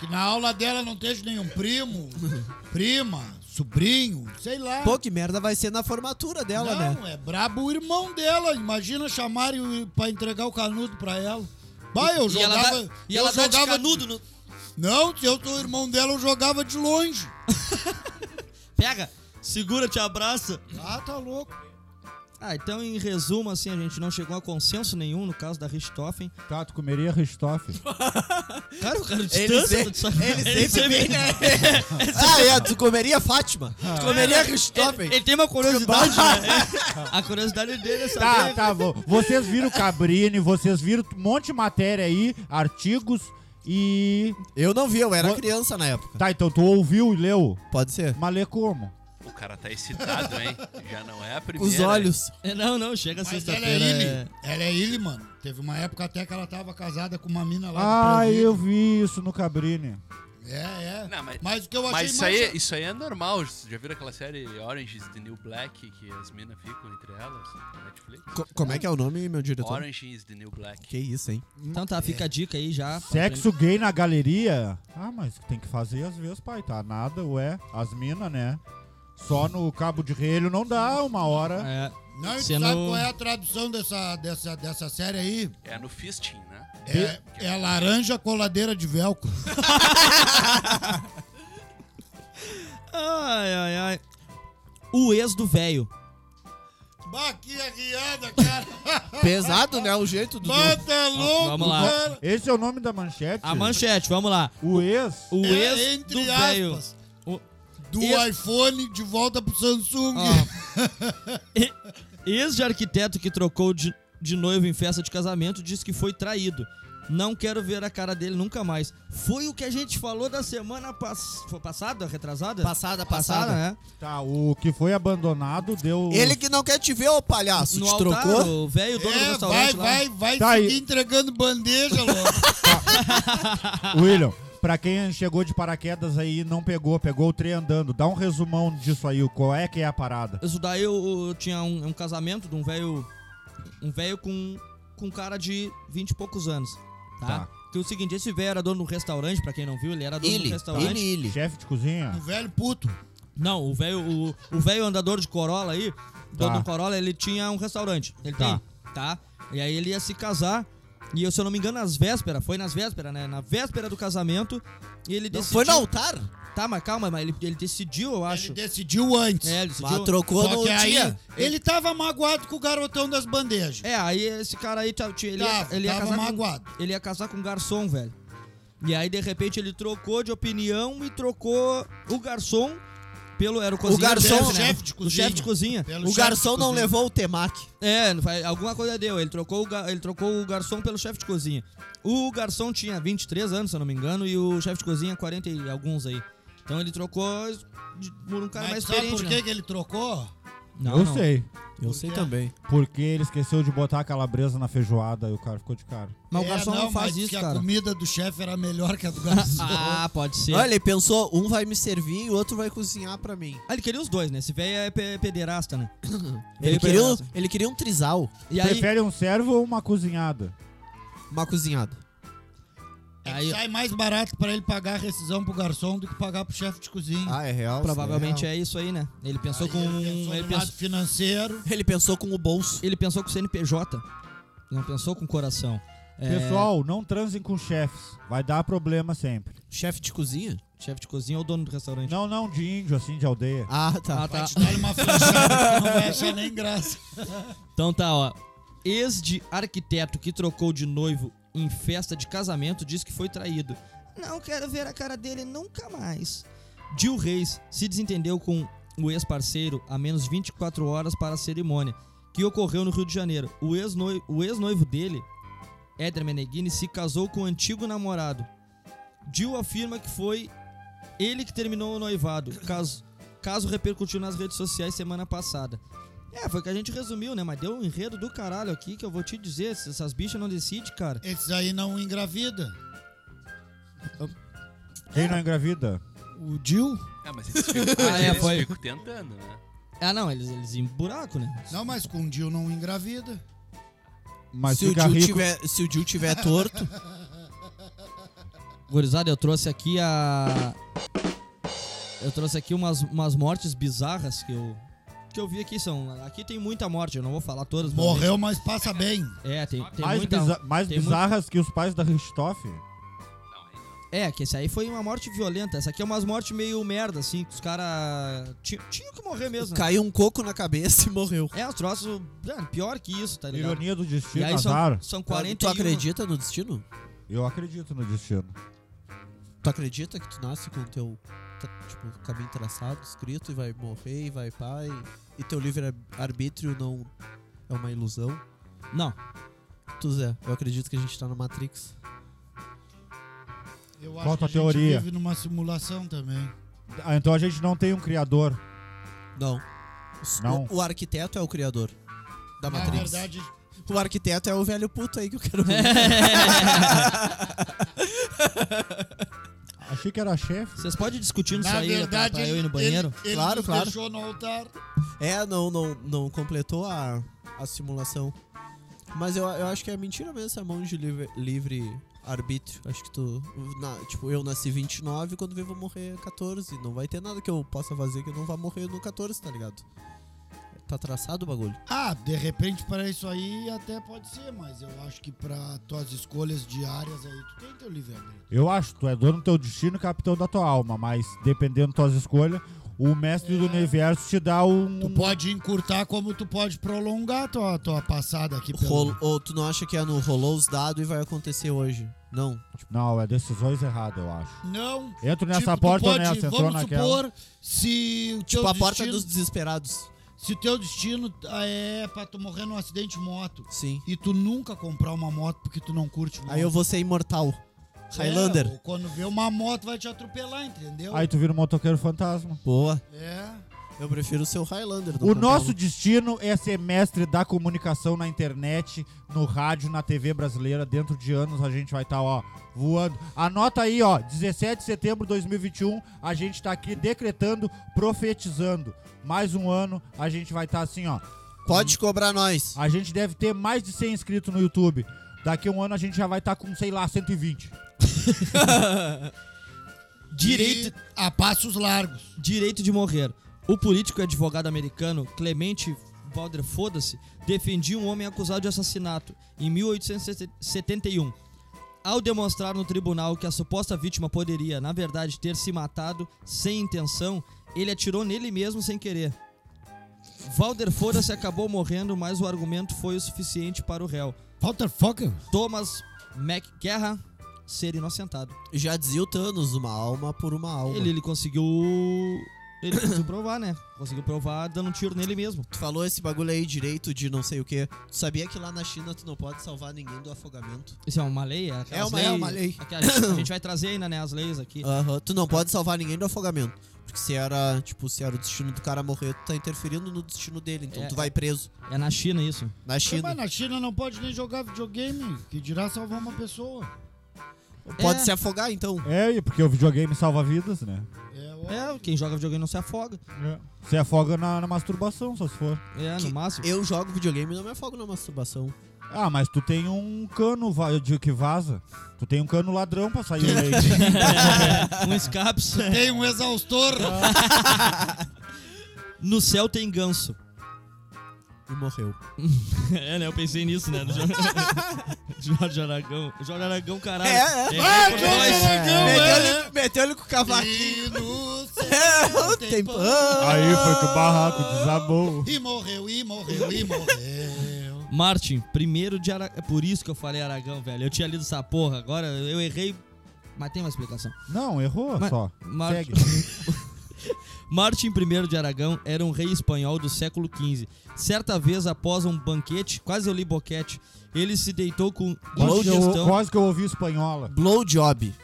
Speaker 5: Que na aula dela não esteja nenhum primo,
Speaker 1: (laughs)
Speaker 5: prima, sobrinho, sei lá.
Speaker 2: Pô, que merda vai ser na formatura dela, né?
Speaker 5: não, é brabo o irmão dela. Imagina chamarem o- pra entregar o canudo pra ela. Bah, eu
Speaker 1: e ela
Speaker 5: jogava.
Speaker 1: dá, e
Speaker 5: eu
Speaker 1: ela dá de
Speaker 5: jogava
Speaker 1: canudo no...
Speaker 5: Não, se eu sou o irmão dela, eu jogava de longe.
Speaker 1: Pega, segura, te abraça.
Speaker 5: Ah, tá louco.
Speaker 1: Ah, então em resumo, assim, a gente não chegou a consenso nenhum no caso da Richthofen.
Speaker 4: Tá, tu
Speaker 1: (laughs)
Speaker 4: comeria Ristoff.
Speaker 1: Cara, o cara distância
Speaker 2: se-
Speaker 1: do sabe?
Speaker 2: ele sempre vem, né? ah, é, tu comeria Fátima. Tu comeria
Speaker 1: Ele,
Speaker 2: Christopher.
Speaker 1: ele tem uma curiosidade, né? A curiosidade dele é
Speaker 4: Tá,
Speaker 1: saber.
Speaker 4: tá, vo- vocês viram Cabrini, vocês viram um monte de matéria aí, artigos e.
Speaker 2: Eu não vi, eu era
Speaker 4: Vo-
Speaker 2: criança na época.
Speaker 4: Tá, então tu ouviu e leu.
Speaker 2: Pode ser.
Speaker 4: Mas lê como?
Speaker 3: O cara tá excitado, hein? Já não é a primeira.
Speaker 2: Os olhos.
Speaker 1: É, Não, não, chega
Speaker 5: Mas ela é
Speaker 1: sexta-feira.
Speaker 5: ilha.
Speaker 1: é-
Speaker 5: Ela é ilha, mano. Teve uma época até que ela tava casada com uma mina lá.
Speaker 4: Ah,
Speaker 5: do presídio.
Speaker 4: eu vi isso no Cabrini.
Speaker 5: É, é.
Speaker 3: Não, mas-
Speaker 5: o que eu achei
Speaker 3: Mas isso
Speaker 5: mais-
Speaker 3: aí, isso aí é normal. Já viram aquela série Orange is the New Black que as minas ficam entre elas? na Netflix?
Speaker 2: Co- como é que é o nome, meu diretor?
Speaker 3: Orange is the New Black.
Speaker 2: Que isso, hein?
Speaker 1: Então tá, fica a dica aí já.
Speaker 4: Sexo gay na galeria? Ah, mas tem que fazer às vezes, pai. Tá nada, ué. As minas, né? Só no cabo de relho não dá uma hora.
Speaker 1: É,
Speaker 5: Não, e tu
Speaker 1: Sendo-
Speaker 5: sabe qual é a tradução dessa, dessa, dessa série aí?
Speaker 3: É no Fisting, né?
Speaker 5: É, é laranja coladeira
Speaker 1: (laughs)
Speaker 5: de velcro.
Speaker 1: Ai, ai, ai. O ex do velho.
Speaker 5: Baquinha riada, (laughs) cara.
Speaker 2: Pesado, né? O jeito do.
Speaker 1: tá
Speaker 5: Bata louco,
Speaker 1: Vamos lá.
Speaker 5: cara.
Speaker 4: Esse é o nome da manchete?
Speaker 1: A manchete, vamos lá.
Speaker 4: O ex?
Speaker 1: O
Speaker 5: É,
Speaker 1: ex
Speaker 5: entre
Speaker 1: do velho.
Speaker 5: aspas.
Speaker 1: O-
Speaker 5: Do
Speaker 1: Ex-
Speaker 5: iPhone de volta pro Samsung.
Speaker 1: Ex de arquiteto que trocou de, de noivo em festa de casamento disse que foi traído. Não quero ver a cara dele nunca mais. Foi o que a gente falou da semana pass- foi passada, retrasada?
Speaker 2: Passada, passada.
Speaker 1: né?
Speaker 4: Tá, o que foi abandonado deu.
Speaker 2: Ele que não quer te ver, ô palhaço.
Speaker 1: No
Speaker 2: te
Speaker 1: altar,
Speaker 2: trocou?
Speaker 1: o velho dono do
Speaker 5: É, vai,
Speaker 1: restaurante lá.
Speaker 5: vai, vai
Speaker 4: Tá aí.
Speaker 5: seguir entregando bandeja,
Speaker 1: (laughs)
Speaker 5: louco.
Speaker 4: William, pra quem chegou de paraquedas aí e não pegou, pegou o trem andando, dá um resumão disso aí, qual é que é a parada?
Speaker 1: Isso daí eu, eu tinha um, um casamento de um velho. Um velho com, com cara de 20 e poucos anos. Tá?
Speaker 4: Tá.
Speaker 1: Que é o seguinte, esse velho era dono do restaurante, pra quem não viu, ele era dono do
Speaker 2: Ele,
Speaker 1: restaurante.
Speaker 2: ele, ele.
Speaker 4: Chefe de cozinha?
Speaker 5: Um velho puto.
Speaker 1: Não, o velho o, o velho andador de Corolla aí, dono
Speaker 4: Tá.
Speaker 1: do Corolla, ele tinha um restaurante. Ele
Speaker 4: Tá.
Speaker 1: tem, tá? E aí ele ia se casar. E eu, se eu não me engano, nas vésperas, foi nas vésperas, né? Na véspera do casamento, ele
Speaker 2: Não
Speaker 1: decidiu.
Speaker 2: foi no altar?
Speaker 1: Tá, mas calma, mas ele, ele decidiu, eu acho.
Speaker 5: Ele decidiu antes.
Speaker 1: É, ele
Speaker 2: Mas
Speaker 1: decidiu.
Speaker 2: trocou
Speaker 5: Só
Speaker 2: no
Speaker 5: que aí,
Speaker 2: dia.
Speaker 5: ele tava magoado com o garotão das bandejas.
Speaker 1: É, aí esse cara aí, tá- tinha- ele, ia,
Speaker 5: Tava,
Speaker 1: ele ia
Speaker 5: tava
Speaker 1: casar
Speaker 5: magoado.
Speaker 1: Com, ele ia casar com um garçom, velho. E aí, de repente, ele trocou de opinião e trocou o garçom pelo... Era o cozinheiro
Speaker 2: garçom,
Speaker 1: dele,
Speaker 2: o
Speaker 1: né?
Speaker 5: chefe de
Speaker 1: O chefe de cozinha.
Speaker 5: cozinha. Pelo
Speaker 2: O
Speaker 5: chefe
Speaker 2: garçom
Speaker 5: de
Speaker 2: não
Speaker 5: cozinha.
Speaker 2: levou o temaki.
Speaker 1: É, não faz- alguma coisa deu. Ele trocou, o ga- ele trocou o garçom pelo chefe de cozinha. O garçom tinha 23 anos, se eu não me engano, e o chefe de cozinha 40 e alguns aí. Então ele trocou de- por um cara
Speaker 5: Mas
Speaker 1: mais
Speaker 5: sabe
Speaker 1: experiente.
Speaker 5: por que,
Speaker 1: né?
Speaker 5: que ele trocou?
Speaker 1: Não,
Speaker 4: eu
Speaker 1: não.
Speaker 4: sei.
Speaker 2: Eu sei
Speaker 5: É.
Speaker 2: também.
Speaker 4: Porque ele esqueceu de botar a calabresa na feijoada e o cara ficou de cara.
Speaker 1: Mas o garçom não, faz
Speaker 5: É, mas
Speaker 1: isso,
Speaker 5: que a
Speaker 1: cara.
Speaker 5: comida é do chefe era melhor que a do garçom.
Speaker 1: Ah, pode ser.
Speaker 2: Olha, ele pensou, um vai me servir e o outro vai cozinhar pra mim.
Speaker 1: Ah, ele queria os dois, né? Esse velho é pe- pederasta,
Speaker 2: (coughs)
Speaker 1: né?
Speaker 2: Ele
Speaker 1: Veio
Speaker 2: queria, né? um,
Speaker 1: pederasta.
Speaker 2: ele queria um trisal,
Speaker 1: E aí,
Speaker 4: Prefere um servo ou uma cozinhada?
Speaker 2: uma cozinhada.
Speaker 5: É
Speaker 1: (laughs)
Speaker 5: que
Speaker 1: aí-
Speaker 5: sai mais barato pra ele pagar a rescisão pro garçom do que pagar pro chefe de cozinha.
Speaker 2: é real?
Speaker 1: provavelmente é isso aí, né? Ele pensou
Speaker 5: Aí
Speaker 1: Ah, com.
Speaker 5: ele pensou
Speaker 1: Ele
Speaker 5: no lado
Speaker 1: pensou,
Speaker 5: financeiro.
Speaker 2: é. Ele pensou com o bolso.
Speaker 1: ele pensou com o CNPJ. Não pensou com o coração. É,
Speaker 4: Pessoal, não transem com chefes. Vai dar problema sempre.
Speaker 2: Chefe de cozinha?
Speaker 1: Chefe de cozinha ou dono do restaurante?
Speaker 4: Não, não de índio, assim, de aldeia.
Speaker 2: Ah, tá.
Speaker 1: Ah, tá.
Speaker 5: Dá-lhe uma flechada que não vai
Speaker 1: (laughs)
Speaker 5: achar nem graça.
Speaker 1: Então tá, ó. Ex de arquiteto que trocou de noivo em festa de casamento diz que foi traído. Não quero ver a cara dele nunca mais. Dil Reis se desentendeu com o ex-parceiro a menos 24 horas para a cerimônia, que ocorreu no Rio de Janeiro. O ex-noivo, o ex-noivo dele, Éder Meneghini, se casou com o antigo namorado. Dil afirma que foi ele que terminou o noivado. Caso, caso repercutiu nas redes sociais semana passada. É, foi o que a gente resumiu, né? Mas deu um enredo do caralho aqui que eu vou te dizer. Essas essas bichas não decidem, cara.
Speaker 5: Esses aí não engravida.
Speaker 4: Quem não engravida?
Speaker 5: O Dil?
Speaker 3: (laughs) Ah, mas eles ficam,
Speaker 1: Ah, é,
Speaker 3: eles
Speaker 1: foi.
Speaker 3: ficam tentando, né?
Speaker 1: Ah, não, eles, eles em buraco, né?
Speaker 5: Não, mas com o Dil não engravida.
Speaker 4: Mas
Speaker 2: se, o
Speaker 4: fica
Speaker 2: Gil
Speaker 4: rico.
Speaker 2: tiver, se o Gil tiver torto,
Speaker 1: Gurizada, eu trouxe aqui a. Eu trouxe aqui umas, umas mortes bizarras que eu. Que eu vi aqui são. Aqui tem muita morte, eu não vou falar todas. mas-
Speaker 5: Morreu, mas passa bem.
Speaker 1: É, tem, tem
Speaker 4: mais
Speaker 1: muita.
Speaker 4: bizar- mais
Speaker 1: tem muita-
Speaker 4: bizarras que os pais da Ristoff.
Speaker 1: É, que esse aí foi uma morte violenta. Essa aqui é umas mortes meio merda, assim, que os caras. Tinham que morrer mesmo. Né?
Speaker 2: caiu um coco na cabeça e morreu.
Speaker 1: É, os troços. é, pior que isso, tá ligado?
Speaker 4: Ironia do
Speaker 1: E
Speaker 4: destino,
Speaker 1: aí
Speaker 4: azar.
Speaker 1: são, um são 41.
Speaker 2: Tu acredita no destino?
Speaker 4: Eu acredito no destino.
Speaker 2: Tu acredita que tu nasce com o teu tra- tipo, caminho traçado, escrito, e vai morrer, e vai pai, e teu livre-arbítrio não é uma ilusão?
Speaker 1: Não,
Speaker 2: Tu, Zé, eu acredito que a gente tá na Matrix.
Speaker 5: Eu
Speaker 4: Volta
Speaker 5: acho que
Speaker 4: à
Speaker 5: a gente
Speaker 4: teoria.
Speaker 5: vive numa simulação também.
Speaker 4: Ah, então a gente não tem um criador.
Speaker 2: Não. Os-
Speaker 4: Não.
Speaker 2: O, o arquiteto é o criador da
Speaker 5: Na
Speaker 2: Matrix.
Speaker 5: verdade,
Speaker 2: O arquiteto é o velho puto aí que eu quero ver.
Speaker 4: Achei que era chefe.
Speaker 1: Vocês podem discutindo isso
Speaker 5: na
Speaker 1: aí pra-
Speaker 5: verdade
Speaker 1: pra eu ir
Speaker 5: ele-
Speaker 1: no banheiro?
Speaker 5: Ele, ele
Speaker 2: Claro,
Speaker 5: nos
Speaker 2: claro.
Speaker 5: deixou no altar.
Speaker 2: É, não, não, não completou a, a simulação. Mas eu, eu acho que é mentira mesmo essa mão de livre, livre arbítrio. Acho que tu. na- tipo, eu nasci 29 quando eu vou morrer 14. Não vai ter nada que eu possa fazer que eu não vá morrer no 14, tá ligado? Tá traçado o bagulho.
Speaker 5: Ah, de repente para isso aí até pode ser, mas eu acho que para tuas escolhas diárias aí tu tem teu livre-arbítrio.
Speaker 4: Eu acho, tu é dono do teu destino e capitão da tua alma, mas dependendo das tuas escolhas, o mestre do universo te dá um.
Speaker 2: Hum.
Speaker 5: Tu pode encurtar como tu pode prolongar tua tua passada aqui pelo
Speaker 2: Rolo- ou tu não acha que é no rolou os dados e vai acontecer hoje? Não.
Speaker 4: Não, é decisões erradas, eu acho.
Speaker 5: Não.
Speaker 4: Entro
Speaker 5: Tipo,
Speaker 4: nessa
Speaker 5: tu
Speaker 4: porta ou
Speaker 5: pode,
Speaker 4: nessa? Entrou
Speaker 5: vamos
Speaker 4: naquela.
Speaker 5: supor, se o teu
Speaker 2: Tipo, a porta
Speaker 5: destino,
Speaker 2: dos desesperados.
Speaker 5: se o teu destino ah, é pra tu morrer num acidente de moto
Speaker 2: Sim.
Speaker 5: e tu nunca comprar uma moto porque tu não curte moto.
Speaker 2: Aí eu vou ser imortal.
Speaker 5: É,
Speaker 2: Highlander.
Speaker 5: ou quando vê uma moto vai te atropelar, entendeu?
Speaker 4: Aí tu vira um motoqueiro fantasma.
Speaker 2: Boa.
Speaker 5: É.
Speaker 2: Eu prefiro ser o Highlander. não
Speaker 4: O
Speaker 2: comprar
Speaker 4: nosso
Speaker 2: um-
Speaker 4: destino é ser mestre da comunicação na internet, no rádio, na TV brasileira. Dentro de anos a gente vai estar, ó, voando. Anota aí, ó, 17 de setembro de 2021, a gente tá aqui decretando, profetizando. Mais um ano, a gente vai estar assim, ó.
Speaker 2: Pode cobrar nós.
Speaker 4: A gente deve ter mais de 100 inscritos no YouTube. Daqui a um ano a gente já vai estar com, sei lá, 120.
Speaker 1: Direito,
Speaker 5: E a passos largos.
Speaker 1: direito de morrer. O político e advogado americano Clemente Valder Foda-se defendia um homem acusado de assassinato em 1871. Ao demonstrar no tribunal que a suposta vítima poderia, na verdade, ter se matado sem intenção, ele atirou nele mesmo sem querer. Valder Foda-se acabou morrendo, mas o argumento foi o suficiente para o réu.
Speaker 5: Motherfucker.
Speaker 1: Thomas McGuerra ser inocentado.
Speaker 2: Já dizia o Thanos, uma alma por uma alma.
Speaker 1: Ele, ele conseguiu. Ele conseguiu provar, né? Conseguiu provar dando um tiro nele mesmo.
Speaker 2: Tu falou esse bagulho aí direito de não sei o que. Tu sabia que lá na China tu não pode salvar ninguém do afogamento?
Speaker 1: Isso é uma lei? aquelas
Speaker 2: É uma-
Speaker 1: leis-
Speaker 2: é uma lei.
Speaker 1: Aqui a, gente, a gente vai trazer ainda, né? As leis aqui.
Speaker 2: Aham, tu não pode salvar ninguém do afogamento. Porque se era, tipo, se era o destino do cara morrer, tu tá interferindo no destino dele. Então
Speaker 1: É,
Speaker 2: tu vai preso
Speaker 1: É na China isso.
Speaker 2: na China.
Speaker 5: Mas na China não pode nem jogar videogame, que dirá salvar uma pessoa.
Speaker 2: Pode
Speaker 1: É.
Speaker 2: se afogar, então.
Speaker 4: É, e porque o videogame salva vidas, né?
Speaker 5: É, ó,
Speaker 1: É, quem joga videogame não se afoga.
Speaker 4: Você afoga na, na masturbação, só se for.
Speaker 1: É,
Speaker 2: Que-
Speaker 1: no máximo.
Speaker 2: Eu jogo videogame e não me afogo na masturbação.
Speaker 4: Ah, mas tu tem um cano va- de- que vaza. Tu tem um cano ladrão pra sair o leite.
Speaker 1: Um escape.
Speaker 5: (laughs)
Speaker 1: (laughs)
Speaker 5: Tem um exaustor.
Speaker 1: No céu tem ganso.
Speaker 2: E morreu.
Speaker 1: (laughs) É, né? Eu pensei nisso, né? Do Jorge, (laughs) Jorge Aragão. Jorge Aragão, caralho.
Speaker 2: É, é.
Speaker 5: Ah,
Speaker 1: por
Speaker 5: Jorge
Speaker 1: nós.
Speaker 5: Aragão,
Speaker 1: É.
Speaker 5: é.
Speaker 2: Meteu-lhe meteu com o
Speaker 4: né?
Speaker 2: cavaquinho.
Speaker 5: e no
Speaker 2: (laughs)
Speaker 5: céu
Speaker 2: É,
Speaker 5: tem
Speaker 2: tem
Speaker 5: pão.
Speaker 2: pão.
Speaker 4: Aí foi que o barraco desabou.
Speaker 5: E morreu, e morreu, e morreu.
Speaker 2: né?
Speaker 1: Martin, primeiro de Aragão. É por isso que eu falei Aragão, velho. Eu tinha lido essa porra. Agora eu errei, mas tem uma explicação.
Speaker 4: Não, errou
Speaker 1: Mas-
Speaker 4: só.
Speaker 1: Mar-
Speaker 4: Segue.
Speaker 1: (laughs) Martin I de Aragão era um rei espanhol do século XV. Certa vez, após um banquete, quase eu li boquete, ele se deitou com
Speaker 4: Quase que, eu,
Speaker 1: indigestão.
Speaker 4: quase que eu ouvi espanhola.
Speaker 2: Blowjob.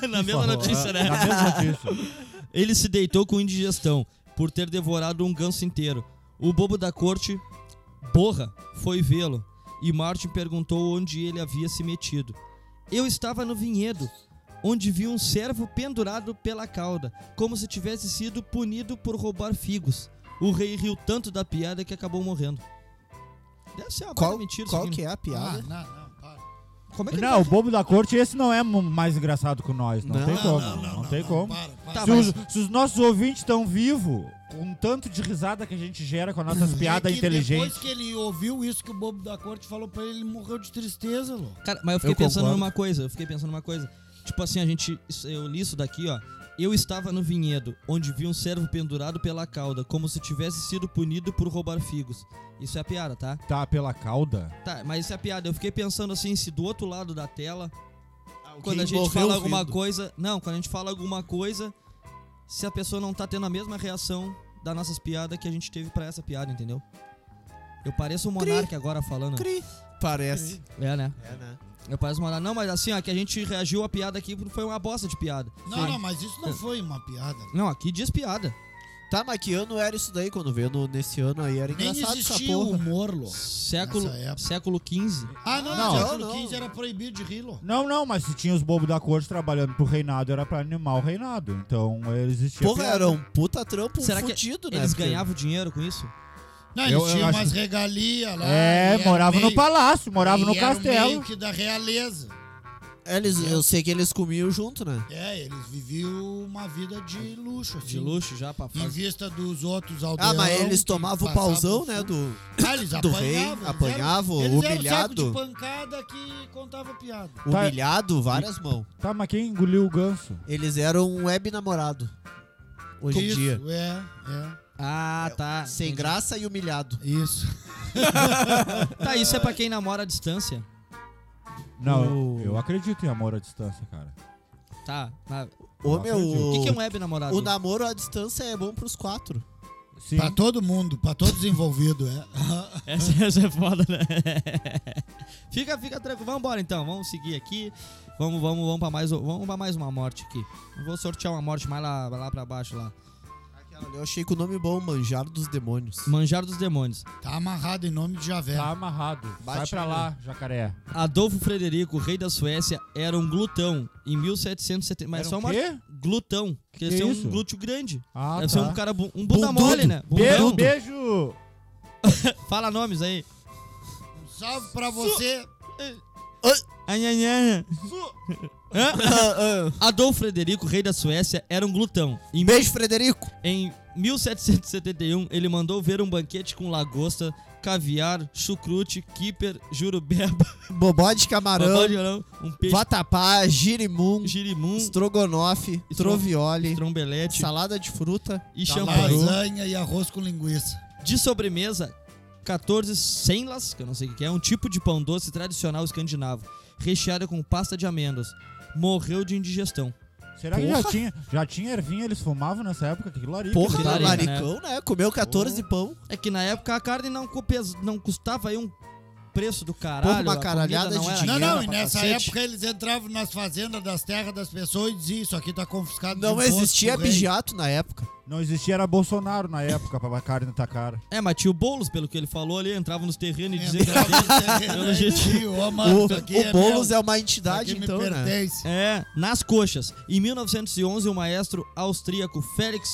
Speaker 1: (laughs) Na mesma notícia, né?
Speaker 4: Na mesma notícia.
Speaker 1: Ele se deitou com indigestão por ter devorado um ganso inteiro. O bobo da corte, Borra, foi vê-lo e Martin perguntou onde ele havia se metido. Eu estava no vinhedo, onde vi um servo pendurado pela cauda, como se tivesse sido punido por roubar figos. O rei riu tanto da piada que acabou morrendo. Deve ser uma
Speaker 2: Qual,
Speaker 1: baita mentira. isso
Speaker 2: qual
Speaker 1: aqui,
Speaker 2: que
Speaker 1: né?
Speaker 2: é a
Speaker 5: Ah,
Speaker 2: piada?
Speaker 5: não, não, para.
Speaker 1: Como é que ele
Speaker 4: Não, o bobo da corte, esse não é mu- mais engraçado que nós. Não,
Speaker 2: Não,
Speaker 4: tem
Speaker 5: Não,
Speaker 4: como. Não,
Speaker 5: não, não, não,
Speaker 4: tem
Speaker 5: não,
Speaker 4: como.
Speaker 5: para, para.
Speaker 1: Tá,
Speaker 4: Se
Speaker 1: mas-
Speaker 4: os, se os nossos ouvintes estão vivos, com um tanto de risada que a gente gera com as nossas piadas
Speaker 5: (laughs) É que
Speaker 4: inteligentes.
Speaker 5: Depois que ele ouviu isso que o bobo da corte falou pra ele, ele morreu de tristeza, louco.
Speaker 1: Cara, mas eu fiquei
Speaker 4: Eu
Speaker 1: pensando
Speaker 4: concordo.
Speaker 1: numa coisa, eu fiquei pensando numa coisa. Tipo assim, a gente. isso- Eu li isso daqui, ó. Eu estava no vinhedo, onde vi um servo pendurado pela cauda, como se tivesse sido punido por roubar figos. Isso é a piada, tá?
Speaker 4: Tá pela cauda.
Speaker 1: Tá, mas isso é a piada. Eu fiquei pensando assim, se do outro lado da tela, quando a gente
Speaker 2: Ah, morreu
Speaker 1: fala alguma
Speaker 2: ouvindo.
Speaker 1: coisa. Não, quando a gente fala alguma coisa, se a pessoa não tá tendo a mesma reação das nossas piadas que a gente teve pra essa piada, entendeu? Eu pareço um
Speaker 2: Cri.
Speaker 1: monarca agora falando.
Speaker 2: Cri.
Speaker 5: Ah,
Speaker 2: Parece.
Speaker 1: É, né?
Speaker 2: É, né?
Speaker 1: Eu pareço mandar. Não, mas assim, ó, que a gente reagiu a piada aqui foi uma bosta de piada.
Speaker 5: Não, não, mas isso não foi uma piada.
Speaker 1: Não, aqui diz piada.
Speaker 2: Tá, mas que ano era isso daí? Quando veio no- nesse ano aí, era
Speaker 5: Nem
Speaker 2: engraçado essa
Speaker 5: existia o
Speaker 2: porra.
Speaker 5: humor, louco.
Speaker 1: Século,
Speaker 5: Nessa época.
Speaker 1: século XV.
Speaker 5: Ah, não,
Speaker 4: Não.
Speaker 5: não, no século
Speaker 2: Não, não.
Speaker 5: XV era proibido de rir, louco.
Speaker 4: Não, não, mas se tinha os bobos da corte trabalhando pro reinado, era pra animar o reinado. Então eles existiam.
Speaker 2: Porra, era um puta trampo
Speaker 1: Será que
Speaker 2: fudido, né?
Speaker 1: Eles
Speaker 2: porque-
Speaker 1: ganhavam dinheiro com isso?
Speaker 5: Não,
Speaker 4: Eu-
Speaker 5: eles
Speaker 4: eu
Speaker 5: tinham
Speaker 4: acho-
Speaker 5: umas regalias lá. Ah, e
Speaker 4: É,
Speaker 5: era
Speaker 4: morava no
Speaker 5: meio-
Speaker 4: palácio, morava
Speaker 5: e
Speaker 4: no
Speaker 5: era o
Speaker 4: castelo.
Speaker 5: meio que da realeza.
Speaker 2: É, Eles, eu sei que eles comiam junto, né?
Speaker 5: É, eles viviam uma vida de luxo, assim.
Speaker 1: De luxo já pra
Speaker 5: Em
Speaker 1: fazer.
Speaker 5: vista dos outros aldeões.
Speaker 2: Ah, mas eles tomavam o pauzão, né? Do,
Speaker 5: Ah, eles
Speaker 2: do rei,
Speaker 5: apanhavam.
Speaker 2: apanhavam,
Speaker 5: eles eram- eles
Speaker 2: humilhado.
Speaker 5: Eram um saco de pancada que contava piada.
Speaker 4: Tá.
Speaker 2: humilhado, várias mãos.
Speaker 4: Tá, mas quem engoliu o ganso?
Speaker 2: Eles eram um web namorado. Hoje em
Speaker 5: isso,
Speaker 2: dia.
Speaker 5: é,
Speaker 1: Ah, tá.
Speaker 2: Sem
Speaker 1: Entendi.
Speaker 2: graça e humilhado.
Speaker 5: é. Isso.
Speaker 1: Tá, isso é pra quem namora à distância.
Speaker 4: Não,
Speaker 2: O-
Speaker 4: eu acredito em amor à distância, cara.
Speaker 1: Tá. mas
Speaker 2: Ô,
Speaker 4: Não
Speaker 2: meu,
Speaker 4: acredito.
Speaker 1: O que, que é um
Speaker 2: o,
Speaker 1: web namorado?
Speaker 2: o namoro à distância é bom pros quatro.
Speaker 4: Sim.
Speaker 5: Pra todo mundo, pra todos envolvidos, é.
Speaker 1: (laughs) Essa, essa é foda, né? (laughs) fica, fica tranquilo. Vambora então, vamos seguir aqui. Vamos, vamos, vamos pra mais, o- vamos pra mais uma morte aqui. Eu vou sortear uma morte mais lá, lá pra baixo lá.
Speaker 2: Aquela ali, eu achei que o nome bom, Manjar dos Demônios.
Speaker 1: Manjar dos demônios.
Speaker 5: Tá amarrado em nome de Javé.
Speaker 4: Tá amarrado. Vai
Speaker 2: Bate
Speaker 4: pra
Speaker 2: aí.
Speaker 4: lá, jacaré.
Speaker 1: Adolfo Frederico, rei da Suécia, era um glutão em 1770. Mas
Speaker 4: Era
Speaker 1: só
Speaker 4: um
Speaker 1: uma.
Speaker 4: quê?
Speaker 1: Glutão. Que deve ser
Speaker 4: que é
Speaker 1: um
Speaker 4: isso?
Speaker 1: glúteo grande.
Speaker 4: Ah,
Speaker 1: deve ser um cara. bu- Um bunda
Speaker 2: Bundudo.
Speaker 1: mole, né?
Speaker 4: Beijo,
Speaker 1: Bundudo.
Speaker 4: beijo!
Speaker 1: Fala nomes aí.
Speaker 5: Um salve pra você.
Speaker 1: Anhanhanha.
Speaker 2: (laughs) Ah,
Speaker 1: Hã? Adolfo Frederico, rei da Suécia, era um glutão. Em,
Speaker 2: Beijo, Frederico!
Speaker 1: em 1771, ele mandou ver um banquete com lagosta, caviar, chucrute, kiper, jurubeba,
Speaker 2: Bobó de
Speaker 1: babão (laughs)
Speaker 2: camarão,
Speaker 1: de orão, um peixe,
Speaker 2: vatapá, girimum,
Speaker 1: girimum,
Speaker 2: estrogonofe, trovioli,
Speaker 1: trombelete
Speaker 2: salada de fruta.
Speaker 1: e
Speaker 5: Tá
Speaker 1: champanhe.
Speaker 5: lasanha e arroz com linguiça.
Speaker 1: De sobremesa, 14 senlas, que eu não sei o que que é, um tipo de pão doce tradicional escandinavo, recheada com pasta de amêndoas. Morreu de indigestão.
Speaker 4: Será que já tinha, já tinha ervinha, eles fumavam nessa época? Que larica.
Speaker 2: Porra,
Speaker 1: Que larica,
Speaker 2: laricão, né? Comeu 14 pão.
Speaker 1: É que na época a carne não, co- pes- não custava aí um preço do caralho.
Speaker 2: uma
Speaker 1: a comida
Speaker 2: caralhada de
Speaker 1: não era
Speaker 2: dinheiro.
Speaker 1: grana
Speaker 5: Não, não, e
Speaker 1: pra
Speaker 5: nessa
Speaker 1: cacete.
Speaker 5: época eles entravam nas fazendas das terras das pessoas e diziam: Isso aqui tá confiscado. de
Speaker 2: Não
Speaker 5: imposto né?
Speaker 2: existia
Speaker 5: pro rei."
Speaker 2: bijato na época.
Speaker 4: Não existia, era Bolsonaro na época, pra carne na tua cara.
Speaker 1: É, mas tio Boulos, pelo que ele falou ali, entrava nos terrenos
Speaker 2: É,
Speaker 1: e dizia que era
Speaker 5: Entrava
Speaker 1: dele.
Speaker 5: no terreno,
Speaker 1: Pelo
Speaker 5: aí
Speaker 1: jeito.
Speaker 5: dizia, "Ô, mano,
Speaker 2: O,
Speaker 5: isso Ah, então aqui
Speaker 2: o Boulos
Speaker 5: meu,
Speaker 2: é uma
Speaker 5: isso aqui
Speaker 2: entidade,
Speaker 5: me
Speaker 2: então, né?
Speaker 5: pertence.
Speaker 1: É, nas coxas. Em 1911, o maestro austríaco Félix.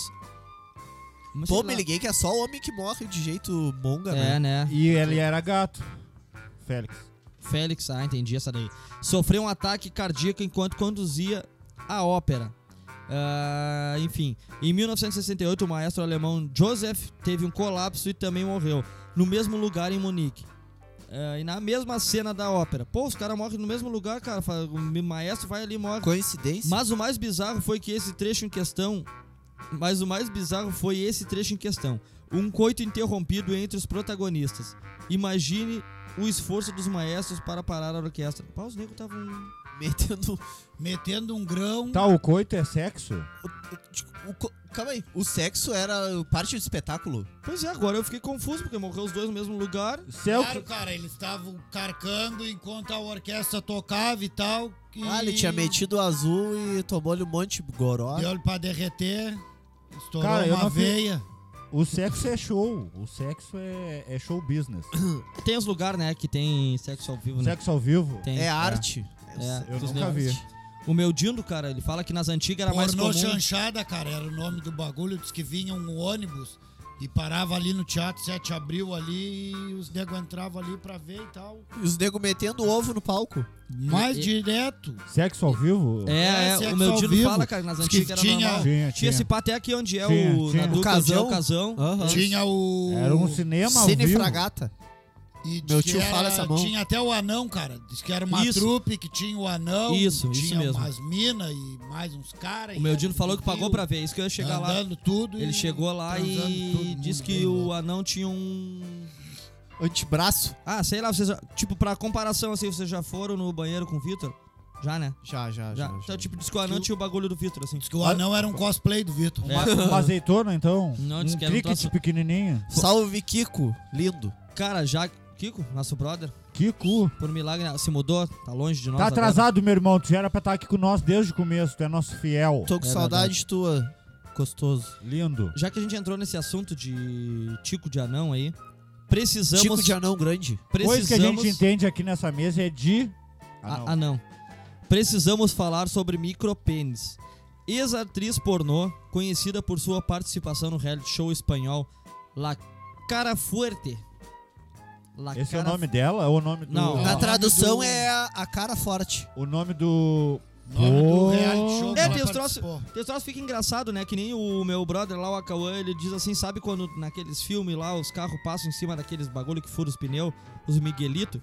Speaker 1: Como é que
Speaker 2: Pô,
Speaker 1: sei
Speaker 2: me
Speaker 1: lá?
Speaker 2: liguei que é só homem que morre de jeito monga,
Speaker 1: É,
Speaker 2: né?
Speaker 1: né?
Speaker 4: E ele era gato. Félix.
Speaker 1: Félix, ah, entendi essa daí. Sofreu um ataque cardíaco enquanto conduzia a ópera. Ah, enfim, em 1968 o maestro alemão Joseph teve um colapso e também morreu no mesmo lugar em Munique. Ah, e na mesma cena da ópera. Pô, os caras morrem no mesmo lugar, cara. Fa- O maestro vai ali e morre.
Speaker 2: Coincidência?
Speaker 1: Mas o mais bizarro foi que esse trecho em questão. Mas o mais bizarro foi esse trecho em questão. Um coito interrompido entre os protagonistas. Imagine o esforço dos maestros para parar a orquestra. Pá, os negros estavam.
Speaker 2: Metendo. (laughs)
Speaker 5: Metendo um grão.
Speaker 4: Tá, o coito é sexo?
Speaker 2: o co- calma aí. O sexo era parte do espetáculo?
Speaker 1: Pois é, agora eu fiquei confuso porque morreu os dois no mesmo lugar.
Speaker 4: Se é o
Speaker 5: Claro, cara, eles estavam carcando enquanto a orquestra tocava e tal. E
Speaker 2: Ah, ele tinha metido o azul e tomou-lhe um monte de goró.
Speaker 5: Deu ele pra derreter, estourou
Speaker 4: Cara, eu
Speaker 5: uma
Speaker 4: não vi-
Speaker 5: veia.
Speaker 4: O sexo é show. O sexo é, é
Speaker 1: (coughs)
Speaker 4: show business.
Speaker 1: Tem os lugares, né, que tem sexo ao vivo, né?
Speaker 4: sexo ao vivo?
Speaker 1: Tem.
Speaker 2: É arte.
Speaker 1: É.
Speaker 4: Eu
Speaker 1: Dos
Speaker 4: nunca vi.
Speaker 1: negros. O meu Dindo, cara, ele fala que nas antigas era tá mais
Speaker 5: Pornô
Speaker 1: comum.
Speaker 5: chanchada, cara, era o nome do bagulho. Diz que vinha um ônibus e parava ali no Teatro 7 de Abril ali e os nego entravam ali pra ver e tal.
Speaker 2: E os nego metendo ovo no palco.
Speaker 5: Mais
Speaker 1: E- e-
Speaker 5: direto.
Speaker 4: Sexo ao vivo?
Speaker 1: É,
Speaker 5: É,
Speaker 1: é,
Speaker 5: sexo
Speaker 1: o meu
Speaker 5: ao
Speaker 1: Dindo
Speaker 5: vivo.
Speaker 1: fala, cara, nas
Speaker 5: Diz que
Speaker 1: antigas era
Speaker 5: tinha-
Speaker 1: normal.
Speaker 4: Tinha,
Speaker 1: Tinha esse
Speaker 4: tinha.
Speaker 1: pato é aqui onde é
Speaker 4: Tinha,
Speaker 1: o.
Speaker 4: tinha.
Speaker 1: Na Duca,
Speaker 2: O
Speaker 1: onde é o
Speaker 2: casão.
Speaker 1: casão.
Speaker 5: Tinha o.
Speaker 4: Era um cinema ao
Speaker 2: Cine
Speaker 4: vivo.
Speaker 2: fragata.
Speaker 5: E diz
Speaker 2: Meu
Speaker 5: que
Speaker 2: tio
Speaker 5: era-
Speaker 2: fala essa mão.
Speaker 5: Tinha até o anão, cara. Diz que era uma
Speaker 1: Isso.
Speaker 5: trupe que tinha o anão.
Speaker 1: Isso, isso
Speaker 5: tinha
Speaker 1: mesmo.
Speaker 5: umas minas e mais uns caras.
Speaker 1: O meu Dino falou que pagou pra ver, isso que eu ia chegar lá.
Speaker 5: andando tudo.
Speaker 1: Ele
Speaker 5: e
Speaker 1: chegou lá
Speaker 5: transando todo
Speaker 1: e
Speaker 5: mundo
Speaker 1: disse
Speaker 5: bem
Speaker 1: que
Speaker 5: louco.
Speaker 1: o anão tinha um.
Speaker 2: Antebraço.
Speaker 1: Ah, sei lá, vocês. Tipo, pra comparação assim, vocês já foram no banheiro com o Vitor? Já, né?
Speaker 2: Já,
Speaker 1: Já.
Speaker 2: já, já. já.
Speaker 1: Então, tipo, disse que o anão tinha o bagulho do Vitor, assim.
Speaker 5: Diz que o anão era um cosplay do Vitor.
Speaker 1: É.
Speaker 4: Uma azeitona, então?
Speaker 1: Não,
Speaker 4: um
Speaker 1: disse que era um
Speaker 4: cricket
Speaker 1: troço-
Speaker 4: pequenininho.
Speaker 2: Salve, Kiko. Lindo.
Speaker 1: Cara, já. Kiko, nosso brother,
Speaker 4: Que cu.
Speaker 1: por milagre, né, se mudou, tá longe de nós.
Speaker 4: Tá
Speaker 1: agora.
Speaker 4: atrasado, meu irmão. Tu já era pra estar aqui com nós desde o começo. Tu é nosso fiel.
Speaker 2: Tô com
Speaker 1: É
Speaker 2: saudade tua. Gostoso.
Speaker 4: Lindo.
Speaker 1: Já que a gente entrou nesse assunto de tico de anão aí, precisamos.
Speaker 2: Tico de anão grande.
Speaker 1: precisamos...
Speaker 4: Coisa que a gente entende aqui nessa mesa é de...
Speaker 1: Ah,
Speaker 4: Ah, não.
Speaker 1: ah, não. Precisamos falar sobre micropênis. Ex-atriz pornô, conhecida por sua participação no reality show espanhol La Cara Fuerte. La
Speaker 4: Esse é o
Speaker 1: Cara
Speaker 4: nome dela ou o nome do...
Speaker 1: Não.
Speaker 2: Na
Speaker 5: tá,
Speaker 1: Ah,
Speaker 2: tradução
Speaker 5: do-
Speaker 2: é a, a cara forte.
Speaker 4: O nome do...
Speaker 5: Nome
Speaker 4: Pô.
Speaker 5: do reality show. que
Speaker 1: É,
Speaker 5: ela
Speaker 1: tem os troços-
Speaker 5: participou.
Speaker 1: Esse troço fica engraçado, né? Que nem o meu brother lá, o Akawan, ele diz assim, sabe quando naqueles filmes lá os carros passam em cima daqueles bagulho que fura os pneus, os Miguelito?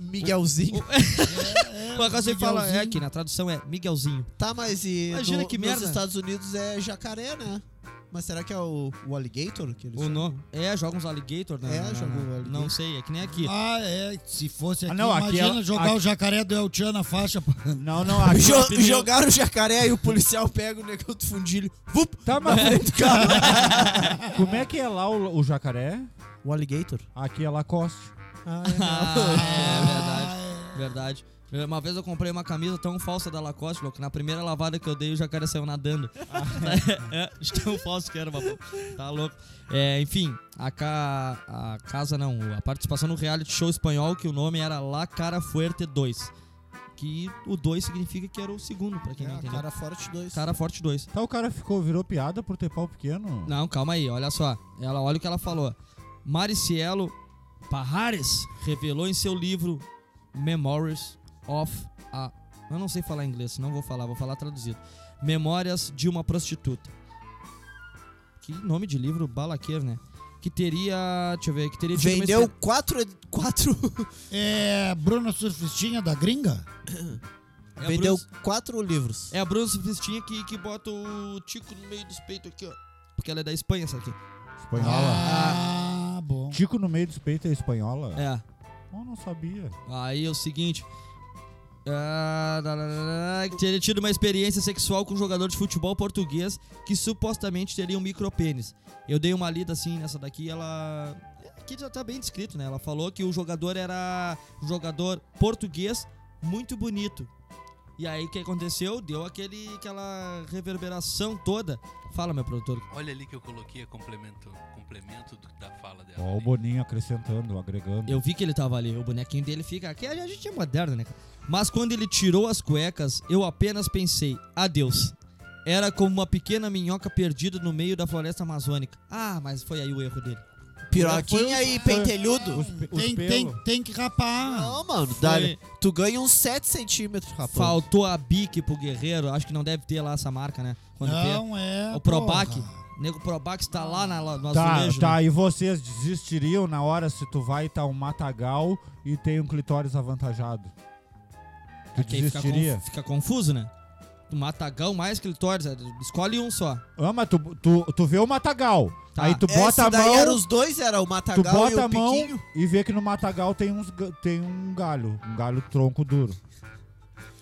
Speaker 2: Miguelzinho.
Speaker 1: (laughs) É, Por acaso ele fala, é
Speaker 5: Miguelzinho.
Speaker 1: que na tradução é Miguelzinho.
Speaker 2: Tá, mas e
Speaker 1: Imagina
Speaker 2: no-
Speaker 1: que
Speaker 2: nos
Speaker 1: merda.
Speaker 2: Estados Unidos é jacaré, né? Mas será que é o, o alligator que eles
Speaker 1: O nome. É, joga uns alligator, né?
Speaker 2: É,
Speaker 1: Não, não,
Speaker 2: joga
Speaker 1: não.
Speaker 2: um alligator.
Speaker 1: Não sei, é que nem aqui. (laughs)
Speaker 5: Ah, é. Se fosse aqui,
Speaker 4: Ah, não, aqui
Speaker 5: imagina
Speaker 4: ela-
Speaker 5: jogar
Speaker 4: aqui-
Speaker 5: o jacaré do El-Chan
Speaker 1: (laughs)
Speaker 5: na faixa.
Speaker 1: É
Speaker 4: Não, não. aqui-
Speaker 2: Jo- jogaram o jacaré e o policial pega o negão do fundilho. Vup,
Speaker 4: Tá, mas
Speaker 5: É,
Speaker 4: (laughs)
Speaker 5: então.
Speaker 4: como é que é lá o, o jacaré?
Speaker 2: O alligator?
Speaker 4: Aqui é Lacoste.
Speaker 2: Ah,
Speaker 5: é
Speaker 1: Ah, é verdade. Verdade. Uma vez eu comprei uma camisa tão falsa da Lacoste, louco. Na primeira lavada que eu dei, o jacaré saiu nadando.
Speaker 2: Ah.
Speaker 1: (laughs) é, de tão falso que era, mano. Tá louco. É, enfim, a, ca... a casa não. A participação no reality show espanhol, que o nome era La Cara Fuerte 2. Que o 2 significa que era o segundo, pra quem não
Speaker 2: é.
Speaker 1: entendeu. Cara,
Speaker 2: Cara forte dois.
Speaker 1: Forte 2.
Speaker 4: Tá, o cara ficou, virou piada por ter pau pequeno?
Speaker 1: Não, calma aí, olha só. Ela olha o que ela falou. Maricielo Parrares revelou em seu livro Memories of a. Eu não sei falar inglês, não vou falar, vou falar traduzido. Memórias de uma prostituta. Que nome de livro balaqueiro, né? Que teria. Deixa eu ver, que teria tido uma
Speaker 2: Vendeu
Speaker 1: espe-
Speaker 2: quatro, quatro,
Speaker 5: É, Bruna Surfistinha da gringa?
Speaker 1: É a
Speaker 2: vendeu
Speaker 1: Bruna-
Speaker 2: quatro livros.
Speaker 1: É a Bruna Sufistinha que, que bota o tico no meio dos peitos aqui, ó. Porque ela é da Espanha, essa aqui.
Speaker 4: Espanhola.
Speaker 5: Ah, bom.
Speaker 4: Tico no meio dos peitos é espanhola?
Speaker 1: É.
Speaker 4: Eu não sabia.
Speaker 1: Aí é o seguinte. Ah, lá, lá, lá, lá, que teria tido uma experiência sexual com um jogador de futebol português que supostamente teria um micropênis. Eu dei uma lida assim nessa daqui, ela. Aqui já tá bem descrito, né? Ela falou que o jogador era um jogador português muito bonito. E aí o que aconteceu? Deu aquele, aquela reverberação toda. Fala, meu produtor.
Speaker 3: Olha ali que eu coloquei a complemento, complemento do- da fala dela.
Speaker 4: Ó, o
Speaker 3: ali.
Speaker 4: Boninho acrescentando, agregando.
Speaker 1: Eu vi que ele tava ali, o bonequinho dele fica aqui. A gente é moderno, né? cara? Mas quando ele tirou as cuecas, eu apenas pensei, adeus. Era como uma pequena minhoca perdida no meio da floresta amazônica. Ah, mas foi aí o erro dele.
Speaker 2: Piroquinha
Speaker 1: É
Speaker 4: Foi os-
Speaker 2: e pentelhudo?
Speaker 4: Os, pe- os
Speaker 5: Tem,
Speaker 4: pelo.
Speaker 5: tem, tem que rapar.
Speaker 2: Não, mano, dá-lhe. tu ganha uns 7 centímetros, rapaz.
Speaker 1: Faltou a bique pro guerreiro. Acho que não deve ter lá essa marca, né? Quando tem.
Speaker 5: Não é.
Speaker 1: O Probac.
Speaker 5: porra.
Speaker 1: O nego Probac está lá na, lo- no
Speaker 4: Tá,
Speaker 1: azulejo.
Speaker 4: tá,
Speaker 1: né?
Speaker 4: e vocês desistiriam na hora se tu vai tá um matagal e tem um clitóris avantajado? Tu
Speaker 1: Porque aí fica,
Speaker 4: desistiria?
Speaker 1: conf- fica confuso, né? Tu matagão mais clitóris. é, Escolhe um só.
Speaker 4: Ah, mas tu, tu, tu vê o matagal,
Speaker 1: Tá.
Speaker 4: aí tu
Speaker 2: É, Esse
Speaker 4: bota a
Speaker 2: daí
Speaker 4: mão,
Speaker 2: era os dois, era o
Speaker 4: tu
Speaker 2: Matagal e
Speaker 4: bota
Speaker 2: o
Speaker 4: a mão
Speaker 2: Piquinho.
Speaker 4: e vê que no matagal tem, uns, ga- tem um galho, um galho tronco duro.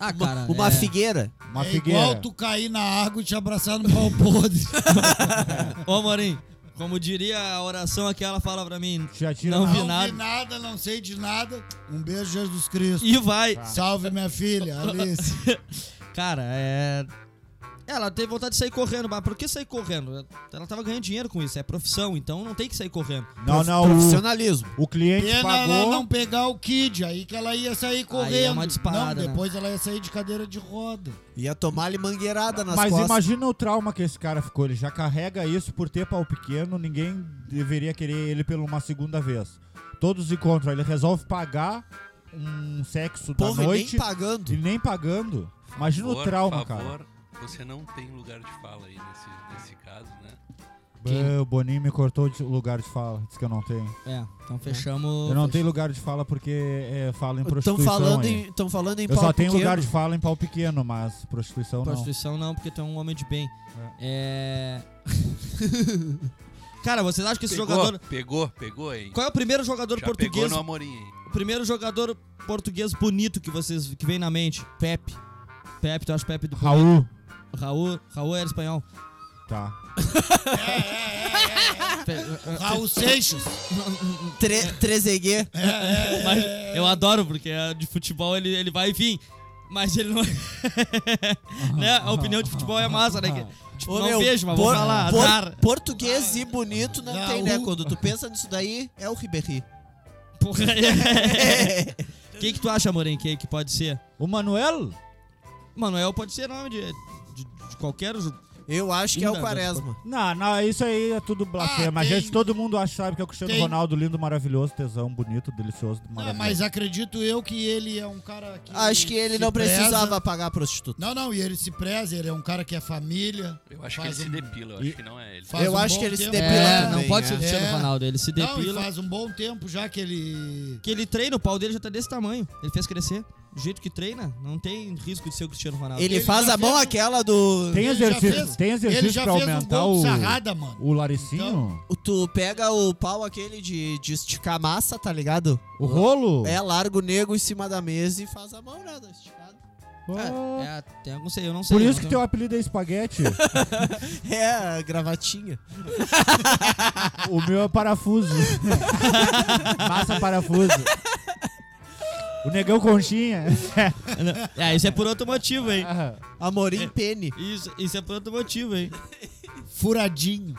Speaker 1: Ah,
Speaker 2: Uma-
Speaker 1: cara.
Speaker 2: uma
Speaker 1: é-
Speaker 2: figueira.
Speaker 4: Uma
Speaker 5: é
Speaker 4: figueira.
Speaker 5: igual tu cair na água e te abraçar no pau
Speaker 1: (laughs)
Speaker 5: podre.
Speaker 1: Ô, Morim, como diria a oração aquela, fala pra mim.
Speaker 4: Te atira
Speaker 1: Não
Speaker 4: na-
Speaker 1: vi
Speaker 5: Não
Speaker 1: nada.
Speaker 5: vi nada, não sei de nada. Um beijo, Jesus Cristo.
Speaker 1: E vai.
Speaker 4: Tá.
Speaker 5: Salve minha filha, Alice.
Speaker 1: Cara, é. Ela teve vontade de sair correndo, mas por que sair correndo? Ela tava ganhando dinheiro com isso, é profissão, então não tem que sair correndo.
Speaker 4: Não, não,
Speaker 2: Profissionalismo.
Speaker 4: o, o cliente
Speaker 5: Pena ela
Speaker 4: pagou.
Speaker 5: não pegar o kid, aí que ela ia sair correndo.
Speaker 1: uma disparada,
Speaker 5: não, depois ela ia sair de cadeira de roda.
Speaker 2: Ia tomar-lhe mangueirada nas
Speaker 4: Mas
Speaker 2: costas.
Speaker 4: imagina o trauma que esse cara ficou. Ele já carrega isso por ter pau pequeno. Ninguém deveria querer ele pela uma segunda vez. Todos encontram. Ele resolve pagar um sexo
Speaker 2: Porra,
Speaker 4: da
Speaker 2: e
Speaker 4: noite
Speaker 2: nem pagando.
Speaker 4: e nem pagando. Imagina o
Speaker 3: Por
Speaker 4: trauma, cara.
Speaker 3: favor, Você não tem lugar de fala aí nesse, nesse caso, né?
Speaker 1: Quem-
Speaker 4: Bah, o Boninho me cortou de lugar de fala. Disse que eu não tenho.
Speaker 1: É, então fechamos.
Speaker 4: Eu não
Speaker 1: fech-
Speaker 4: tenho lugar de fala porque é, falo em
Speaker 2: Estão
Speaker 4: prostituição.
Speaker 2: falando,
Speaker 4: aí.
Speaker 2: em- tão falando em
Speaker 4: Eu só
Speaker 2: pau
Speaker 4: tenho
Speaker 2: pequeno.
Speaker 4: lugar de fala em pau pequeno, mas prostituição não.
Speaker 1: Prostituição não, porque tu é um homem de bem. É. (laughs) Cara, vocês acham que esse
Speaker 3: Pegou,
Speaker 1: jogador.
Speaker 3: pegou, pegou, hein?
Speaker 1: Qual é o primeiro jogador
Speaker 3: Já pegou
Speaker 1: português?
Speaker 3: no Amorim, hein?
Speaker 1: O primeiro jogador português bonito que vocês. que vem na mente? Pepe. Pepe, tu acha Pepe do.
Speaker 4: Raul.
Speaker 1: Raul. Raul era espanhol.
Speaker 4: Tá.
Speaker 1: Pe- eh, (laughs)
Speaker 5: Raul Seixas.
Speaker 2: Ah,
Speaker 1: É.
Speaker 2: Tre- Trezeguet.
Speaker 1: Mas eu adoro, porque é de futebol ele, ele vai e vim. Mas ele não. (laughs) né? A opinião de futebol é massa, né? Que, tipo,
Speaker 2: Ô,
Speaker 1: não
Speaker 2: meu,
Speaker 1: vejo, mas vou
Speaker 2: por-
Speaker 1: falar.
Speaker 2: por-
Speaker 1: azar.
Speaker 2: português e bonito não
Speaker 5: Raul.
Speaker 2: tem, né? Quando tu pensa nisso daí, é o Ribéry.
Speaker 1: (laughs) Porra. é.
Speaker 2: (laughs)
Speaker 1: Quem que tu acha, Moren, que, que pode ser?
Speaker 4: O Manuel?
Speaker 1: Manuel pode ser nome de, de, de qualquer. ju-
Speaker 2: Eu acho que é o
Speaker 1: Ainda,
Speaker 2: Quaresma.
Speaker 4: Não, não, isso aí é tudo blasfema.
Speaker 5: Ah,
Speaker 4: A
Speaker 5: tem-
Speaker 4: gente, todo mundo acha, sabe que é o Cristiano
Speaker 5: tem-
Speaker 4: Ronaldo, lindo, maravilhoso, tesão, bonito, delicioso,
Speaker 5: Não,
Speaker 4: maravilhoso.
Speaker 5: Ah, mas acredito eu que ele é um cara que.
Speaker 2: Acho que ele
Speaker 5: se
Speaker 2: não
Speaker 5: preza.
Speaker 2: precisava pagar prostituta.
Speaker 5: Não, não, e ele se preza, ele é um cara que é família.
Speaker 3: Eu acho
Speaker 5: faz
Speaker 3: que ele
Speaker 5: um-
Speaker 3: se depila, eu acho que não é ele.
Speaker 5: Faz
Speaker 2: Eu
Speaker 5: um
Speaker 2: acho
Speaker 5: bom
Speaker 2: que ele se
Speaker 5: tempo.
Speaker 2: depila
Speaker 1: É,
Speaker 2: também,
Speaker 1: não pode ser
Speaker 2: é.
Speaker 1: o Cristiano
Speaker 5: É.
Speaker 1: Ronaldo. Ele se
Speaker 5: Não, e
Speaker 1: depila.
Speaker 5: faz um bom tempo já que ele.
Speaker 1: Que ele treina, o pau dele já tá desse tamanho. Ele fez crescer. Do jeito que treina, não tem risco de ser o Cristiano Ronaldo.
Speaker 2: Ele
Speaker 5: Ele
Speaker 2: faz
Speaker 5: já
Speaker 2: a mão
Speaker 5: fez-
Speaker 2: aquela do...
Speaker 4: Tem
Speaker 5: Ele já
Speaker 4: exercício,
Speaker 5: fez-
Speaker 4: tem
Speaker 5: ele
Speaker 4: exercício
Speaker 5: já
Speaker 4: pra
Speaker 5: fez um
Speaker 4: aumentar
Speaker 5: gol de
Speaker 4: o,
Speaker 5: sarrada, mano.
Speaker 4: o laricinho?
Speaker 5: então-
Speaker 2: Tu pega o pau aquele de, de esticar massa, tá ligado?
Speaker 4: o rolo?
Speaker 2: É, larga o nego em cima da mesa e faz a mão, né? da esticada.
Speaker 4: Ah,
Speaker 1: É, tem algum sei, eu não sei.
Speaker 4: Por
Speaker 1: eu
Speaker 4: isso que
Speaker 1: não-
Speaker 4: teu apelido é espaguete.
Speaker 2: (laughs) É, a gravatinha.
Speaker 4: o meu é parafuso. (laughs) Massa parafuso. O
Speaker 2: (laughs)
Speaker 4: negão conchinha.
Speaker 1: É, isso é por outro motivo, hein?
Speaker 2: Amorim Pene.
Speaker 1: Isso, isso é por outro motivo, hein?
Speaker 5: Furadinho.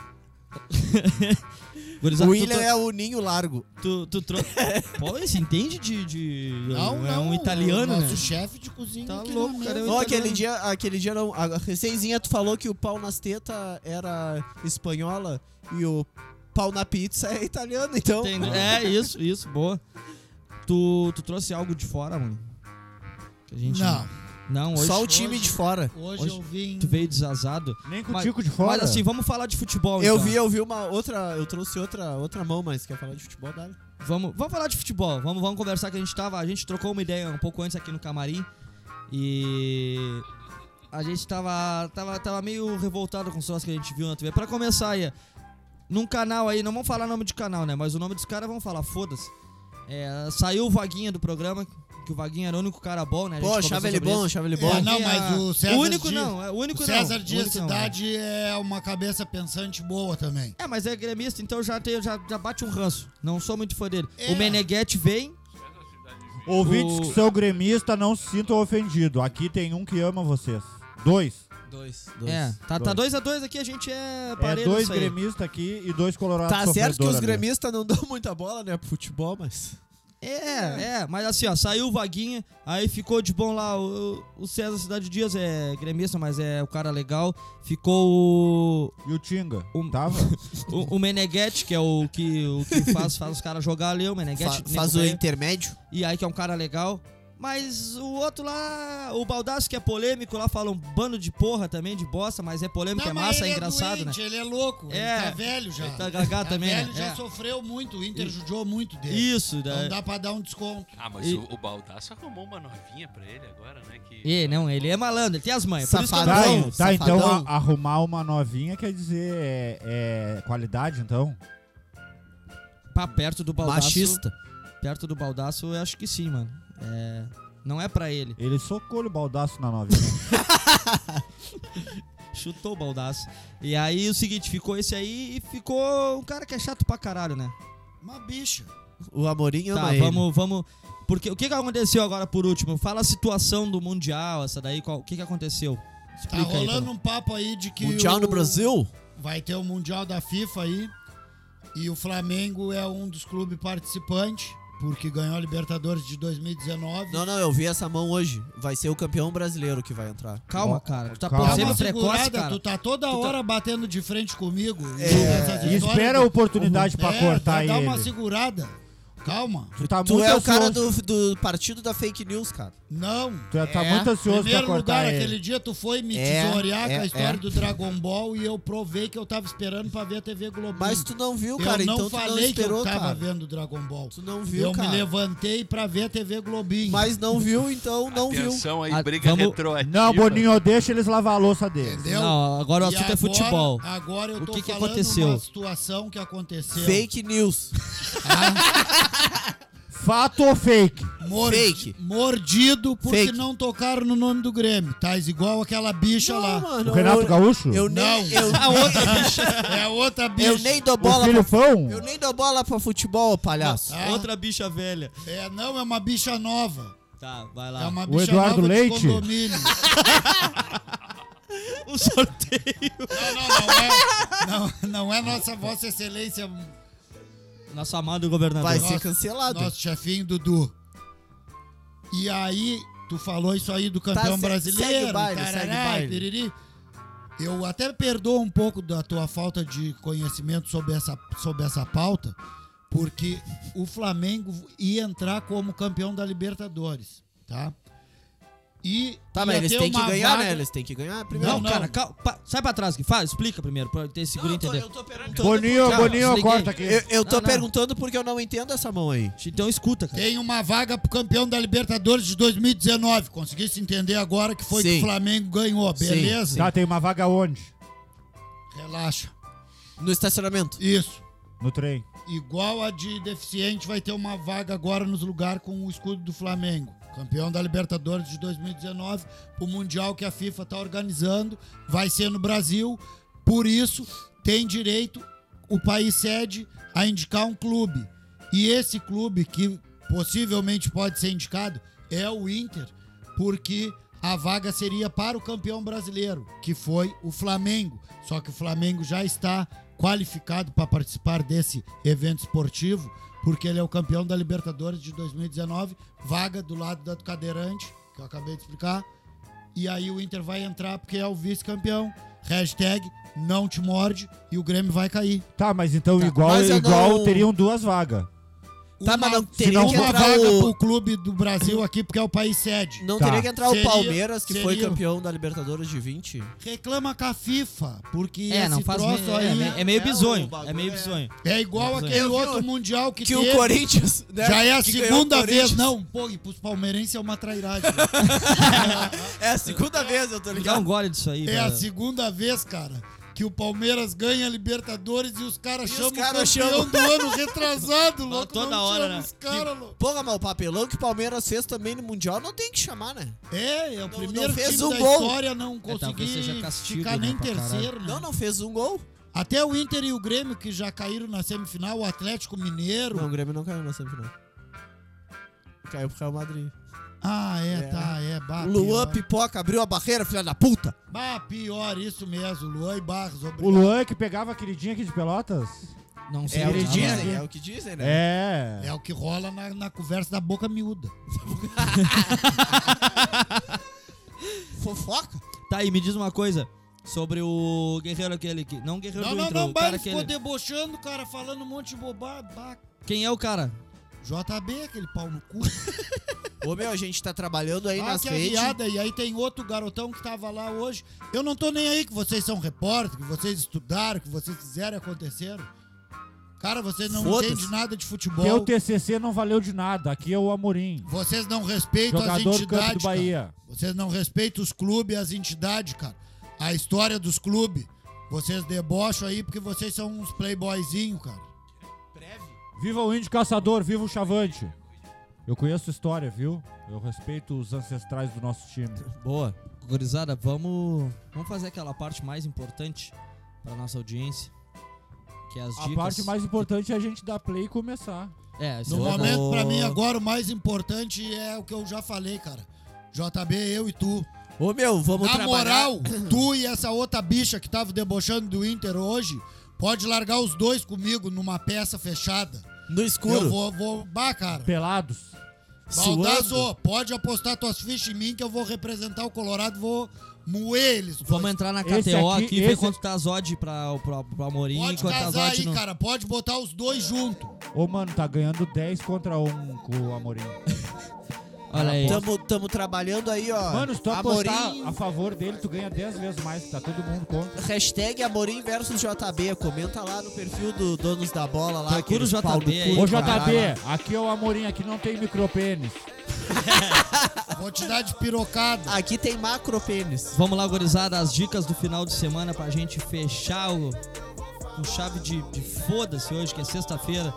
Speaker 1: Gurizada,
Speaker 2: O
Speaker 1: tu
Speaker 2: William
Speaker 1: tro-
Speaker 2: é o ninho largo.
Speaker 1: Tu, tu
Speaker 2: (laughs)
Speaker 1: tro... Pô, esse entende de. de...
Speaker 5: Não,
Speaker 1: é
Speaker 5: não,
Speaker 1: um italiano,
Speaker 5: o
Speaker 1: né?
Speaker 5: nosso chefe de cozinha. é
Speaker 1: Tá
Speaker 5: aqui na
Speaker 1: louco,
Speaker 5: mesa.
Speaker 1: cara, eu-
Speaker 2: Ó,
Speaker 1: italiano.
Speaker 2: aquele dia, aquele dia não. A recenzinha tu falou que o pau nas tetas era espanhola e o pau na pizza é italiano, então.
Speaker 1: Entende? É, isso, isso, boa. Tu, tu trouxe algo de fora, mano? Que a gente.
Speaker 5: Não,
Speaker 1: Não, hoje.
Speaker 2: Só o time
Speaker 5: hoje-
Speaker 2: de fora.
Speaker 5: hoje,
Speaker 1: Hoje
Speaker 5: eu vim.
Speaker 1: Tu veio desazado.
Speaker 4: Nem com o
Speaker 1: Mas-
Speaker 4: tico de fora.
Speaker 1: Mas assim, vamos falar de futebol.
Speaker 2: Eu
Speaker 1: então.
Speaker 2: vi, eu vi uma outra. Eu trouxe outra, outra mão, mas quer falar de futebol, dá
Speaker 1: Vamos, vamos falar de futebol. Vamos, vamos conversar que a gente tava. A gente trocou uma ideia um pouco antes aqui no camarim. E. A gente tava, tava, tava meio revoltado com os troços que a gente viu na TV. Pra começar aí, num canal aí, não vamos falar nome de canal, né? Mas o nome dos caras vamos falar, foda-se. É, saiu o Vaguinha do programa, que o Vaguinho era o único cara bom, né? A gente
Speaker 2: Pô,
Speaker 1: conversou
Speaker 2: achava ele
Speaker 1: sobre
Speaker 2: bom,
Speaker 1: isso.
Speaker 2: achava ele
Speaker 5: É,
Speaker 2: bom.
Speaker 5: não,
Speaker 1: Porque
Speaker 5: mas
Speaker 1: a-
Speaker 5: o César
Speaker 1: único
Speaker 5: Dias-
Speaker 1: não, é o único
Speaker 5: O
Speaker 1: não,
Speaker 5: César
Speaker 1: o
Speaker 5: Dias
Speaker 1: único não,
Speaker 5: Cidade é uma cabeça pensante boa também.
Speaker 1: É, mas é gremista, então já, tem, já, já bate um ranço. Não sou muito fã dele.
Speaker 5: É.
Speaker 1: O Meneghetti vem,
Speaker 4: Ouvintes
Speaker 1: O-
Speaker 4: que são gremista, não se sintam ofendido. Aqui tem um que ama vocês. Dois.
Speaker 2: Dois.
Speaker 1: é, tá 2x2
Speaker 4: dois.
Speaker 1: dois a dois aqui, a gente é parelho
Speaker 4: é dois
Speaker 1: nisso aí.
Speaker 4: gremistas aqui e dois colorados
Speaker 2: Tá certo que
Speaker 4: sofredor
Speaker 2: os
Speaker 4: ali.
Speaker 2: gremistas não dão muita bola, né, pro futebol, mas.
Speaker 1: É, é, mas assim, ó, saiu o Vaguinha, aí ficou de bom lá o, o César Cidade Dias, é gremista, mas é o cara legal. Ficou
Speaker 4: E o Tinga? Tá?
Speaker 1: Um-
Speaker 4: Tava?
Speaker 1: o, o, o Meneghetti, que é o que, o que faz, faz os caras jogar ali, o Meneghetti.
Speaker 2: Fa- faz o
Speaker 1: Nego Velho.
Speaker 2: intermédio?
Speaker 1: E aí que é um cara legal. Mas o outro lá, o Baldassi que é polêmico lá, fala um bando de porra também, de bosta, mas é polêmico, é
Speaker 5: mas
Speaker 1: massa,
Speaker 5: ele
Speaker 1: é engraçado,
Speaker 5: doente,
Speaker 1: né?
Speaker 5: Ele é louco,
Speaker 1: É,
Speaker 5: ele tá velho já.
Speaker 1: ele tá gagá também,
Speaker 5: velho,
Speaker 1: né?
Speaker 5: já
Speaker 1: É.
Speaker 5: sofreu muito, o Inter judiou muito dele.
Speaker 1: Isso,
Speaker 5: Não
Speaker 1: né?
Speaker 5: dá pra dar um desconto.
Speaker 3: Ah, mas
Speaker 1: E-
Speaker 3: o, o Baldasso arrumou uma novinha pra ele agora, né? Que...
Speaker 1: E não, ele é malandro, ele tem as manhas. Por isso que eu-
Speaker 2: Safado.
Speaker 4: tá,
Speaker 2: Safadão,
Speaker 4: e- tá, então
Speaker 2: safadão.
Speaker 4: a- arrumar uma novinha quer dizer é, é qualidade, então?
Speaker 1: pra Tá perto do Baldasso.
Speaker 2: Machista.
Speaker 1: Perto do Baldasso, eu acho que sim, mano. É, não é pra ele.
Speaker 4: Ele socou o baldaço na novinha.
Speaker 1: Chutou o Baldasso. E aí o seguinte, ficou esse aí e ficou um cara que é chato pra caralho, né?
Speaker 5: Uma bicha.
Speaker 2: O Amorim ama
Speaker 1: Tá,
Speaker 2: ele.
Speaker 1: vamos, vamos. Porque o que, que aconteceu agora por último? Fala a situação do Mundial, essa daí, qual, o que, que aconteceu?
Speaker 5: Tá
Speaker 1: Explica aí.
Speaker 5: rolando
Speaker 1: Bruno.
Speaker 5: um papo aí de que.
Speaker 2: Mundial no
Speaker 5: o-
Speaker 2: Brasil?
Speaker 5: Vai ter o Mundial da FIFA aí. E o Flamengo é um dos clubes participantes, porque ganhou a Libertadores de 2019.
Speaker 2: Não, não, eu vi essa mão hoje. Vai ser o campeão brasileiro que vai entrar.
Speaker 1: Calma,
Speaker 4: Ó,
Speaker 1: cara. Tu tá
Speaker 4: calma.
Speaker 5: um- Dá
Speaker 1: pensando
Speaker 5: uma
Speaker 4: Sempre
Speaker 1: precoce,
Speaker 5: segurada, tu
Speaker 1: cara.
Speaker 5: tá toda hora batendo de frente comigo. É,
Speaker 4: e espera a oportunidade pra cortar
Speaker 5: dá
Speaker 4: ele.
Speaker 5: uma segurada. Calma.
Speaker 4: Tu
Speaker 2: (laughs)
Speaker 4: tá
Speaker 2: Tu
Speaker 4: muito
Speaker 2: é o
Speaker 4: ansioso,
Speaker 2: cara do, do partido da fake news, cara.
Speaker 5: Não.
Speaker 4: Tu é- tá
Speaker 2: É.
Speaker 4: muito
Speaker 5: Em
Speaker 4: ansioso pra
Speaker 5: primeiro
Speaker 4: cortar
Speaker 5: lugar,
Speaker 4: ele.
Speaker 5: aquele dia tu foi me
Speaker 2: É,
Speaker 5: tesourear
Speaker 2: é,
Speaker 5: com a história
Speaker 2: é.
Speaker 5: do Dragon Ball e eu provei que eu tava esperando pra ver a TV Globinho.
Speaker 2: Mas tu não viu,
Speaker 5: eu
Speaker 2: cara,
Speaker 5: não
Speaker 2: então tu não
Speaker 5: falei
Speaker 2: esperou,
Speaker 5: que eu tava
Speaker 2: cara.
Speaker 5: vendo Dragon Ball.
Speaker 2: Tu não viu,
Speaker 5: eu
Speaker 2: cara.
Speaker 5: me levantei pra ver a TV Globinho.
Speaker 2: Mas não viu, então não viu.
Speaker 3: Atenção aí,
Speaker 1: Ah,
Speaker 3: briga
Speaker 1: vamos-
Speaker 3: retroativa.
Speaker 4: Não, Boninho, deixa eles lavar a louça deles.
Speaker 5: entendeu?
Speaker 1: Não, agora o
Speaker 5: E
Speaker 1: assunto é futebol.
Speaker 5: Agora eu
Speaker 1: O
Speaker 5: tô
Speaker 1: que que
Speaker 5: falando
Speaker 1: aconteceu?
Speaker 5: uma situação que aconteceu.
Speaker 2: Fake news.
Speaker 4: Fato ou fake?
Speaker 5: Mor-
Speaker 2: Fake.
Speaker 5: Mordido porque
Speaker 2: Fake.
Speaker 5: não tocaram no nome do Grêmio. Tá igual aquela bicha lá.
Speaker 2: mano,
Speaker 4: O Renato
Speaker 2: eu-
Speaker 4: Gaúcho?
Speaker 2: Eu
Speaker 5: Não. Ah,
Speaker 2: nem, eu,
Speaker 5: A outra bicha. (laughs) É a outra bicha.
Speaker 2: eu nem dou
Speaker 4: o
Speaker 2: bola
Speaker 4: filho
Speaker 2: pra,
Speaker 4: Fão?
Speaker 2: Eu nem dou bola pra futebol, palhaço.
Speaker 5: Ah,
Speaker 1: Outra bicha velha.
Speaker 5: É, não, é uma bicha nova.
Speaker 1: Tá, vai
Speaker 5: É
Speaker 1: lá.
Speaker 5: uma
Speaker 4: O
Speaker 5: bicha
Speaker 4: Eduardo
Speaker 5: nova
Speaker 4: Leite?
Speaker 5: de condomínio.
Speaker 1: (laughs) Um sorteio.
Speaker 5: Não, não, não é. Não, não é nossa Vossa Excelência,
Speaker 1: Nosso amado governador.
Speaker 2: Vai
Speaker 5: Nossa.
Speaker 2: ser cancelado.
Speaker 5: nosso chefinho Dudu. E aí, tu falou isso aí do campeão
Speaker 2: Tá, se-
Speaker 5: brasileiro.
Speaker 2: segue o baile,
Speaker 5: tarará,
Speaker 2: segue o baile.
Speaker 5: piriri. Eu até perdoo um pouco da tua falta de conhecimento sobre essa, sobre essa pauta, porque o Flamengo ia entrar como campeão da Libertadores, tá? E
Speaker 2: Tá, mas
Speaker 5: ia
Speaker 2: eles
Speaker 5: ter
Speaker 2: têm que
Speaker 5: uma
Speaker 2: ganhar,
Speaker 5: vaga-
Speaker 2: né? Eles têm que ganhar primeiro.
Speaker 1: Não,
Speaker 5: não.
Speaker 1: cara, calma. pa- sai pra trás, Gui. Fala, explica primeiro, pra ter seguro entender.
Speaker 2: perguntando.
Speaker 4: Boninho,
Speaker 1: Tchau,
Speaker 4: Boninho,
Speaker 1: desliguei.
Speaker 4: corta aqui.
Speaker 2: Eu, eu tô
Speaker 1: Não, não.
Speaker 2: perguntando porque eu não entendo essa mão aí.
Speaker 1: Então escuta, cara.
Speaker 5: Tem uma vaga pro campeão da Libertadores de 2019. Consegui se entender agora que foi
Speaker 2: Sim.
Speaker 5: que o Flamengo ganhou,
Speaker 2: Sim,
Speaker 5: beleza?
Speaker 4: Tá, tem uma vaga onde?
Speaker 5: Relaxa.
Speaker 2: No estacionamento.
Speaker 5: Isso.
Speaker 4: No trem.
Speaker 5: Igual a de deficiente, vai ter uma vaga agora nos lugares com o escudo do Flamengo. Campeão da Libertadores de 2019, pro Mundial que a FIFA tá organizando, vai ser no Brasil. Por isso, tem direito o país sede a indicar um clube. E esse clube que possivelmente pode ser indicado é o Inter, porque a vaga seria para o campeão brasileiro, que foi o Flamengo. Só que o Flamengo já está qualificado para participar desse evento esportivo, porque ele é o campeão da Libertadores de 2019, vaga do lado da do cadeirante, que eu acabei de explicar. E aí o Inter vai entrar porque é o vice-campeão. Hashtag não te morde e o Grêmio vai cair.
Speaker 4: Tá, mas então igual,
Speaker 2: mas eu
Speaker 4: igual
Speaker 2: não-
Speaker 4: teriam duas vagas.
Speaker 2: Tá, mas não teria
Speaker 5: uma
Speaker 2: que entrar
Speaker 5: vaga
Speaker 2: o-
Speaker 5: pro clube do Brasil aqui, porque é o país sede.
Speaker 2: Não
Speaker 4: Tá.
Speaker 2: teria que entrar o
Speaker 5: Seria-
Speaker 2: Palmeiras, que foi
Speaker 5: seria-
Speaker 2: campeão da Libertadores de 20.
Speaker 5: Reclama com a FIFA, porque
Speaker 1: É,
Speaker 5: esse
Speaker 1: não faz
Speaker 5: troço
Speaker 1: meio, é,
Speaker 5: aí
Speaker 1: me- é meio
Speaker 2: É, o
Speaker 1: bizonho.
Speaker 2: bagulho
Speaker 1: É meio
Speaker 2: é-
Speaker 1: bizonho.
Speaker 5: é, igual
Speaker 1: Mas,
Speaker 5: aquele
Speaker 2: eu vi
Speaker 5: outro
Speaker 2: o-
Speaker 5: mundial que,
Speaker 2: Que
Speaker 5: teve.
Speaker 2: o Corinthians. né,
Speaker 5: Já é a
Speaker 2: que ganhou o
Speaker 5: segunda vez.
Speaker 2: Corinthians.
Speaker 5: Não, pô, e pros palmeirenses é
Speaker 1: (laughs)
Speaker 5: uma trairagem.
Speaker 2: É a segunda vez, eu tô
Speaker 1: Dá um
Speaker 2: ligado.
Speaker 1: gole disso aí,
Speaker 5: é a
Speaker 1: velho.
Speaker 5: segunda vez, cara, que o Palmeiras ganha a Libertadores e os caras
Speaker 2: E os
Speaker 5: chamam o
Speaker 2: caras
Speaker 5: campeão
Speaker 2: chamam.
Speaker 5: do ano
Speaker 1: (laughs)
Speaker 5: retrasado, louco.
Speaker 1: toda
Speaker 5: não
Speaker 1: hora,
Speaker 5: chama
Speaker 1: né?
Speaker 5: Os cara, louco.
Speaker 2: Porra, mas o papelão que o Palmeiras fez também no Mundial não tem que chamar, né?
Speaker 5: É, é o primeiro
Speaker 2: não fez
Speaker 5: time
Speaker 2: um
Speaker 5: da
Speaker 2: gol.
Speaker 5: história não
Speaker 1: É, talvez
Speaker 5: conseguir
Speaker 1: seja castigo,
Speaker 5: ficar
Speaker 1: né,
Speaker 5: nem
Speaker 1: pra caralho.
Speaker 5: terceiro, né?
Speaker 2: Não, não fez um gol.
Speaker 5: Até o Inter e o Grêmio que já caíram na semifinal, o Atlético Mineiro.
Speaker 2: Não, o Grêmio não caiu na semifinal. Caiu pro Real Madrid.
Speaker 5: Ah, é,
Speaker 2: É.
Speaker 5: tá, é. Bah,
Speaker 2: Luan
Speaker 5: pior.
Speaker 2: Pipoca abriu a barreira, filha da puta.
Speaker 5: Bah, pior, isso mesmo. Luan e Barros,
Speaker 4: O
Speaker 5: obrigado.
Speaker 4: Luan é que pegava a queridinha aqui de Pelotas?
Speaker 1: Não sei.
Speaker 2: É o que
Speaker 1: nada.
Speaker 2: dizem, é o que dizem, né?
Speaker 4: É.
Speaker 5: É o que rola na, na conversa da boca miúda.
Speaker 2: Fofoca.
Speaker 1: Tá, e me diz uma coisa sobre o guerreiro aquele que. Não o guerreiro
Speaker 5: Não,
Speaker 1: do
Speaker 5: não,
Speaker 1: Inter,
Speaker 5: não,
Speaker 1: o cara
Speaker 5: Barros ficou
Speaker 1: aquele.
Speaker 5: debochando, cara, falando um monte de bobagem. Bah,
Speaker 1: Quem é o cara?
Speaker 5: JB, aquele pau no cu.
Speaker 2: Ô meu, a gente tá trabalhando aí
Speaker 5: Ah,
Speaker 2: nas
Speaker 5: que
Speaker 2: redes.
Speaker 5: aliada. E aí tem outro garotão que tava lá hoje. Eu não tô nem aí que vocês são repórter, que vocês estudaram, que vocês fizeram e aconteceram. Cara, vocês não
Speaker 2: Foda-se.
Speaker 5: entendem nada de futebol.
Speaker 4: Teu TCC não valeu de nada. Aqui é o Amorim.
Speaker 5: Vocês não respeitam
Speaker 4: Jogador do campo
Speaker 5: as
Speaker 4: do
Speaker 5: entidades, cara.
Speaker 4: Bahia.
Speaker 5: Vocês não respeitam os clubes e as entidades, cara. A história dos clubes. Vocês debocham aí porque vocês são uns playboyzinhos, cara.
Speaker 4: Viva o índio caçador, viva o chavante. Eu conheço história, viu? Eu respeito os ancestrais do nosso time.
Speaker 1: Boa. Gurizada, vamos, vamos fazer aquela parte mais importante pra nossa audiência. Que é as
Speaker 4: A
Speaker 1: dicas.
Speaker 4: parte mais importante é a gente dar play e começar.
Speaker 1: É, esse
Speaker 5: No
Speaker 1: jogo-
Speaker 5: momento, pra mim, agora o mais importante é o que eu já falei, cara. JB, eu e tu.
Speaker 2: Ô meu, vamos
Speaker 5: Na
Speaker 2: trabalhar.
Speaker 5: moral, tu e essa outra bicha que tava debochando do Inter hoje, pode largar os dois comigo numa peça fechada.
Speaker 2: no
Speaker 5: Eu
Speaker 2: escuro,
Speaker 5: vou, vou. Bah, cara.
Speaker 4: Pelados.
Speaker 5: Baldazo,
Speaker 2: suando.
Speaker 5: pode apostar tuas fichas em mim que eu vou representar o Colorado, vou moer eles.
Speaker 1: Vamos entrar na
Speaker 4: Esse
Speaker 1: KTO
Speaker 4: aqui-
Speaker 1: aqui, e ver
Speaker 4: esse-
Speaker 1: quanto tá as odds pra, pra, pro Amorim e
Speaker 5: Pode
Speaker 1: quanto tá as
Speaker 5: casar aí,
Speaker 1: odds no...
Speaker 5: cara. Pode botar os dois junto.
Speaker 4: Ô, mano, tá ganhando 10 contra 1 com o Amorim.
Speaker 1: Olha aí.
Speaker 2: Tamo, tamo trabalhando aí, ó.
Speaker 4: Mano, se tu apostar
Speaker 2: Amorim,
Speaker 4: a favor dele, tu ganha 10 vezes mais. Tá todo mundo contra.
Speaker 2: hashtag Amorim versus JB. Comenta lá no perfil do Donos da Bola lá.
Speaker 1: Procura o
Speaker 2: aqueles
Speaker 1: JB
Speaker 2: pau no cu
Speaker 1: aí.
Speaker 2: do
Speaker 4: Ô,
Speaker 2: caralho.
Speaker 4: JB, aqui é o Amorim, aqui não tem micropênis.
Speaker 5: Vou te dar de pirocada.
Speaker 2: Aqui tem macro pênis.
Speaker 1: Vamos lá, gurizada, as dicas do final de semana pra gente fechar o, com chave de, de foda-se hoje, que é sexta-feira,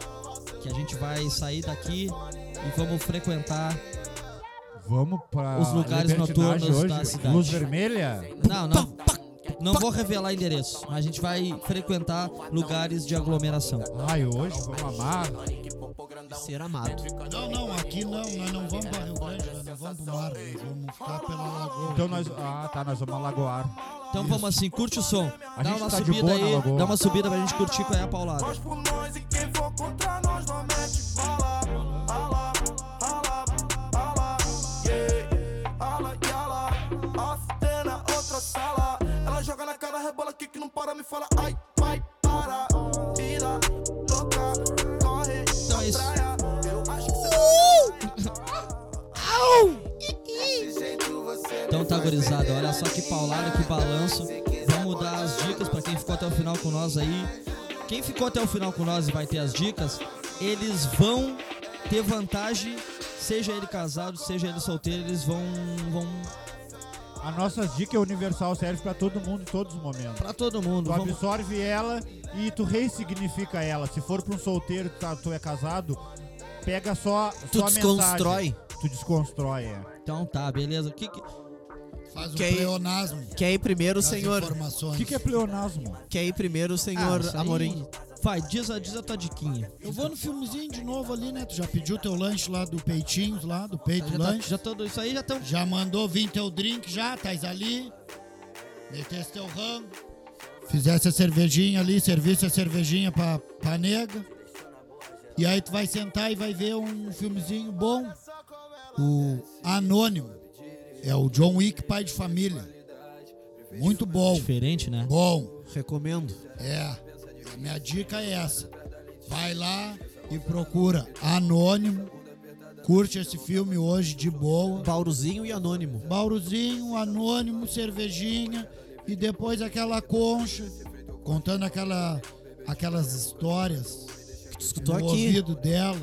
Speaker 1: que a gente vai sair daqui e vamos frequentar.
Speaker 4: Vamos pra
Speaker 1: Os lugares
Speaker 4: libertinagem
Speaker 1: noturnos da cidade.
Speaker 4: Luz vermelha?
Speaker 1: Não, não. Não vou revelar endereço, mas a gente vai frequentar lugares de aglomeração.
Speaker 4: Ai, hoje vamos amar.
Speaker 2: Ser amado.
Speaker 5: Não, não, aqui não. Nós não vamos para Rio Grande, nós não vamos pro mar. Nós vamos ficar pela lagoa.
Speaker 4: Então nós... Ah, tá, nós vamos alagoar.
Speaker 1: Então vamos assim, curte o som.
Speaker 4: A
Speaker 1: Dá
Speaker 4: gente
Speaker 1: uma
Speaker 4: tá de
Speaker 1: subida
Speaker 4: boa na
Speaker 1: aí,
Speaker 4: lagoa.
Speaker 1: dá uma subida pra gente curtir qual é a paulada. Então é isso. Então tá gurizada, olha só que paulada, que balanço. Vamos dar as dicas pra quem ficou até o final com nós aí. Quem ficou até o final com nós e vai ter as dicas, eles vão ter vantagem, seja ele casado, seja ele solteiro, eles vão vão
Speaker 4: A nossa dica é universal serve pra todo mundo em todos os momentos.
Speaker 1: para todo mundo.
Speaker 4: Tu
Speaker 1: Vamos...
Speaker 4: absorve ela e tu ressignifica ela. Se for pra um solteiro e tá, tu é casado, pega só,
Speaker 2: Tu
Speaker 4: só a
Speaker 2: desconstrói.
Speaker 4: mensagem. Tu desconstrói, é.
Speaker 1: Então tá, beleza. Que que-
Speaker 5: Faz um
Speaker 2: Quem-
Speaker 5: pleonasmo.
Speaker 2: Quer ir primeiro,
Speaker 5: das
Speaker 2: senhor?
Speaker 4: O
Speaker 5: Informações.
Speaker 4: que, que é pleonasmo?
Speaker 2: Quer ir primeiro,
Speaker 1: Ah,
Speaker 2: senhor
Speaker 1: isso aí-
Speaker 2: Amorim?
Speaker 1: Vai, diz a, diz a tua diquinha.
Speaker 5: Eu vou no filmezinho de novo ali, né? Tu já pediu teu lanche lá do Peitinhos, lá do Peito
Speaker 1: Já, tá,
Speaker 5: Lanche.
Speaker 1: já tô- isso aí já estão.
Speaker 5: Já mandou vir teu drink já, tais ali. Metesse teu rango. Fizesse a cervejinha ali, servisse a cervejinha pra, pra nega. E aí tu vai sentar e vai ver um filmezinho bom. O Anônimo. É o John Wick, pai de família. Muito bom.
Speaker 1: Diferente, né?
Speaker 5: Bom.
Speaker 2: Recomendo.
Speaker 5: É, a minha dica é essa. Vai lá e procura Anônimo. Curte esse filme hoje de boa.
Speaker 2: Paulozinho e Anônimo.
Speaker 5: Bauruzinho, Anônimo, cervejinha e depois aquela concha contando aquela aquelas histórias
Speaker 2: Que tu escutou
Speaker 5: no
Speaker 2: aqui.
Speaker 5: ouvido dela,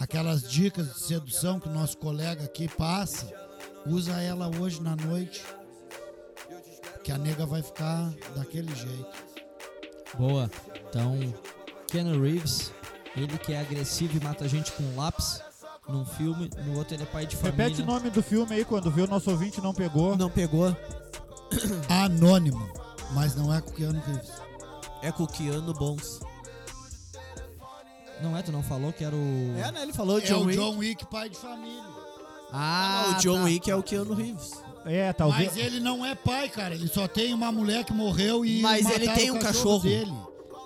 Speaker 5: aquelas dicas de sedução que o nosso colega aqui passa. Usa ela hoje na noite. que a nega vai ficar daquele jeito.
Speaker 1: Boa. Então, Keanu Reeves, ele que é agressivo e mata gente com um lápis num filme, no outro ele é pai de família.
Speaker 4: Repete o nome do filme aí quando viu, nosso ouvinte não pegou.
Speaker 2: Não pegou.
Speaker 5: Anônimo, mas não é com o Keanu Reeves.
Speaker 2: É com o Keanu Bons.
Speaker 1: Não é, tu não falou que era o.
Speaker 2: É, né? Ele falou
Speaker 5: é
Speaker 2: John
Speaker 5: o
Speaker 2: Wick.
Speaker 5: John Wick, pai de família.
Speaker 1: Ah,
Speaker 2: o John
Speaker 1: tá.
Speaker 2: Wick é o Keanu Reeves.
Speaker 4: É, talvez.
Speaker 5: Mas ele não é pai, cara. Ele só tem uma mulher que morreu e.
Speaker 2: Mas ele
Speaker 5: mataram
Speaker 2: tem
Speaker 5: o
Speaker 2: um cachorro.
Speaker 5: dele.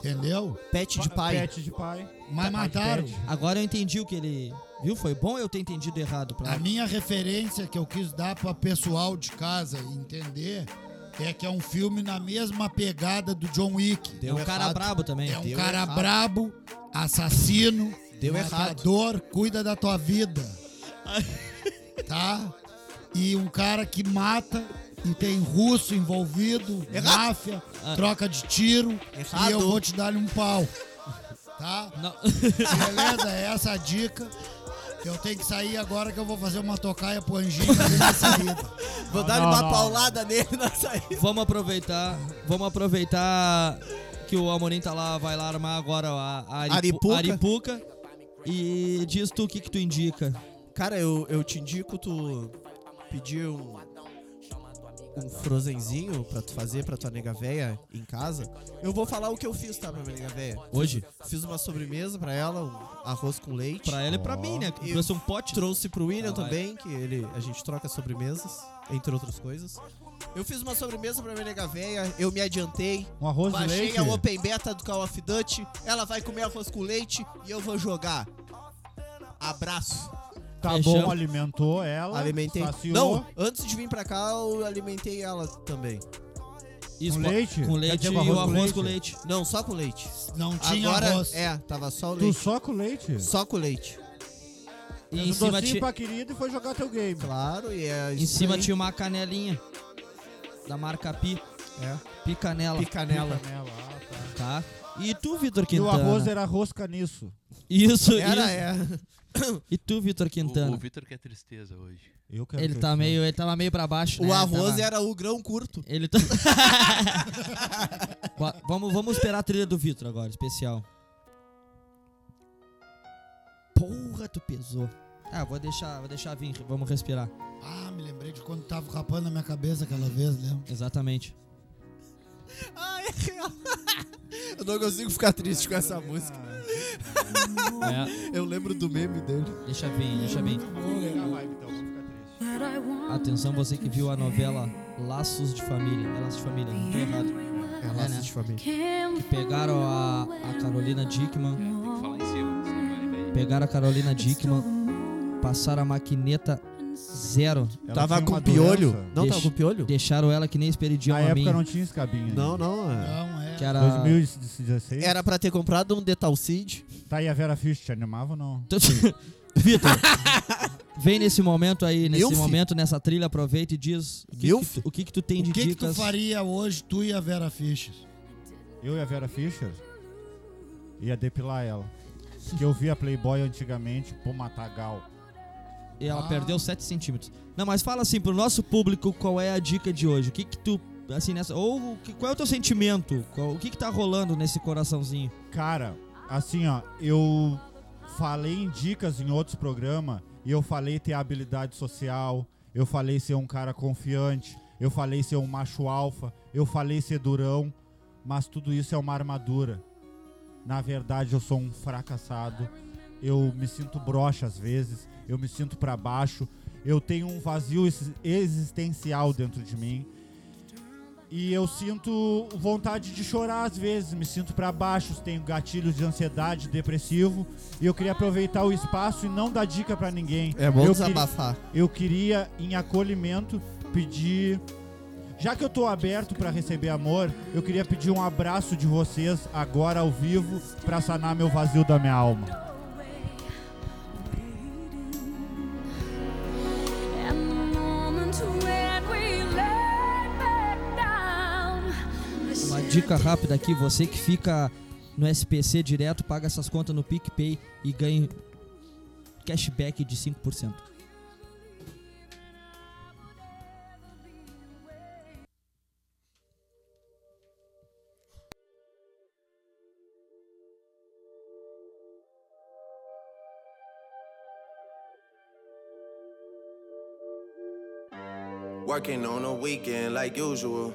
Speaker 5: Entendeu?
Speaker 2: Pet de pai.
Speaker 4: Pet um de pai.
Speaker 5: Mas mataram.
Speaker 4: pet.
Speaker 1: Agora eu entendi o que ele. Viu? Foi bom eu ter entendido errado
Speaker 2: Ah,
Speaker 1: pra
Speaker 5: A minha referência que eu quis dar pra pessoal de casa entender é que é um filme na mesma pegada do John Wick.
Speaker 1: É um cara
Speaker 2: errado.
Speaker 1: brabo também.
Speaker 5: É um
Speaker 2: deu
Speaker 5: cara
Speaker 2: errado.
Speaker 5: brabo, assassino, um
Speaker 2: Deu
Speaker 5: matador, cuida da
Speaker 2: (laughs)
Speaker 5: tua vida. tá? E um cara que mata e tem russo envolvido,
Speaker 2: Errado. Ah.
Speaker 5: máfia, troca de tiro.
Speaker 2: Errado.
Speaker 5: E eu vou te dar um pau. Tá?
Speaker 1: Não.
Speaker 5: (laughs) Beleza? É essa a dica. Eu tenho que sair agora que eu vou fazer uma tocaia pro anjinho ali na saída.
Speaker 2: Vou
Speaker 4: Não,
Speaker 2: dar
Speaker 4: não,
Speaker 2: uma
Speaker 4: não.
Speaker 2: paulada nele na saída.
Speaker 1: vamos aproveitar. Vamos aproveitar que o Amorim tá lá, vai lá armar agora a, a Aripu-
Speaker 2: Aripuca.
Speaker 1: Aripuca. E diz tu o que, que tu indica.
Speaker 2: Cara, eu, eu te indico tu pedir um, um frozenzinho pra tu fazer pra tua nega véia em casa. Eu vou falar o que eu fiz, tá, pra minha nega véia.
Speaker 1: Hoje?
Speaker 2: Fiz uma sobremesa pra ela, um arroz com leite.
Speaker 1: Pra ela e pra mim, né? Que
Speaker 2: E-
Speaker 1: trouxe um pote.
Speaker 2: Trouxe pro William
Speaker 1: Ela vai.
Speaker 2: também, que ele a gente troca sobremesas, entre outras coisas. Eu fiz uma sobremesa pra minha nega véia, eu me adiantei,
Speaker 4: Um arroz de
Speaker 2: Baixei
Speaker 4: leite.
Speaker 2: a Open Beta do Call of Duty, ela vai comer arroz com leite e eu vou jogar. Abraço.
Speaker 4: Tá
Speaker 1: Fechamos.
Speaker 4: bom, alimentou ela.
Speaker 2: Alimentei.
Speaker 4: Então, saciou.
Speaker 2: Não, antes de vir pra cá, eu alimentei ela também.
Speaker 1: Isso,
Speaker 4: com
Speaker 1: pa-
Speaker 4: leite?
Speaker 1: Com
Speaker 4: Quer
Speaker 1: leite
Speaker 4: dizer,
Speaker 1: e
Speaker 4: com
Speaker 1: o
Speaker 4: arroz com
Speaker 1: arroz com
Speaker 4: leite?
Speaker 1: leite.
Speaker 2: Não, só com leite.
Speaker 5: Não tinha
Speaker 2: Agora,
Speaker 5: arroz.
Speaker 2: é, tava só o
Speaker 4: Tu
Speaker 2: leite.
Speaker 4: só com leite?
Speaker 2: Só com leite.
Speaker 1: E
Speaker 4: Fez
Speaker 1: em
Speaker 4: um
Speaker 1: cima,
Speaker 4: docinho
Speaker 1: ti-
Speaker 4: pra querida e foi jogar teu game.
Speaker 2: Claro, e é
Speaker 1: em
Speaker 2: isso
Speaker 1: cima
Speaker 2: aí.
Speaker 1: tinha uma canelinha. Da marca Pi.
Speaker 2: É.
Speaker 1: Picanela.
Speaker 2: Picanela.
Speaker 4: Canela, ah, tá.
Speaker 1: Tá? E tu, Vitor
Speaker 4: E o
Speaker 1: Quintana?
Speaker 4: arroz era arroz caniço.
Speaker 1: Isso, isso.
Speaker 2: Era, é.
Speaker 1: (coughs) E tu, Vitor Quintana?
Speaker 3: O, o Vitor que é tristeza hoje.
Speaker 4: Eu quero
Speaker 1: Ele
Speaker 4: ver
Speaker 1: tá
Speaker 4: isso.
Speaker 1: meio, ele tava meio pra baixo,
Speaker 2: O
Speaker 1: né?
Speaker 2: arroz é-
Speaker 1: Ele tava-
Speaker 2: era o grão curto.
Speaker 1: Ele tá... (laughs) Ba- vamos, vamos esperar a trilha do Vitor agora, especial. Porra, tu pesou. Ah, vou deixar, vou deixar vir, vamos respirar.
Speaker 5: Ah, me lembrei de quando tava rapando a minha cabeça aquela vez, lembra?
Speaker 1: Exatamente.
Speaker 2: Ah, é real. Eu não consigo ficar triste com essa música.
Speaker 1: É,
Speaker 2: Eu lembro do meme dele.
Speaker 1: deixa vir, deixa vir.
Speaker 4: Ah.
Speaker 1: Atenção, você que viu a novela Laços de Família. É Laços de Família, não tô errado.
Speaker 2: É, laço de família.
Speaker 1: Que pegaram a, a Carolina Dickman.
Speaker 3: Tem que falar em cima, senão vai daí.
Speaker 1: Pegaram a Carolina Dickman, passaram a maquineta zero.
Speaker 4: Ela
Speaker 2: Tava
Speaker 4: tinha
Speaker 2: com
Speaker 4: uma
Speaker 2: piolho?
Speaker 4: doença.
Speaker 2: Não
Speaker 1: Deixa-
Speaker 2: tava com piolho?
Speaker 1: Deixaram ela que nem esperidião
Speaker 4: Na
Speaker 1: a mim.
Speaker 4: época não tinha escabinha. ainda.
Speaker 2: Não, não. É.
Speaker 5: Não, é.
Speaker 1: Que era...
Speaker 4: 2016?
Speaker 2: Era pra ter comprado um Detalcid.
Speaker 4: Tá, e a Vera Fisch te animava ou não?
Speaker 1: (laughs) Vitor, vem nesse momento aí, nesse
Speaker 2: Milf?
Speaker 1: momento, nessa trilha, aproveita e diz o que, que,
Speaker 2: Milf?
Speaker 1: tu, o que, que tu tem
Speaker 5: O
Speaker 1: de
Speaker 5: que, que tu
Speaker 1: dicas.
Speaker 5: faria hoje, tu e a Vera Fischer?
Speaker 4: Eu e a Vera Fischer ia depilar ela. Que eu via Playboy antigamente pro Matagal.
Speaker 1: e
Speaker 4: Ah.
Speaker 1: ela perdeu 7 centímetros. Não, mas fala assim, pro nosso público, qual é a dica de hoje? O que que tu, assim, nessa... Ou o que- qual é o teu sentimento? Qual- o que que tá rolando nesse coraçãozinho?
Speaker 4: Cara, assim ó, eu falei em dicas em outros programas e eu falei ter habilidade social, eu falei ser um cara confiante, eu falei ser um macho alfa, eu falei ser durão, mas tudo isso é uma armadura. Na verdade, eu sou um fracassado. Eu me sinto broxa às vezes, eu me sinto pra baixo, eu tenho um vazio ex- existencial dentro de mim. E eu sinto vontade de chorar às vezes, me sinto pra baixo, tenho gatilhos de ansiedade, depressivo, e eu queria aproveitar o espaço e não dar dica pra ninguém.
Speaker 2: É bom
Speaker 4: eu queria-
Speaker 2: desabafar.
Speaker 4: eu queria, em acolhimento, pedir. Já que eu tô aberto pra receber amor, eu queria pedir um abraço de vocês agora ao vivo pra sanar meu vazio da minha alma.
Speaker 8: And the moment when we laid back down, I
Speaker 1: Uma
Speaker 8: said,
Speaker 1: dica rápida aqui, você que fica no SPC direto, paga essas contas no PicPay e ganha cashback de 5%.
Speaker 2: Working on a weekend like usual.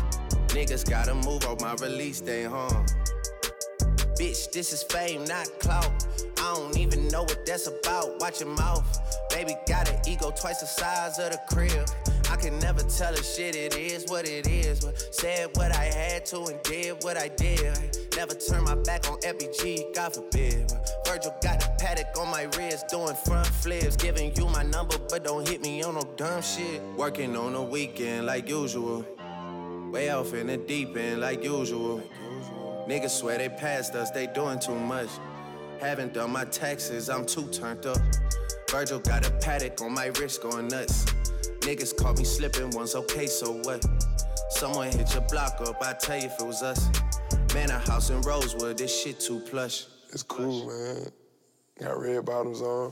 Speaker 2: Niggas gotta move on my release day, huh? Bitch, this is fame, not clout. I don't even know what that's about. Watch your mouth. Baby got an ego twice the size of the crib. I can never tell a shit, it is what it is. But said what I had to and did what I did. Never turn my back on FBG, God forbid. Virgil got a paddock on my wrist, doing front flips. Giving you my number, but don't hit me on no dumb shit. Working on the weekend like usual. Way off in the deep end like usual. Niggas swear they passed us, they doing too much. Haven't done my taxes, I'm too turned up. Virgil got a paddock on my wrist going nuts. Niggas caught me slipping once, okay, so what? Someone hit your block up, I tell you if it was us. Man, a house in Rosewood, this shit too plush.
Speaker 7: It's cool, man. Got red bottoms on.